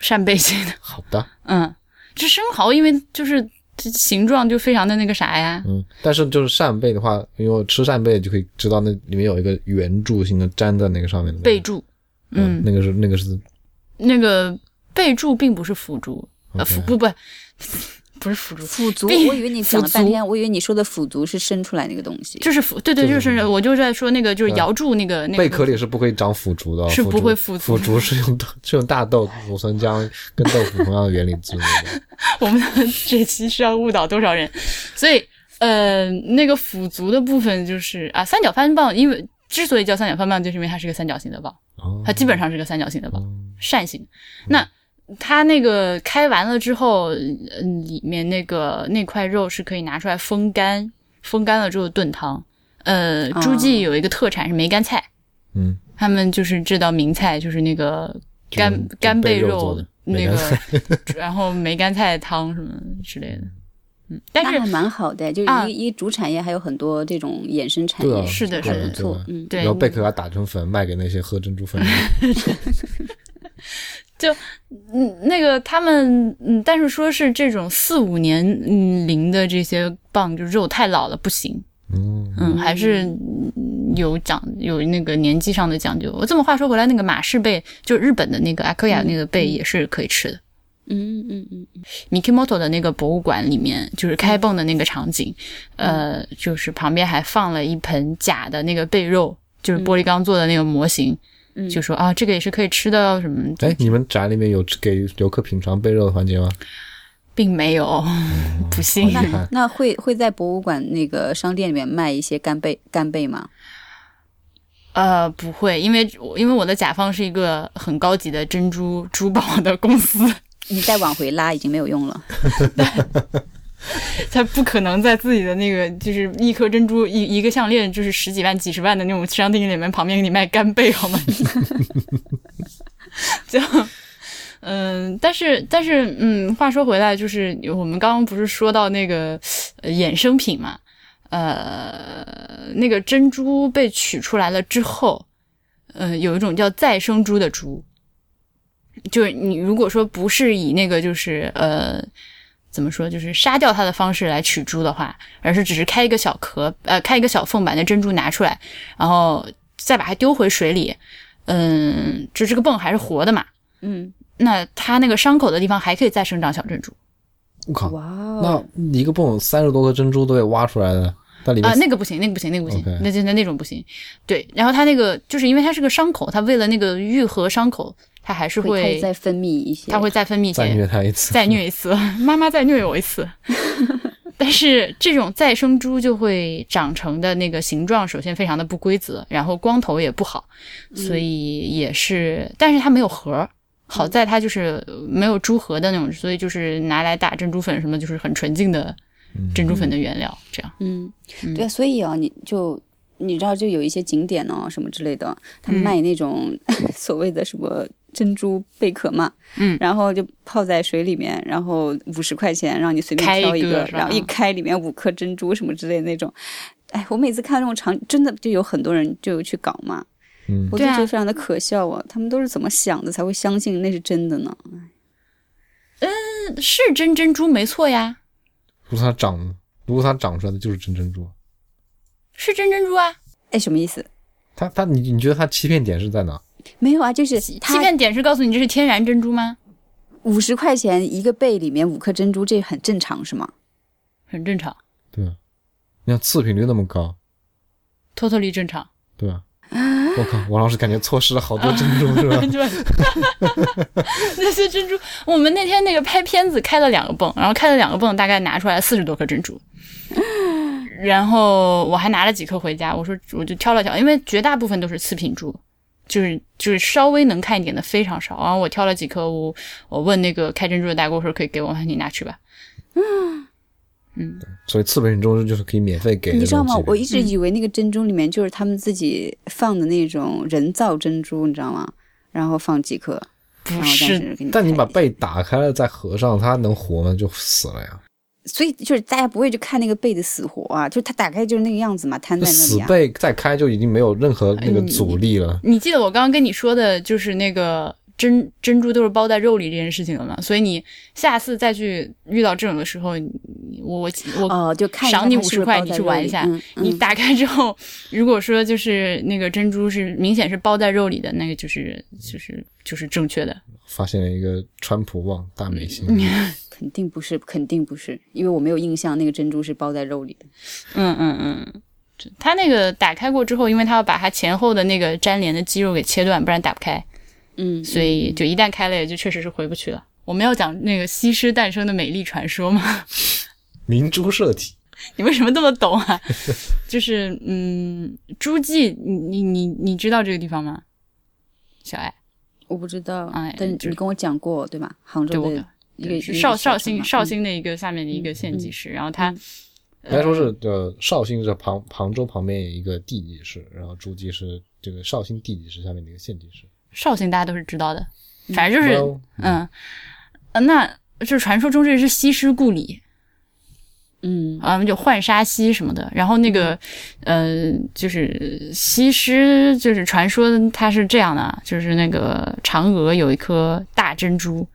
[SPEAKER 1] 扇贝型的，
[SPEAKER 3] 好的，
[SPEAKER 1] 嗯，这生蚝因为就是这形状就非常的那个啥呀，
[SPEAKER 3] 嗯，但是就是扇贝的话，因为我吃扇贝就可以知道那里面有一个圆柱形的粘在那个上面的
[SPEAKER 1] 贝，柱，
[SPEAKER 3] 嗯，
[SPEAKER 1] 嗯，
[SPEAKER 3] 那个是那个是
[SPEAKER 1] 那个贝柱并不是辅助，呃，
[SPEAKER 3] OK
[SPEAKER 1] 辅不不不是辅助，
[SPEAKER 2] 腐
[SPEAKER 1] [LAUGHS]
[SPEAKER 2] 竹，
[SPEAKER 1] 并
[SPEAKER 2] 我以为你讲了半
[SPEAKER 1] 腐竹
[SPEAKER 2] 天，我以为你说的腐竹是生出来那个东西。
[SPEAKER 1] 就是辅对对，
[SPEAKER 3] 就
[SPEAKER 1] 就是是我就在说那个就是
[SPEAKER 3] 对
[SPEAKER 1] 摇柱那个那个
[SPEAKER 3] 呃贝壳里是不可以长腐竹的哦，
[SPEAKER 1] 是不会
[SPEAKER 3] 腐
[SPEAKER 1] 腐
[SPEAKER 3] 竹
[SPEAKER 1] 竹
[SPEAKER 3] 腐竹是用豆是用大豆 [LAUGHS] 乳酸浆跟豆腐同样的原理制作的。
[SPEAKER 1] [LAUGHS] 我们这期是要误导多少人？所以，呃，那个辅足的部分就是啊，三角翻棒，因为之所以叫三角翻棒，就是因为它是个三角形的棒，
[SPEAKER 3] 哦，
[SPEAKER 1] 它基本上是个三角形的棒，
[SPEAKER 3] 嗯
[SPEAKER 1] 扇形。那它那个开完了之后，嗯，里面那个那块肉是可以拿出来风干，风干了之后炖汤。呃，
[SPEAKER 2] 哦
[SPEAKER 1] 诸暨有一个特产是梅干菜，
[SPEAKER 3] 嗯，
[SPEAKER 1] 他们就是这道名菜，就是那个干
[SPEAKER 3] 就是
[SPEAKER 1] 干
[SPEAKER 3] 贝
[SPEAKER 1] 贝
[SPEAKER 3] 肉做的梅
[SPEAKER 1] 那
[SPEAKER 3] 干
[SPEAKER 1] 个， [LAUGHS] 然后梅干菜汤什么之类的。嗯，但
[SPEAKER 2] 那
[SPEAKER 1] 是、
[SPEAKER 2] 还蛮好的，就是一
[SPEAKER 1] 啊
[SPEAKER 2] 个一个主产业还有很多这种衍生产
[SPEAKER 3] 对啊，
[SPEAKER 2] 业，
[SPEAKER 1] 是的
[SPEAKER 3] 对啊
[SPEAKER 1] 是的
[SPEAKER 2] 还不
[SPEAKER 3] 对
[SPEAKER 2] 错
[SPEAKER 3] 啊。
[SPEAKER 2] 嗯，
[SPEAKER 1] 对
[SPEAKER 3] 然后贝壳还打成粉卖给那些喝珍珠粉的人。
[SPEAKER 1] 嗯，那个他们嗯，但是说是这种四五年嗯龄的这些蚌，就肉太老了不行。
[SPEAKER 3] 嗯，
[SPEAKER 1] 嗯，还是嗯有讲有那个年纪上的讲究。我这么话说回来，那个马氏贝，就日本的那个阿克亚那个贝也是可以吃的。
[SPEAKER 2] 嗯嗯嗯，
[SPEAKER 1] Mikimoto 的那个博物馆里面，就是开泵的那个场景，
[SPEAKER 2] 嗯
[SPEAKER 1] 呃，就是旁边还放了一盆假的那个贝肉，就是玻璃钢做的那个模型，
[SPEAKER 2] 嗯
[SPEAKER 1] 就说啊，这个也是可以吃的哦什么，
[SPEAKER 3] 哎，你们展里面有给游客品尝贝肉的环节吗？
[SPEAKER 1] 并没有， [LAUGHS] 不幸
[SPEAKER 3] 好。厉害，
[SPEAKER 2] 哦那会会在博物馆那个商店里面卖一些干贝干贝吗？
[SPEAKER 1] 呃，不会，因为我因为我的甲方是一个很高级的珍珠珠宝的公司，
[SPEAKER 2] 你再往回拉已经没有用了。
[SPEAKER 1] 他不可能在自己的那个就是一颗珍珠一一个项链就是十几万几十万的那种商店里面旁边给你卖干贝好吗？ [LAUGHS] 就嗯，但是但是嗯，话说回来，就是我们刚刚不是说到那个呃衍生品嘛，呃，那个珍珠被取出来了之后，呃，有一种叫再生珠的珠，就是你如果说不是以那个就是呃。怎么说，就是杀掉它的方式来取珠的话，而是只是开一个小壳，呃，开一个小缝把那珍珠拿出来，然后再把它丢回水里，嗯，就这个泵还是活的嘛，
[SPEAKER 2] 嗯，
[SPEAKER 1] 那它那个伤口的地方还可以再生长小珍珠
[SPEAKER 3] 我靠，
[SPEAKER 2] 哇
[SPEAKER 3] 那
[SPEAKER 2] 哦，
[SPEAKER 3] 一个泵三十多颗珍珠都得挖出来的，但里
[SPEAKER 1] 啊、
[SPEAKER 3] 面
[SPEAKER 1] 那个不行，那个不行，那个不行
[SPEAKER 3] OK
[SPEAKER 1] 那就那那种不行。对，然后它那个就是因为它是个伤口，它为了那个愈合伤口，它还是
[SPEAKER 2] 会开
[SPEAKER 1] 会
[SPEAKER 2] 始再分泌一些，
[SPEAKER 1] 它会再分泌一
[SPEAKER 3] 再
[SPEAKER 1] 些
[SPEAKER 3] 虐它一次。
[SPEAKER 1] 再虐一次， [LAUGHS] 妈妈再虐我一次。 [LAUGHS] 但是这种再生珠就会长成的那个形状，首先非常的不规则，然后光头也不好，所以也是，但是它没有核儿。好在它就是没有珠核的那种，所以就是拿来打珍珠粉什么，就是很纯净的珍珠粉的原料。这样，
[SPEAKER 2] 嗯，对啊，所以啊，你就你知道，就有一些景点哦，什么之类的，他
[SPEAKER 1] 嗯
[SPEAKER 2] 们卖那种 [LAUGHS] 所谓的什么珍珠贝壳嘛，
[SPEAKER 1] 嗯
[SPEAKER 2] 然后就泡在水里面，然后五十块钱让你随便
[SPEAKER 1] 开
[SPEAKER 2] 挑
[SPEAKER 1] 一个
[SPEAKER 2] 个，
[SPEAKER 1] 是吧
[SPEAKER 2] 然后一开里面五颗珍珠什么之类的那种。哎，我每次看这种场，真的就有很多人就去搞嘛，
[SPEAKER 3] 嗯
[SPEAKER 2] 我就
[SPEAKER 1] 对啊
[SPEAKER 2] 觉得非常的可笑啊！他们都是怎么想的才会相信那是真的呢？
[SPEAKER 1] 是真珍珠没错呀，
[SPEAKER 3] 如果它长，如果它长出来的就是真珍珠，
[SPEAKER 1] 是真珍珠啊。
[SPEAKER 2] 哎，什么意思？
[SPEAKER 3] 它它你你觉得它欺骗点是在哪？
[SPEAKER 2] 没有啊，就是
[SPEAKER 1] 欺
[SPEAKER 2] 他
[SPEAKER 1] 骗点是告诉你这是天然珍珠吗？
[SPEAKER 2] 五十块钱一个贝里面五颗珍珠，这很正常是吗？
[SPEAKER 1] 很正常。
[SPEAKER 3] 你看次品率那么高，
[SPEAKER 1] ，totally 正常。
[SPEAKER 3] 对吧？
[SPEAKER 2] 啊
[SPEAKER 3] 我靠，王老师感觉错失了好多珍珠，是吧？
[SPEAKER 1] 对， [LAUGHS] 那些珍珠，我们那天那个拍片子开了两个泵，然后开了两个泵，大概拿出来四十多颗珍珠。然后我还拿了几颗回家，我说我就挑了挑，因为绝大部分都是次品珠，就是就是稍微能看一点的非常少。然后我挑了几颗，我我问那个开珍珠的大哥我说可以给我吗，你拿去吧。嗯，
[SPEAKER 3] 所以次品珍珠就是可以免费给的
[SPEAKER 2] 你知道吗
[SPEAKER 3] 东西？
[SPEAKER 2] 我一直以为那个珍珠里面就是他们自己放的那种人造珍珠，你知道吗？然后放几颗，然
[SPEAKER 1] 不
[SPEAKER 2] 后但
[SPEAKER 1] 是，
[SPEAKER 2] 是给你
[SPEAKER 3] 但
[SPEAKER 2] 看
[SPEAKER 3] 你把
[SPEAKER 2] 一下
[SPEAKER 3] 贝打开了再合上，它能活吗？就死了呀。
[SPEAKER 2] 所以就是大家不会去看那个贝的死活啊，就是它打开就是那个样子嘛，摊在那
[SPEAKER 3] 死
[SPEAKER 2] 里啊。嗯
[SPEAKER 3] 贝再开就已经没有任何那个阻力了。
[SPEAKER 1] 你记得我刚刚跟你说的就是那个珍珍珠都是包在肉里这件事情了吗？所以你下次再去遇到这种的时候，你我我我
[SPEAKER 2] 哦，就看一下
[SPEAKER 1] 赏你
[SPEAKER 2] 它
[SPEAKER 1] 五
[SPEAKER 2] 是不
[SPEAKER 1] 十
[SPEAKER 2] 是
[SPEAKER 1] 块，
[SPEAKER 2] 包
[SPEAKER 1] 你
[SPEAKER 2] 在
[SPEAKER 1] 去
[SPEAKER 2] 肉
[SPEAKER 1] 玩
[SPEAKER 2] 里
[SPEAKER 1] 一下。
[SPEAKER 2] 嗯嗯
[SPEAKER 1] 你打开之后，如果说就是那个珍珠是明显是包在肉里的，那个就是就是就是正确的。
[SPEAKER 3] 发现了一个川普旺大美星，
[SPEAKER 2] 肯定不是，肯定不是，因为我没有印象那个珍珠是包在肉里的。
[SPEAKER 1] 嗯嗯嗯，这它那个打开过之后，因为它要把它前后的那个粘连的肌肉给切断，不然打不开，
[SPEAKER 2] 嗯，
[SPEAKER 1] 所以就一旦开了，也就确实是回不去了。我们要讲那个西施诞生的美丽传说吗？
[SPEAKER 3] 明珠设计。
[SPEAKER 1] 你为什么这么懂啊？ [LAUGHS] 就是嗯，诸暨，你你你你知道这个地方吗？小爱，
[SPEAKER 2] 我不知道，
[SPEAKER 1] 哎
[SPEAKER 2] 但
[SPEAKER 1] 就是
[SPEAKER 2] 你跟我讲过对吧？杭
[SPEAKER 1] 对
[SPEAKER 2] 州
[SPEAKER 1] 我
[SPEAKER 2] 的一个
[SPEAKER 1] 对
[SPEAKER 2] 一
[SPEAKER 1] 是
[SPEAKER 2] 个
[SPEAKER 1] 绍
[SPEAKER 2] 小
[SPEAKER 1] 绍
[SPEAKER 2] 城
[SPEAKER 1] 兴
[SPEAKER 2] 嘛
[SPEAKER 1] 绍
[SPEAKER 2] 嗯
[SPEAKER 1] 兴的一个下面的一个县级市，然后它
[SPEAKER 3] 应该说是呃，绍兴是旁杭州旁边有一个地级市，然后诸暨是这个绍兴地级市下面的一个县级市。
[SPEAKER 1] 绍兴大家都是知道的，反正就是
[SPEAKER 3] 嗯
[SPEAKER 1] 嗯，呃那就是传说中这是西施故里，
[SPEAKER 2] 嗯，
[SPEAKER 1] 啊，就浣纱溪什么的。然后那个，呃，就是西施，就是传说它是这样的，啊就是那个嫦娥有一颗大珍珠，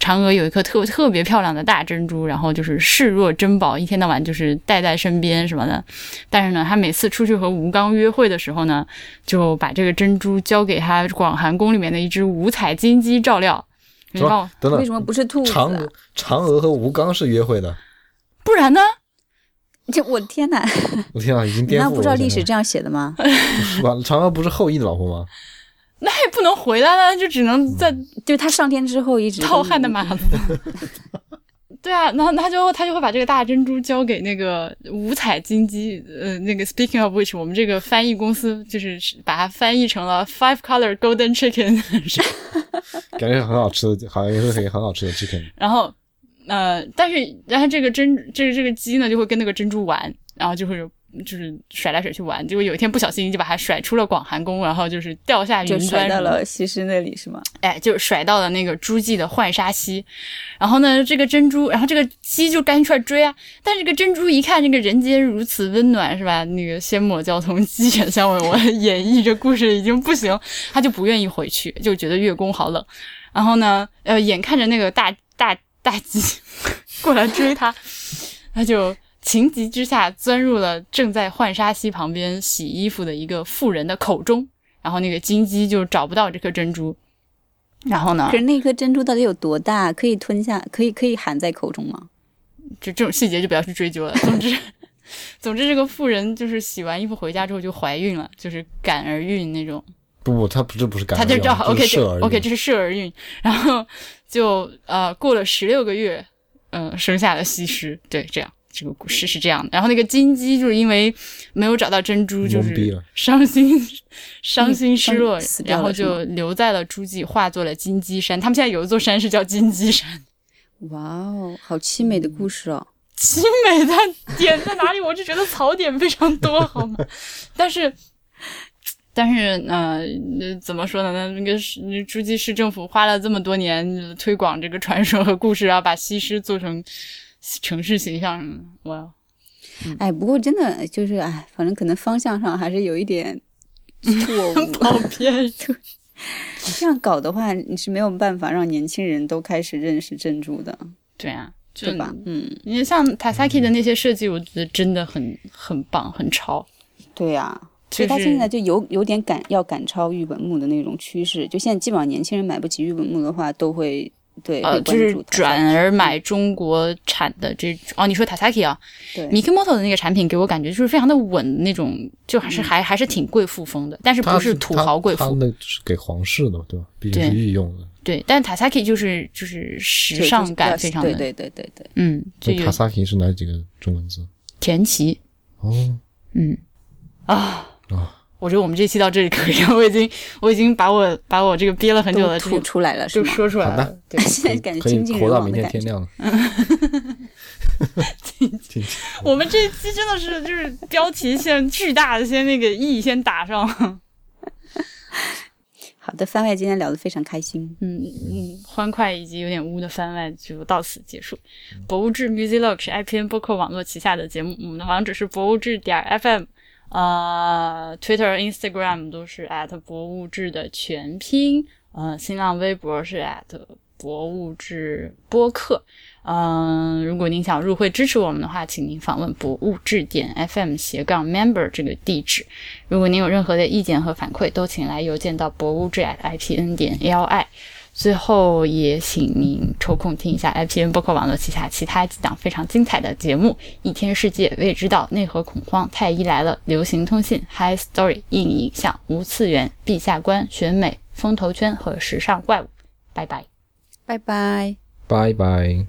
[SPEAKER 1] 嫦娥有一颗特特别漂亮的大珍珠，然后就是视若珍宝，一天到晚就是带在身边什么的。但是呢，她每次出去和吴刚约会的时候呢，就把这个珍珠交给他广寒宫里面的一只五彩金鸡照料。你
[SPEAKER 3] 什
[SPEAKER 1] 帮我
[SPEAKER 3] 么？，等等，
[SPEAKER 2] 哦为什么不是兔子、
[SPEAKER 3] 嫦
[SPEAKER 2] 啊
[SPEAKER 3] 娥？嫦娥和吴刚是约会的？
[SPEAKER 1] 不然呢？
[SPEAKER 2] [LAUGHS] 就我天哪，
[SPEAKER 3] 我天啊，已经
[SPEAKER 2] 你
[SPEAKER 3] 颠覆
[SPEAKER 2] 那
[SPEAKER 3] 了。
[SPEAKER 2] 不知道历史
[SPEAKER 3] 我
[SPEAKER 2] 这样写的吗？ [LAUGHS]
[SPEAKER 3] 现在是吧？嫦娥不是后羿的老婆吗？
[SPEAKER 1] 那也不能回来了，就只能在
[SPEAKER 2] 就是他上天之后一直
[SPEAKER 1] 盗汗的马子。 [LAUGHS] 对啊，然后他就他就会把这个大珍珠交给那个五彩金鸡，呃，那个 Speaking of which，我们这个翻译公司就是把它翻译成了 Five Color Golden Chicken， [LAUGHS]
[SPEAKER 3] 感觉很好吃的，好像也是很很好吃的 chicken。
[SPEAKER 1] 然后呃，但是然后这个珍这个这个鸡呢就会跟那个珍珠玩，然后就会有就是甩来甩去玩，结果有一天不小心就把它甩出了广寒宫，然后就是掉下云
[SPEAKER 2] 就
[SPEAKER 1] 端
[SPEAKER 2] 甩
[SPEAKER 1] 什
[SPEAKER 2] 到
[SPEAKER 1] 么的
[SPEAKER 2] 了西施那里是吗？
[SPEAKER 1] 哎，就甩到了那个诸暨的浣纱溪，然后呢，这个珍珠，然后这个鸡就干出来追啊，但这个珍珠一看这个人间如此温暖，是吧？那个鲜抹交通鸡犬相闻，我演绎这故事已经不行，他就不愿意回去，就觉得月宫好冷。然后呢，呃，眼看着那个大大大鸡 [LAUGHS] 过来追他，他就情急之下钻入了正在浣纱溪旁边洗衣服的一个妇人的口中，然后那个金鸡就找不到这颗珍珠。然后呢
[SPEAKER 2] 可，是那颗珍珠到底有多大？可以吞下，可以可以含在口中吗？
[SPEAKER 1] 就这种细节就不要去追究了。总之， [LAUGHS] 总之这个妇人就是洗完衣服回家之后就怀孕了，就是赶儿孕那种。
[SPEAKER 3] 不不，他不这不是感
[SPEAKER 1] 他
[SPEAKER 3] 染
[SPEAKER 1] 就
[SPEAKER 3] 病，
[SPEAKER 1] 知道
[SPEAKER 3] 这
[SPEAKER 1] OK
[SPEAKER 3] 是
[SPEAKER 1] 这
[SPEAKER 3] 射而已
[SPEAKER 1] OK 这是射儿孕，然后就呃过了十六个月，嗯、生下了西施。对，这样这个故事是这样的。然后那个金鸡就是因为没有找到珍珠，就
[SPEAKER 3] 懵
[SPEAKER 1] 是
[SPEAKER 3] 逼了
[SPEAKER 1] 伤心伤心失落，
[SPEAKER 2] 嗯死掉
[SPEAKER 1] 然
[SPEAKER 2] 了
[SPEAKER 1] 后
[SPEAKER 2] 是吗
[SPEAKER 1] 就留在了诸暨，化作了金鸡山。他们现在有一座山是叫金鸡山。
[SPEAKER 2] 哇哦，好凄美的故事哦！
[SPEAKER 1] 凄美的点在哪里？我就觉得槽点非常多，好吗？ [LAUGHS] 但是，但是，呃，呃怎么说呢？那那个是那诸暨市政府花了这么多年呃推广这个传说和故事，然后把西施做成 [LAUGHS] 城市形象什么的，哇！哦嗯
[SPEAKER 2] 哎，不过真的就是哎，反正可能方向上还是有一点
[SPEAKER 1] [LAUGHS]
[SPEAKER 2] 错误。
[SPEAKER 1] 好偏。
[SPEAKER 2] 这样搞的话，你是没有办法让年轻人都开始认识珍珠的，
[SPEAKER 1] 对啊，就
[SPEAKER 2] 对吧？？嗯，
[SPEAKER 1] 你像 Tasaki 的那些设计，我觉得真的很很棒，很潮。
[SPEAKER 2] 对呀、
[SPEAKER 1] 就
[SPEAKER 2] 所以他现
[SPEAKER 1] 是
[SPEAKER 2] 在就有有点赶要赶超玉本木的那种趋势，就现在基本上年轻人买不起玉本木的话，都会
[SPEAKER 4] 对，
[SPEAKER 1] 呃，
[SPEAKER 4] 会
[SPEAKER 1] 就
[SPEAKER 4] 关
[SPEAKER 1] 是
[SPEAKER 4] 注它
[SPEAKER 1] 转而买中国产的这哦，你说 Tasaki 啊
[SPEAKER 4] 对
[SPEAKER 1] ，Mikimoto 的那个产品给我感觉就是非常的稳那种，就还是还还是挺贵妇风的，但是
[SPEAKER 3] 它
[SPEAKER 1] 不是土豪贵
[SPEAKER 3] 它
[SPEAKER 1] 妇，
[SPEAKER 3] 那是给皇室的嘛，对吧？毕竟是
[SPEAKER 1] 对
[SPEAKER 3] 御用的。
[SPEAKER 1] 对，但 Tasaki 就是就是
[SPEAKER 4] 对
[SPEAKER 1] 时
[SPEAKER 4] 就是
[SPEAKER 1] 尚
[SPEAKER 4] 比较
[SPEAKER 1] 感非常的，
[SPEAKER 4] 对对对对对，
[SPEAKER 1] 嗯，就
[SPEAKER 3] 那
[SPEAKER 1] 有
[SPEAKER 3] Tasaki 是哪几个中文字？
[SPEAKER 1] 田崎，
[SPEAKER 3] 哦，
[SPEAKER 1] 嗯啊
[SPEAKER 3] 啊
[SPEAKER 1] 我觉得我们这期到这里可以了，我已经我已经把我把我这个憋了很久
[SPEAKER 4] 都
[SPEAKER 1] 的这
[SPEAKER 4] 吐
[SPEAKER 1] 个
[SPEAKER 4] 出来了是
[SPEAKER 1] 就
[SPEAKER 4] 吗？
[SPEAKER 1] 说出来
[SPEAKER 3] 好
[SPEAKER 1] 了
[SPEAKER 3] 的，
[SPEAKER 1] 对，
[SPEAKER 4] [LAUGHS] 现在哎感觉
[SPEAKER 3] 可以
[SPEAKER 4] 精尽
[SPEAKER 3] 活
[SPEAKER 4] 人
[SPEAKER 3] 到
[SPEAKER 4] 亡
[SPEAKER 3] 明
[SPEAKER 4] 的感
[SPEAKER 3] 天天
[SPEAKER 4] 觉。[LAUGHS]
[SPEAKER 3] 亮了。 [LAUGHS] 天气
[SPEAKER 1] [LAUGHS] 我们这期真的是就是标题先巨大的先那个 E 先打上，
[SPEAKER 4] 好的，番外今天聊得非常开心，
[SPEAKER 1] 嗯嗯，欢快以及有点污的番外就到此结束。博物志 Music Log 是 IPN 播客网络旗下的节目，我们的网址是博物志点儿 FM，呃，Twitter、Instagram 都是 at 博物志的全拼，呃，新浪微博是 at 博物志播客。嗯，如果您想入会支持我们的话，请您访问博物志点 FM 斜杠 member 这个地址。如果您有任何的意见和反馈，都请来邮件到博物志 at ipn 点 li。最后也请您抽空听一下 IPN 播客网络旗下其他几档非常精彩的节目：《一天世界》、《未知道》、《内核恐慌》、《太医来了》、《流行通信》、《High Story》、《硬影像》、《无次元》、《陛下观》、《选美》、《风投圈》和《时尚怪物》。拜拜。
[SPEAKER 4] 拜拜。
[SPEAKER 3] 拜拜。